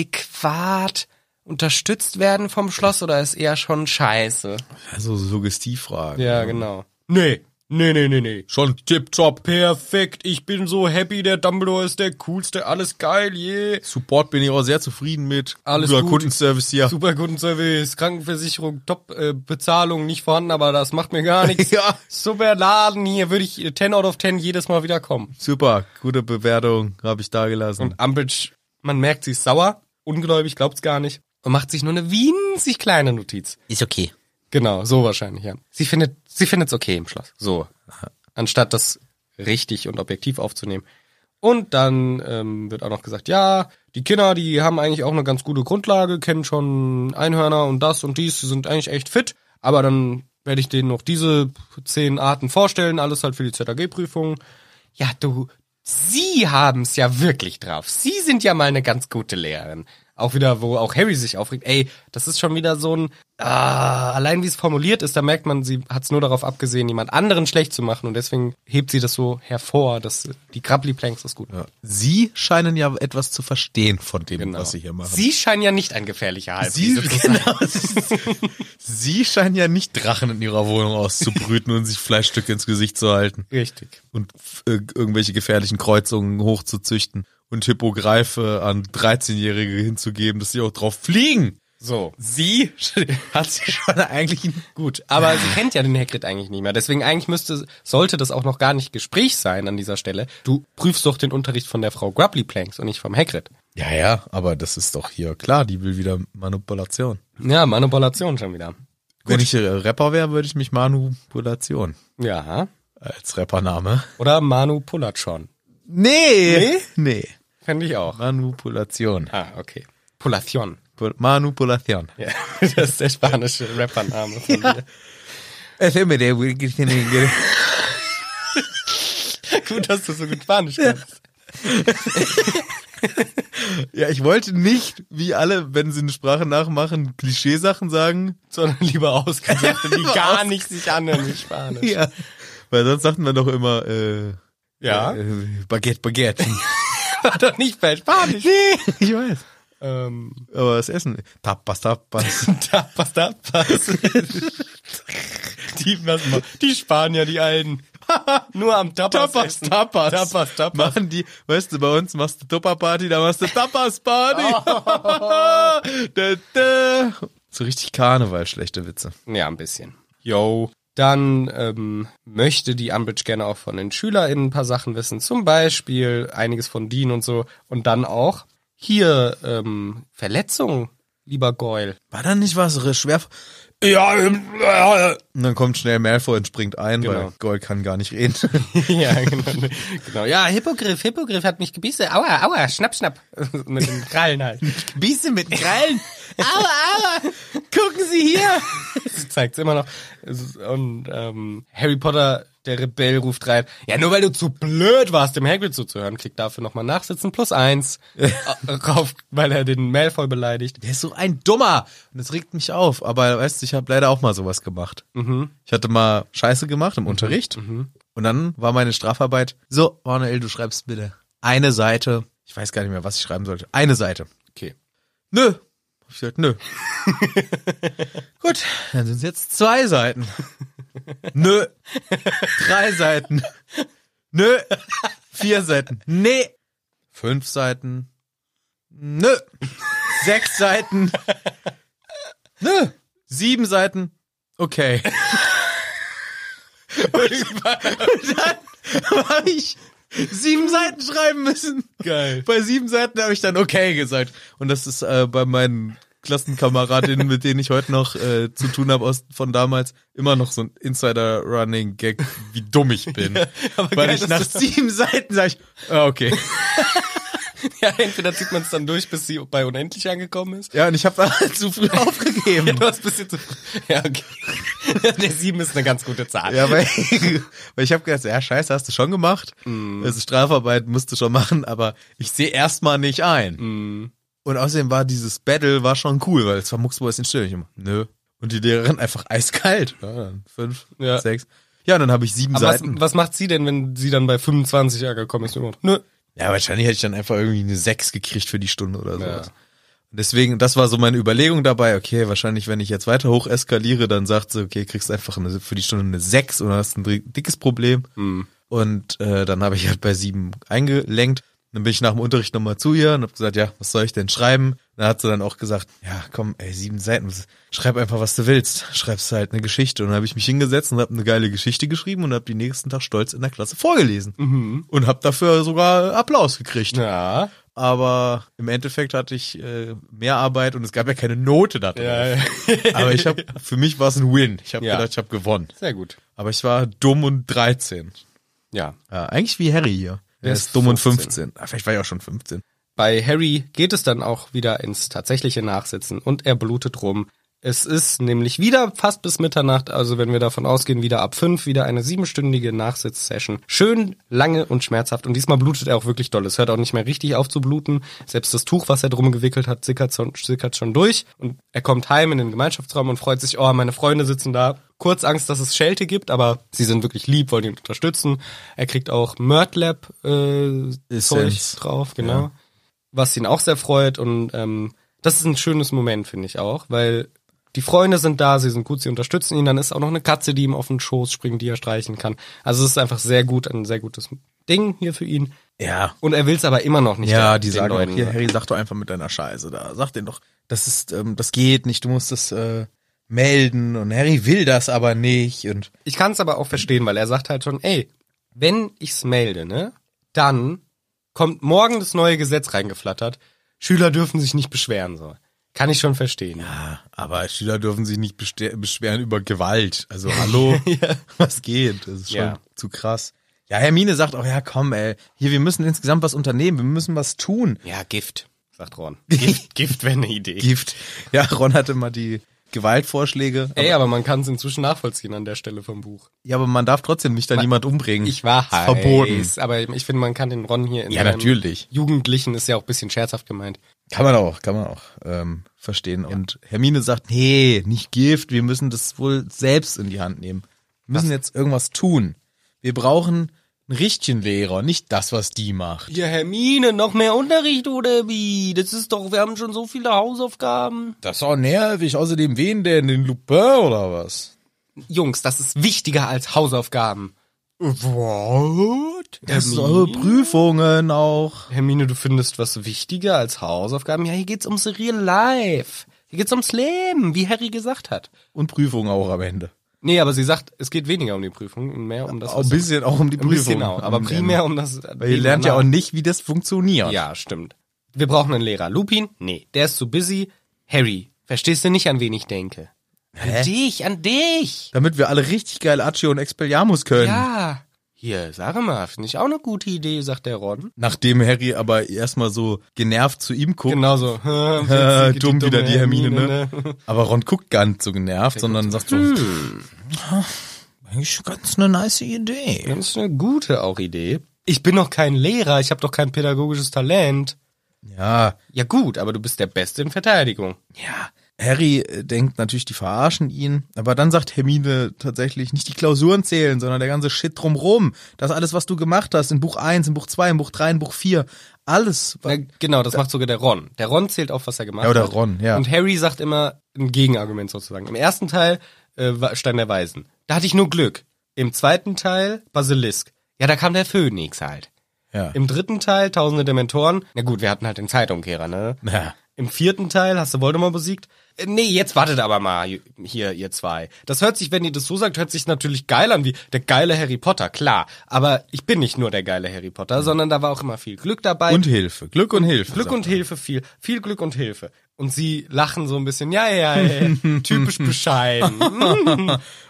Speaker 2: adäquat unterstützt werden vom Schloss oder ist eher schon scheiße?
Speaker 5: Also Suggestivfragen. ne?
Speaker 2: Ja, genau. Nee. Nee, nee, nee, nee.
Speaker 5: Schon tipptopp.
Speaker 2: Perfekt. Ich bin so happy. Der Dumbledore ist der coolste. Alles geil. Yeah.
Speaker 5: Support bin ich auch sehr zufrieden mit.
Speaker 2: Alles
Speaker 5: Guter
Speaker 2: gut.
Speaker 5: Kundenservice hier.
Speaker 2: Super guten Service, Krankenversicherung, top äh, Bezahlung nicht vorhanden, aber das macht mir gar nichts.
Speaker 5: Ja.
Speaker 2: Super Laden hier, würde ich äh, 10 out of 10 jedes Mal wieder kommen.
Speaker 5: Super, gute Bewertung habe ich da gelassen.
Speaker 2: Und Umbridge, man merkt, sie ist sauer, ungläubig, glaubt's gar nicht und macht sich nur eine winzig kleine Notiz.
Speaker 6: Ist okay.
Speaker 2: Genau, so wahrscheinlich, ja. Sie findet sie findet's okay im Schloss. So, anstatt das richtig und objektiv aufzunehmen. Und dann ähm, wird auch noch gesagt, ja, die Kinder, die haben eigentlich auch eine ganz gute Grundlage, kennen schon Einhörner und das und dies, sie sind eigentlich echt fit. Aber dann werde ich denen noch diese zehn Arten vorstellen, alles halt für die ZAG-Prüfung. Ja, du, sie haben's ja wirklich drauf. Sie sind ja mal eine ganz gute Lehrerin. Auch wieder, wo auch Harry sich aufregt. Ey, das ist schon wieder so ein, ah, allein wie es formuliert ist, da merkt man, sie hat's nur darauf abgesehen, jemand anderen schlecht zu machen. Und deswegen hebt sie das so hervor, dass die Grapply Planks das gut.
Speaker 5: Ja. Sie scheinen ja etwas zu verstehen von dem,
Speaker 2: Genau.
Speaker 5: was sie hier machen.
Speaker 2: Sie scheinen ja nicht ein gefährlicher
Speaker 5: Sie,
Speaker 2: Halbwiese zu sein.
Speaker 5: genau, sie scheinen ja nicht Drachen in ihrer Wohnung auszubrüten und sich Fleischstücke ins Gesicht zu halten
Speaker 2: Richtig.
Speaker 5: und f- äh, irgendwelche gefährlichen Kreuzungen hochzuzüchten und Hippogreife an 13-Jährige hinzugeben, dass sie auch drauf fliegen.
Speaker 2: So.
Speaker 5: Sie hat sie schon eigentlich einen
Speaker 2: Gut, aber
Speaker 5: Ah.
Speaker 2: sie kennt ja den Hagrid eigentlich nicht mehr. Deswegen eigentlich müsste, sollte das auch noch gar nicht Gespräch sein an dieser Stelle. Du prüfst doch den Unterricht von der Frau Grubbly Planks und nicht vom Hagrid.
Speaker 5: Ja, ja, aber das ist doch hier klar, die will wieder Manipulation.
Speaker 2: Ja, Manipulation schon wieder.
Speaker 5: Wenn ich äh, Rapper wäre, würde ich mich Manipulation
Speaker 2: Ja.
Speaker 5: als Rappername.
Speaker 2: Oder Manu Pulatschon.
Speaker 5: Nee! Nee.
Speaker 2: Fände ich auch.
Speaker 5: Manipulation.
Speaker 2: Ah, okay. Pulation.
Speaker 5: Pul- Manipulation.
Speaker 2: Ja, das ist der spanische Rappername von mir.
Speaker 5: Manipulation.
Speaker 2: Gut, dass du so gut Spanisch kannst.
Speaker 5: Ja, ich wollte nicht, wie alle, wenn sie eine Sprache nachmachen, Klischeesachen sagen.
Speaker 2: Sondern lieber Ausgesuchte, die
Speaker 5: Lieber
Speaker 2: gar
Speaker 5: aus-
Speaker 2: nicht sich anhören wie Spanisch.
Speaker 5: Ja. Weil sonst sagten wir doch immer, äh,
Speaker 2: Ja.
Speaker 5: äh, Baguette, Baguette.
Speaker 2: War doch nicht bei Spanisch.
Speaker 5: ich weiß.
Speaker 2: ähm,
Speaker 5: Aber das Essen. Tapas, tapas.
Speaker 2: Tapas, tapas. die, was, ma- die Spanier, die alten. Nur am Tapas.
Speaker 5: Tapas,
Speaker 2: essen.
Speaker 5: Tapas.
Speaker 2: Tapas, Tapas.
Speaker 5: Machen die, weißt du, bei uns machst du Tupper-Party, da machst du Tapas-Party. Da, da. So richtig Karneval, schlechte Witze.
Speaker 2: Ja, ein bisschen. Yo. Dann ähm, möchte die Umbridge gerne auch von den SchülerInnen ein paar Sachen wissen. Zum Beispiel einiges von Dean und so. Und dann auch hier ähm, Verletzungen, lieber Goyle.
Speaker 5: War da nicht was schwer, Ja, ähm, äh. Und dann kommt schnell Malfoy und springt ein, weil
Speaker 2: Genau.
Speaker 5: Gold kann gar nicht reden.
Speaker 2: ja, genau. genau. Ja, Hippogriff, Hippogriff hat mich gebissen. Aua, aua, schnapp, schnapp. mit den Krallen halt.
Speaker 7: Biese mit Krallen.
Speaker 2: aua, aua, gucken Sie hier. Sie zeigt's immer noch. Es ist- Und ähm, Harry Potter, der Rebell, ruft rein. Ja, nur weil du zu blöd warst, dem Hagrid zuzuhören, kriegt dafür nochmal Nachsitzen plus eins. Äh, Rauf, weil er den Malfoy beleidigt.
Speaker 5: Der ist so ein Dummer. Und das regt mich auf. Aber weißt du, ich habe leider auch mal sowas gemacht.
Speaker 2: Mhm.
Speaker 5: Ich hatte mal Scheiße gemacht im Unterricht. Und dann war meine Strafarbeit, so, Manuel, du schreibst bitte eine Seite. Ich weiß gar nicht mehr, was ich schreiben sollte. Eine Seite.
Speaker 2: Okay.
Speaker 5: Nö. Hab ich gesagt, nö. Gut, dann sind es jetzt zwei Seiten. Nö. Drei Seiten. Nö. Vier Seiten. Nee. Fünf Seiten. Nö. Sechs Seiten. Nö. Sieben Seiten. Okay. Und dann habe ich sieben Seiten schreiben müssen.
Speaker 2: Geil.
Speaker 5: Bei sieben Seiten habe ich dann okay gesagt. Und das ist äh, bei meinen Klassenkameradinnen, mit denen ich heute noch äh, zu tun habe aus von damals, immer noch so ein Insider-Running-Gag, wie dumm ich bin.
Speaker 2: aber
Speaker 5: Weil
Speaker 2: geil,
Speaker 5: ich
Speaker 2: dass
Speaker 5: nach sieben Seiten sage ich, ah, okay.
Speaker 2: Ja, entweder zieht man es dann durch, bis sie bei unendlich angekommen ist.
Speaker 5: Ja, und ich habe da zu früh aufgegeben.
Speaker 2: Ja, du hast ein bisschen zu. Ja, okay. Der sieben ist eine ganz gute Zahl.
Speaker 5: Ja, weil, weil ich habe gedacht, ja, scheiße, hast du schon gemacht.
Speaker 2: Mhm.
Speaker 5: Also Strafarbeit musst du schon machen, aber ich sehe erstmal nicht ein.
Speaker 2: Hm.
Speaker 5: Und außerdem war dieses Battle war schon cool, weil es war Mucksburg in Stirn. Nö. Und die Lehrerin einfach eiskalt. Ja, dann fünf,
Speaker 2: Ja.
Speaker 5: sechs. Ja, und dann habe ich sieben
Speaker 2: Aber was,
Speaker 5: Seiten.
Speaker 2: was macht sie denn, wenn sie dann bei 25 angekommen ist? Immer noch, Nö.
Speaker 5: Ja, wahrscheinlich hätte ich dann einfach irgendwie eine sechs gekriegt für die Stunde oder sowas.
Speaker 2: Ja.
Speaker 5: Und deswegen, das war so meine Überlegung dabei. Okay, wahrscheinlich, wenn ich jetzt weiter hoch eskaliere, dann sagt sie, okay, kriegst einfach eine, für die Stunde eine sechs und hast ein dri- dickes Problem. Und äh, dann habe ich halt bei sieben eingelenkt. Dann bin ich nach dem Unterricht nochmal zu ihr und habe gesagt, ja, was soll ich denn schreiben? Dann hat sie dann auch gesagt, ja, komm, ey, sieben Seiten, was- schreib einfach, was du willst. Schreibst halt eine Geschichte. Und dann habe ich mich hingesetzt und habe eine geile Geschichte geschrieben und habe die nächsten Tag stolz in der Klasse vorgelesen. Und habe dafür sogar Applaus gekriegt.
Speaker 2: Mhm. Ja.
Speaker 5: Aber im Endeffekt hatte ich äh, mehr Arbeit und es gab ja keine Note da drauf.
Speaker 2: Ja, ja.
Speaker 5: Aber ich habe, für mich war es ein Win. Ich habe
Speaker 2: Ja.
Speaker 5: gedacht, ich habe gewonnen.
Speaker 2: Sehr gut.
Speaker 5: Aber ich war äh, dumm und 13.
Speaker 2: Ja.
Speaker 5: Ja, Äh, eigentlich wie Harry hier. Er
Speaker 2: ist
Speaker 5: ist dumm und
Speaker 2: 15.
Speaker 5: 15. Ah, vielleicht war ich auch schon 15.
Speaker 2: Bei Harry geht es dann auch wieder ins tatsächliche Nachsitzen und er blutet rum. Es ist nämlich wieder fast bis Mitternacht, also wenn wir davon ausgehen, wieder ab fünf, wieder eine siebenstündige Nachsitzsession. Schön, lange und schmerzhaft. Und diesmal blutet er auch wirklich doll. Es hört auch nicht mehr richtig auf zu bluten. Selbst das Tuch, was er drum gewickelt hat, sickert schon, sickert schon durch. Und er kommt heim in den Gemeinschaftsraum und freut sich, oh, meine Freunde sitzen da. Kurz Angst, dass es Schelte gibt, aber sie sind wirklich lieb, wollen ihn unterstützen. Er kriegt auch Murtlab äh, Zeug
Speaker 5: Essenz.
Speaker 2: drauf, genau was ihn auch sehr freut. Und ähm, das ist ein schönes Moment, finde ich auch, weil die Freunde sind da, sie sind gut, sie unterstützen ihn. Dann ist auch noch eine Katze, die ihm auf den Schoß springt, die er streichen kann. Also es ist einfach sehr gut, ein sehr gutes Ding hier für ihn.
Speaker 5: Ja.
Speaker 2: Und er will es aber immer noch nicht.
Speaker 5: Ja,
Speaker 2: den-
Speaker 5: die
Speaker 2: den
Speaker 5: sagen auch,
Speaker 2: Leuten
Speaker 5: hier,
Speaker 2: sagen.
Speaker 5: Harry, sag doch einfach mit deiner Scheiße da. Sag den doch, das ist, ähm, das geht nicht, du musst es äh, melden und Harry will das aber nicht und
Speaker 2: Ich kann es aber auch verstehen, weil er sagt halt schon, ey, wenn ich's melde, ne, dann kommt morgen das neue Gesetz reingeflattert. Schüler dürfen sich nicht beschweren, so. Kann ich schon verstehen.
Speaker 5: Ah, Aber Schüler dürfen sich nicht beste- beschweren über Gewalt. Also hallo, was geht? Das ist schon
Speaker 2: Ja.
Speaker 5: zu krass. Ja, Hermine sagt auch, ja komm, ey, hier, wir müssen insgesamt was unternehmen, wir müssen was tun.
Speaker 2: Ja, Gift, sagt Ron. Gift, Gift wäre eine Idee.
Speaker 5: Gift. Ja, Ron hatte mal die Gewaltvorschläge.
Speaker 2: Ey, aber man kann es inzwischen nachvollziehen an der Stelle vom Buch.
Speaker 5: ja, aber man darf trotzdem nicht da niemand umbringen.
Speaker 2: Ich war
Speaker 5: Ist
Speaker 2: heiß,
Speaker 5: Verboten.
Speaker 2: aber ich finde, man kann den Ron hier in
Speaker 5: Ja,
Speaker 2: seinem
Speaker 5: natürlich.
Speaker 2: Jugendlichen ist ja auch ein bisschen scherzhaft gemeint.
Speaker 5: Kann man auch, kann man auch ähm, verstehen. Und Hermine sagt, nee, nicht Gift, wir müssen das wohl selbst in die Hand nehmen. Wir müssen jetzt irgendwas tun. Wir brauchen einen richtigen Lehrer, nicht das, was die macht.
Speaker 2: Ja, Hermine, noch mehr Unterricht oder wie? Das ist doch, wir haben schon so viele Hausaufgaben.
Speaker 5: Das ist auch nervig. Außerdem wen denn? Den Lupin oder was?
Speaker 2: Jungs, das ist wichtiger als Hausaufgaben. What?
Speaker 5: Das sind eure Prüfungen auch.
Speaker 2: Hermine, du findest was wichtiger als Hausaufgaben? Ja, hier geht's ums Real Life. Hier geht's ums Leben, wie Harry gesagt hat.
Speaker 5: Und Prüfungen auch am Ende.
Speaker 2: Nee, aber sie sagt, es geht weniger um die Prüfung und mehr um das,
Speaker 5: auch ein
Speaker 2: was-
Speaker 5: bisschen auch um die Genau.
Speaker 2: Ein bisschen
Speaker 5: Prüfungen.
Speaker 2: auch, aber primär um das.
Speaker 5: Weil ihr lernt ja auch nicht, wie das funktioniert.
Speaker 2: Ja, stimmt. Wir brauchen einen Lehrer. Lupin? Nee, der ist zu busy. Harry, verstehst du nicht, an wen ich denke? An dich, an dich.
Speaker 5: Damit wir alle richtig geil Accio und Expelliarmus können.
Speaker 2: Ja. Hier, sag mal, finde ich auch eine gute Idee, sagt der Ron.
Speaker 5: Nachdem Harry aber erstmal so genervt zu ihm guckt.
Speaker 2: Genau so.
Speaker 5: Äh, dumm wieder die Hermine, ne? Aber Ron guckt gar nicht so genervt, sondern sagt so, "Hm,
Speaker 1: Eigentlich ganz eine nice Idee.
Speaker 2: Das ist eine gute auch Idee. Ich bin noch kein Lehrer, ich habe doch kein pädagogisches Talent.
Speaker 5: ja,
Speaker 2: Ja gut, aber du bist der Beste in Verteidigung.
Speaker 5: ja. Harry äh, denkt natürlich, die verarschen ihn, aber dann sagt Hermine tatsächlich, nicht die Klausuren zählen, sondern der ganze Shit drumrum. Das alles, was du gemacht hast, in Buch 1, in Buch 2, in Buch 3, in Buch 4, alles. wa-
Speaker 2: Na, genau, das macht sogar der Ron. Der Ron zählt auf, was er gemacht
Speaker 5: Ja,
Speaker 2: hat.
Speaker 5: oder Ron, ja.
Speaker 2: Und Harry sagt immer ein Gegenargument sozusagen. Im ersten Teil äh, war Stein der Weisen. Da hatte ich nur Glück. Im zweiten Teil Basilisk. Ja, da kam der Phönix halt.
Speaker 5: Ja.
Speaker 2: Im dritten Teil Tausende Dementoren. Na gut, wir hatten halt den Zeitumkehrer, ne?
Speaker 5: Ja.
Speaker 2: Im vierten Teil hast du Voldemort besiegt. Äh, Nee, jetzt wartet aber mal, ju- hier, ihr zwei. Das hört sich, wenn ihr das so sagt, hört sich natürlich geil an, wie der geile Harry Potter, klar. Aber ich bin nicht nur der geile Harry
Speaker 5: Mhm.
Speaker 2: Potter, sondern da war auch immer viel Glück dabei.
Speaker 5: Und Hilfe, Glück und Hilfe.
Speaker 2: Glück
Speaker 5: sagt
Speaker 2: und Hilfe, viel, viel Glück und Hilfe. Und sie lachen so ein bisschen, ja, ja, ja, typisch bescheiden.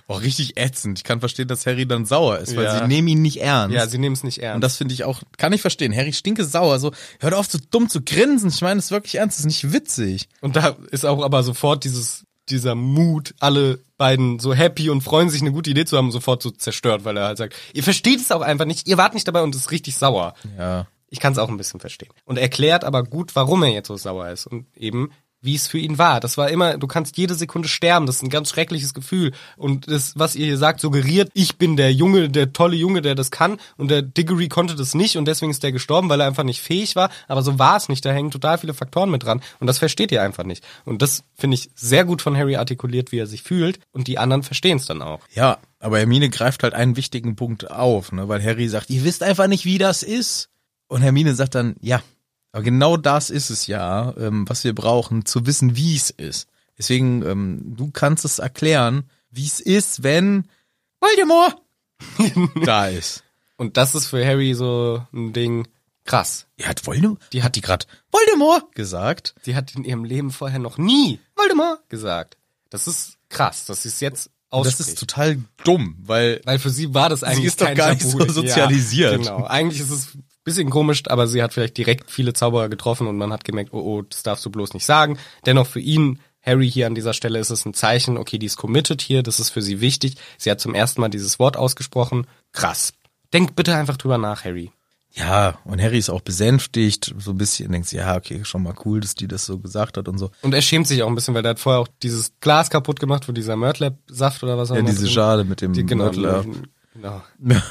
Speaker 5: Oh, richtig ätzend. Ich kann verstehen, dass Harry dann sauer ist, weil
Speaker 2: Ja.
Speaker 5: sie nehmen ihn nicht ernst.
Speaker 2: ja, sie nehmen es nicht ernst.
Speaker 5: und das finde ich auch, kann ich verstehen. Harry stinke sauer, so, hört auf, so dumm zu grinsen. Ich meine, es ist wirklich ernst, es ist nicht witzig.
Speaker 2: Und da ist auch aber sofort dieses, dieser Mut, alle beiden so happy und freuen sich, eine gute Idee zu haben, sofort so zerstört, weil er halt sagt, ihr versteht es auch einfach nicht, ihr wart nicht dabei und ist richtig sauer.
Speaker 5: Ja.
Speaker 2: Ich kann es auch ein bisschen verstehen. Und erklärt aber gut, warum er jetzt so sauer ist und eben, wie es für ihn war. Das war immer, du kannst jede Sekunde sterben, das ist ein ganz schreckliches Gefühl. Und das, was ihr hier sagt, suggeriert, ich bin der Junge, der tolle Junge, der das kann und der Diggory konnte das nicht und deswegen ist der gestorben, weil er einfach nicht fähig war. Aber so war es nicht, da hängen total viele Faktoren mit dran und das versteht ihr einfach nicht. Und das finde ich sehr gut von Harry artikuliert, wie er sich fühlt und die anderen verstehen es dann auch.
Speaker 5: Ja, aber Hermine greift halt einen wichtigen Punkt auf, ne, weil Harry sagt, ihr wisst einfach nicht, wie das ist. Und Hermine sagt dann, ja, aber genau das ist es ja, ähm, was wir brauchen, zu wissen, wie es ist. Deswegen, ähm, du kannst es erklären, wie es ist, wenn Voldemort da ist.
Speaker 2: Und das ist für Harry so ein Ding krass.
Speaker 5: Ja, hat Voldemort? Die hat die gerade Voldemort gesagt.
Speaker 2: Sie hat in ihrem Leben vorher noch nie Waldemar gesagt. Das ist krass, dass sie es jetzt ausspricht.
Speaker 5: Das ist total dumm, weil
Speaker 2: weil für sie war das eigentlich
Speaker 5: ist doch
Speaker 2: kein
Speaker 5: gar nicht
Speaker 2: Tabu.
Speaker 5: so sozialisiert.
Speaker 2: Ja, genau. Eigentlich ist es ein bisschen komisch, aber sie hat vielleicht direkt viele Zauberer getroffen und man hat gemerkt, oh, oh, das darfst du bloß nicht sagen. Dennoch für ihn, Harry hier an dieser Stelle, ist es ein Zeichen, okay, die ist committed hier, das ist für sie wichtig. Sie hat zum ersten Mal dieses Wort ausgesprochen. Krass. Denkt bitte einfach drüber nach, Harry.
Speaker 5: ja, und Harry ist auch besänftigt, so ein bisschen denkt sie, ja, okay, schon mal cool, dass die das so gesagt hat und so.
Speaker 2: Und er schämt sich auch ein bisschen, weil er hat vorher auch dieses Glas kaputt gemacht, wo dieser Mörtlab-Saft oder was auch
Speaker 5: Ja,
Speaker 2: immer
Speaker 5: diese
Speaker 2: drin-
Speaker 5: Schale mit dem
Speaker 2: Die, genau,
Speaker 5: Mörtler,
Speaker 2: genau,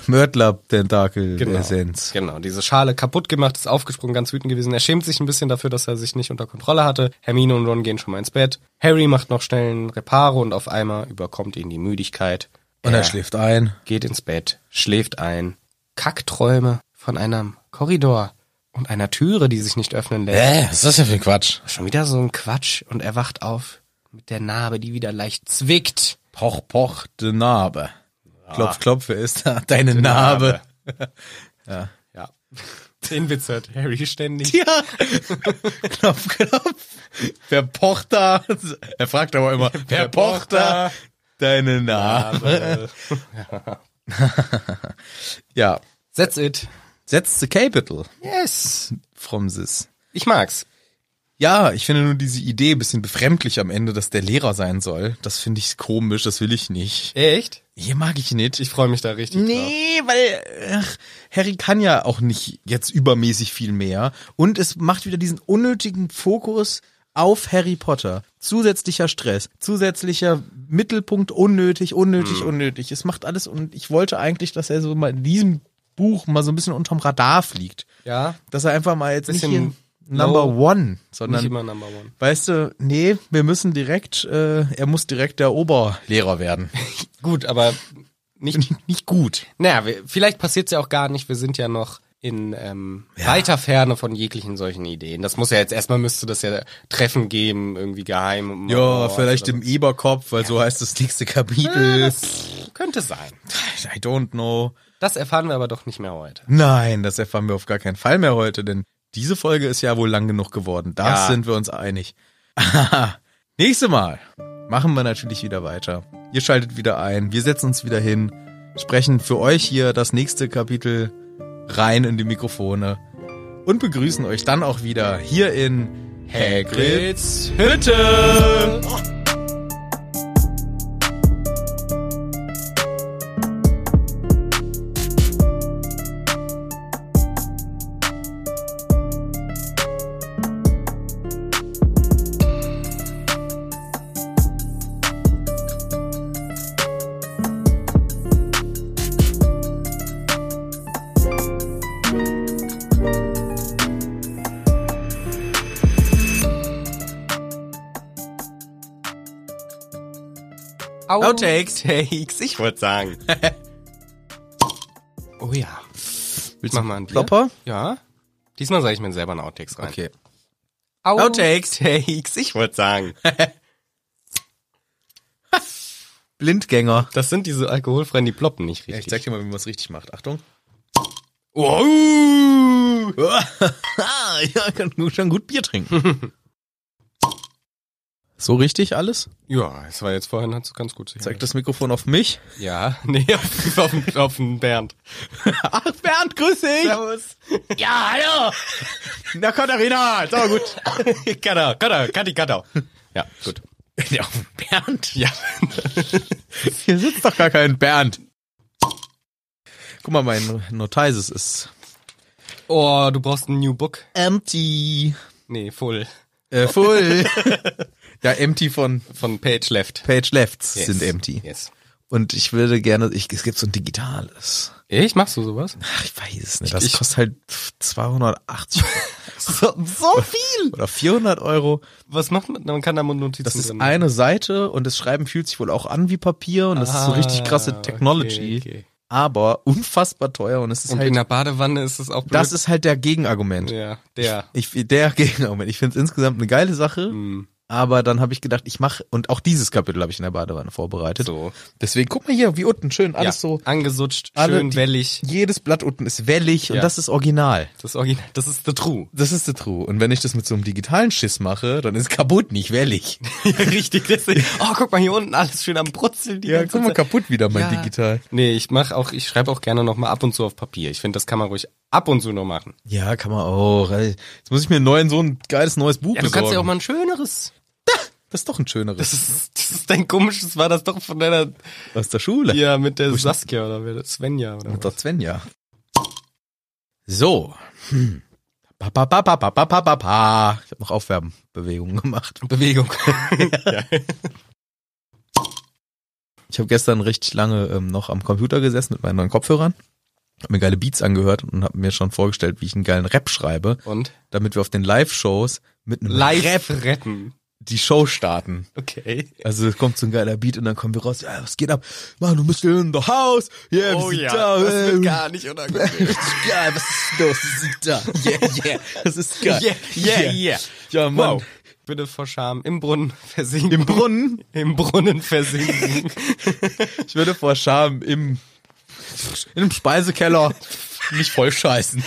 Speaker 5: Mörtler Tentakel
Speaker 2: genau,
Speaker 5: Essenz.
Speaker 2: genau. Diese Schale kaputt gemacht, ist aufgesprungen, ganz wütend gewesen. Er schämt sich ein bisschen dafür, dass er sich nicht unter Kontrolle hatte. Hermine und Ron gehen schon mal ins Bett. Harry macht noch schnell ein Reparo und auf einmal überkommt ihn die Müdigkeit.
Speaker 5: Und er schläft ein.
Speaker 2: Geht ins Bett, schläft ein. Kackträume von einem Korridor und einer Türe, die sich nicht öffnen lässt.
Speaker 5: Äh, was ist das denn für ein Quatsch?
Speaker 2: Schon wieder so ein Quatsch und er wacht auf mit der Narbe, die wieder leicht zwickt.
Speaker 5: Poch, poch, de Narbe. Klopf, klopf, wer ist da? Ah. Deine Narbe.
Speaker 2: Ja. Den Witz hört Harry ständig.
Speaker 5: Ja. klopf, klopf. Wer pocht da? Er fragt aber immer, wer pocht da? Deine Narbe. ja.
Speaker 2: That's it.
Speaker 5: That's the capital
Speaker 2: Yes.
Speaker 5: from this.
Speaker 2: Ich mag's.
Speaker 5: Ja, ich finde nur diese Idee ein bisschen befremdlich am Ende, dass der Lehrer sein soll. Das finde ich komisch, das will ich nicht.
Speaker 2: Echt?
Speaker 5: Hier mag ich nicht.
Speaker 2: Ich freue mich da richtig drauf.
Speaker 5: Nee, weil ach, Harry kann ja auch nicht jetzt übermäßig viel mehr. Und es macht wieder diesen unnötigen Fokus auf Harry Potter. Zusätzlicher Stress, zusätzlicher Mittelpunkt, unnötig, unnötig, unnötig. Es macht alles und ich wollte eigentlich, dass er so mal in diesem Buch mal so ein bisschen unterm Radar fliegt.
Speaker 2: Ja,
Speaker 5: Dass er einfach mal jetzt nicht hier
Speaker 2: Bisschen
Speaker 5: Number
Speaker 2: low.
Speaker 5: One,
Speaker 2: nicht
Speaker 5: sondern
Speaker 2: immer Number One.
Speaker 5: Weißt du, nee, wir müssen direkt, äh, er muss direkt der Oberlehrer werden.
Speaker 2: Gut, aber nicht.
Speaker 5: Nicht gut.
Speaker 2: naja, wir, vielleicht passiert's ja auch gar nicht. Wir sind ja noch in ähm, weiter Ferne von jeglichen solchen Ideen. Das muss ja jetzt erstmal müsste das ja Treffen geben, irgendwie geheim. um-
Speaker 5: Ja,
Speaker 2: oh,
Speaker 5: vielleicht
Speaker 2: oder-
Speaker 5: im Eberkopf, weil so heißt das nächste
Speaker 2: Ja,
Speaker 5: Kapitel.
Speaker 2: das könnte sein.
Speaker 5: I don't know.
Speaker 2: Das erfahren wir aber doch nicht mehr heute.
Speaker 5: Nein, das erfahren wir auf gar keinen Fall mehr heute, denn diese Folge ist ja wohl lang genug geworden. Das
Speaker 2: Ja.
Speaker 5: sind wir uns einig. Nächste Mal. machen wir natürlich wieder weiter. Ihr schaltet wieder ein, wir setzen uns wieder hin, sprechen für euch hier das nächste Kapitel rein in die Mikrofone und begrüßen euch dann auch wieder hier in Hagrids Hütte. Outtakes.
Speaker 2: Takes, ich wollte sagen. oh ja. Willst
Speaker 5: du
Speaker 2: Mach mal einen Bier?
Speaker 5: Plopper?
Speaker 2: Ja. Diesmal sage ich mir selber einen Outtakes rein.
Speaker 5: Okay.
Speaker 2: Outtakes. Takes, ich wollte sagen.
Speaker 5: Blindgänger.
Speaker 2: Das sind diese alkoholfreien, die ploppen nicht
Speaker 5: Ja, ich
Speaker 2: richtig.
Speaker 5: zeig dir mal, wie man es richtig macht. Achtung.
Speaker 2: wow.
Speaker 5: Ah, ja, kann gut- schon gut Bier trinken. so richtig alles?
Speaker 2: Ja, es war jetzt vorhin hat's ganz gut
Speaker 5: Zeig das Mikrofon auf mich.
Speaker 2: Ja, nee, auf, auf, den- auf den Bernd.
Speaker 5: Ach, Bernd, grüß dich.
Speaker 2: Servus.
Speaker 8: Ja, hallo!
Speaker 5: Na, Katharina, so gut.
Speaker 2: Kadau, Kadau, Kati, Kadau. Ja, gut.
Speaker 8: Ja, Bernd.
Speaker 2: Ja.
Speaker 5: Hier sitzt doch gar kein Bernd. Guck mal, mein Notizes ist
Speaker 2: Oh, du brauchst ein New Book.
Speaker 5: empty.
Speaker 2: Nee, Full.
Speaker 5: Äh, full. ja, empty von
Speaker 2: Von Page Left.
Speaker 5: Page Lefts
Speaker 2: Yes.
Speaker 5: sind empty.
Speaker 2: Yes.
Speaker 5: Und ich würde gerne, ich, es gibt so ein digitales.
Speaker 2: Ich? Machst du sowas?
Speaker 5: Ach, ich weiß es nicht. Das
Speaker 2: Ich-
Speaker 5: kostet halt 280
Speaker 2: So, so viel!
Speaker 5: oder 400 Euro.
Speaker 2: Was macht man? Man kann da Notizen
Speaker 5: Das ist
Speaker 2: drin machen.
Speaker 5: eine Seite und das Schreiben fühlt sich wohl auch an wie Papier und das ist so richtig krasse
Speaker 2: Ah,
Speaker 5: Technology. Halt.
Speaker 2: okay, okay.
Speaker 5: Aber unfassbar teuer und es ist
Speaker 2: Und in
Speaker 5: halt,
Speaker 2: der Badewanne ist es auch blöd.
Speaker 5: das ist halt der Gegenargument.
Speaker 2: ja, der.
Speaker 5: Ich, der Gegenargument. Ich finde es insgesamt eine geile Sache,
Speaker 2: Hm,
Speaker 5: aber dann habe ich gedacht, ich mache, und auch dieses Kapitel habe ich in der Badewanne vorbereitet.
Speaker 2: so.
Speaker 5: Deswegen guck mal hier, wie unten schön, alles
Speaker 2: ja,
Speaker 5: so,
Speaker 2: Angesutscht,
Speaker 5: alle
Speaker 2: schön
Speaker 5: die-
Speaker 2: wellig.
Speaker 5: jedes Blatt unten ist wellig und
Speaker 2: Ja.
Speaker 5: das ist original.
Speaker 2: Das Original. Das ist the true.
Speaker 5: Das ist the true. Und wenn ich das mit so einem digitalen Schiss mache, dann ist kaputt, nicht wellig.
Speaker 2: Richtig, richtig. Oh, guck mal hier unten, alles schön am Brutzeln. Die
Speaker 5: Ja,
Speaker 2: ganze
Speaker 5: guck mal,
Speaker 2: Zeit.
Speaker 5: kaputt wieder mein
Speaker 2: Ja.
Speaker 5: digital.
Speaker 2: Nee, ich mach auch, ich schreibe auch gerne nochmal ab und zu auf Papier. Ich finde, das kann man ruhig ab und zu noch machen.
Speaker 5: Ja, kann man auch. Ey, Jetzt muss ich mir einen neuen, so ein geiles neues Buch
Speaker 2: Ja, du
Speaker 5: besorgen.
Speaker 2: kannst ja auch mal ein schöneres.
Speaker 5: das ist doch ein schöneres.
Speaker 2: Das ist, das ist dein komisches, war das doch von deiner,
Speaker 5: aus der Schule.
Speaker 2: ja, mit der Saskia oder wer- Svenja oder
Speaker 5: Mit
Speaker 2: was.
Speaker 5: der Svenja. So. Hm. Ba, ba, ba, ba, ba, ba, ba, ba, ba. Ich habe noch Aufwärmbewegungen gemacht.
Speaker 2: Bewegung. ja.
Speaker 5: Ich habe gestern richtig lange ähm, noch am Computer gesessen mit meinen neuen Kopfhörern. Hab mir geile Beats angehört und habe mir schon vorgestellt, wie ich einen geilen Rap schreibe,
Speaker 2: Und?
Speaker 5: damit wir auf den Live-Shows mit einem
Speaker 2: Live
Speaker 5: Rap
Speaker 2: retten.
Speaker 5: die Show starten.
Speaker 2: Okay.
Speaker 5: Also es kommt so ein geiler Beat und dann kommen wir raus. Ja, was geht ab? Mann, du bist in the house. Yeah, wir sind da. äh,
Speaker 2: nicht unangenehm.
Speaker 5: richtig geil. Was ist los? Wir sind da. Yeah, yeah. Das ist geil.
Speaker 2: Yeah, yeah, yeah.
Speaker 5: Ja, Mann.
Speaker 2: Wow. Bitte vor Scham im Brunnen versinken.
Speaker 5: Im Brunnen.
Speaker 2: Im Brunnen versinken.
Speaker 5: Ich würde vor Scham im, in einem Speisekeller mich voll scheißen.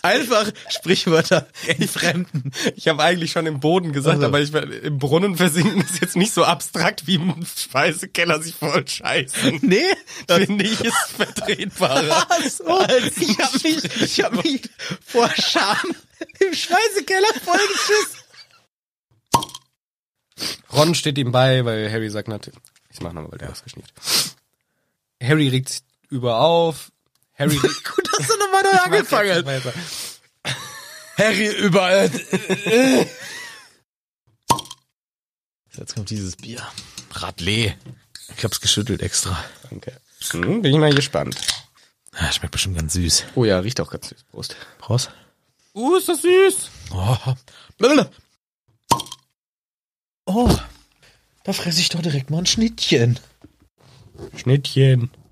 Speaker 5: Einfach Sprichwörter in Fremden.
Speaker 2: Ich habe eigentlich schon im Boden gesagt,
Speaker 5: Also.
Speaker 2: aber ich mein, im Brunnen versinken ist jetzt nicht so abstrakt wie im Speisekeller sich voll scheißen.
Speaker 5: Nee.
Speaker 2: Finde ich ist vertretbarer.
Speaker 5: So, Oh, ich hab mich, ich hab mich vor Scham im Speisekeller vollgeschissen.
Speaker 2: Ron steht ihm bei, weil Harry sagt, na, ich mach nochmal, weil der ausgeschnieft. Harry regt sich über auf. Harry regt
Speaker 5: Gut, dass du nochmal neu angefangen hast. Harry überall. Jetzt kommt dieses Bier. Radley. Ich hab's geschüttelt extra.
Speaker 2: Danke. Hm, bin ich mal gespannt.
Speaker 5: Ah, schmeckt bestimmt ganz süß.
Speaker 2: Oh ja, riecht auch ganz süß. Prost.
Speaker 5: Prost.
Speaker 2: Uh, ist das süß.
Speaker 5: Oh. Blablabla. Oh. Da fresse ich doch direkt mal ein Schnittchen.
Speaker 2: Schnittchen.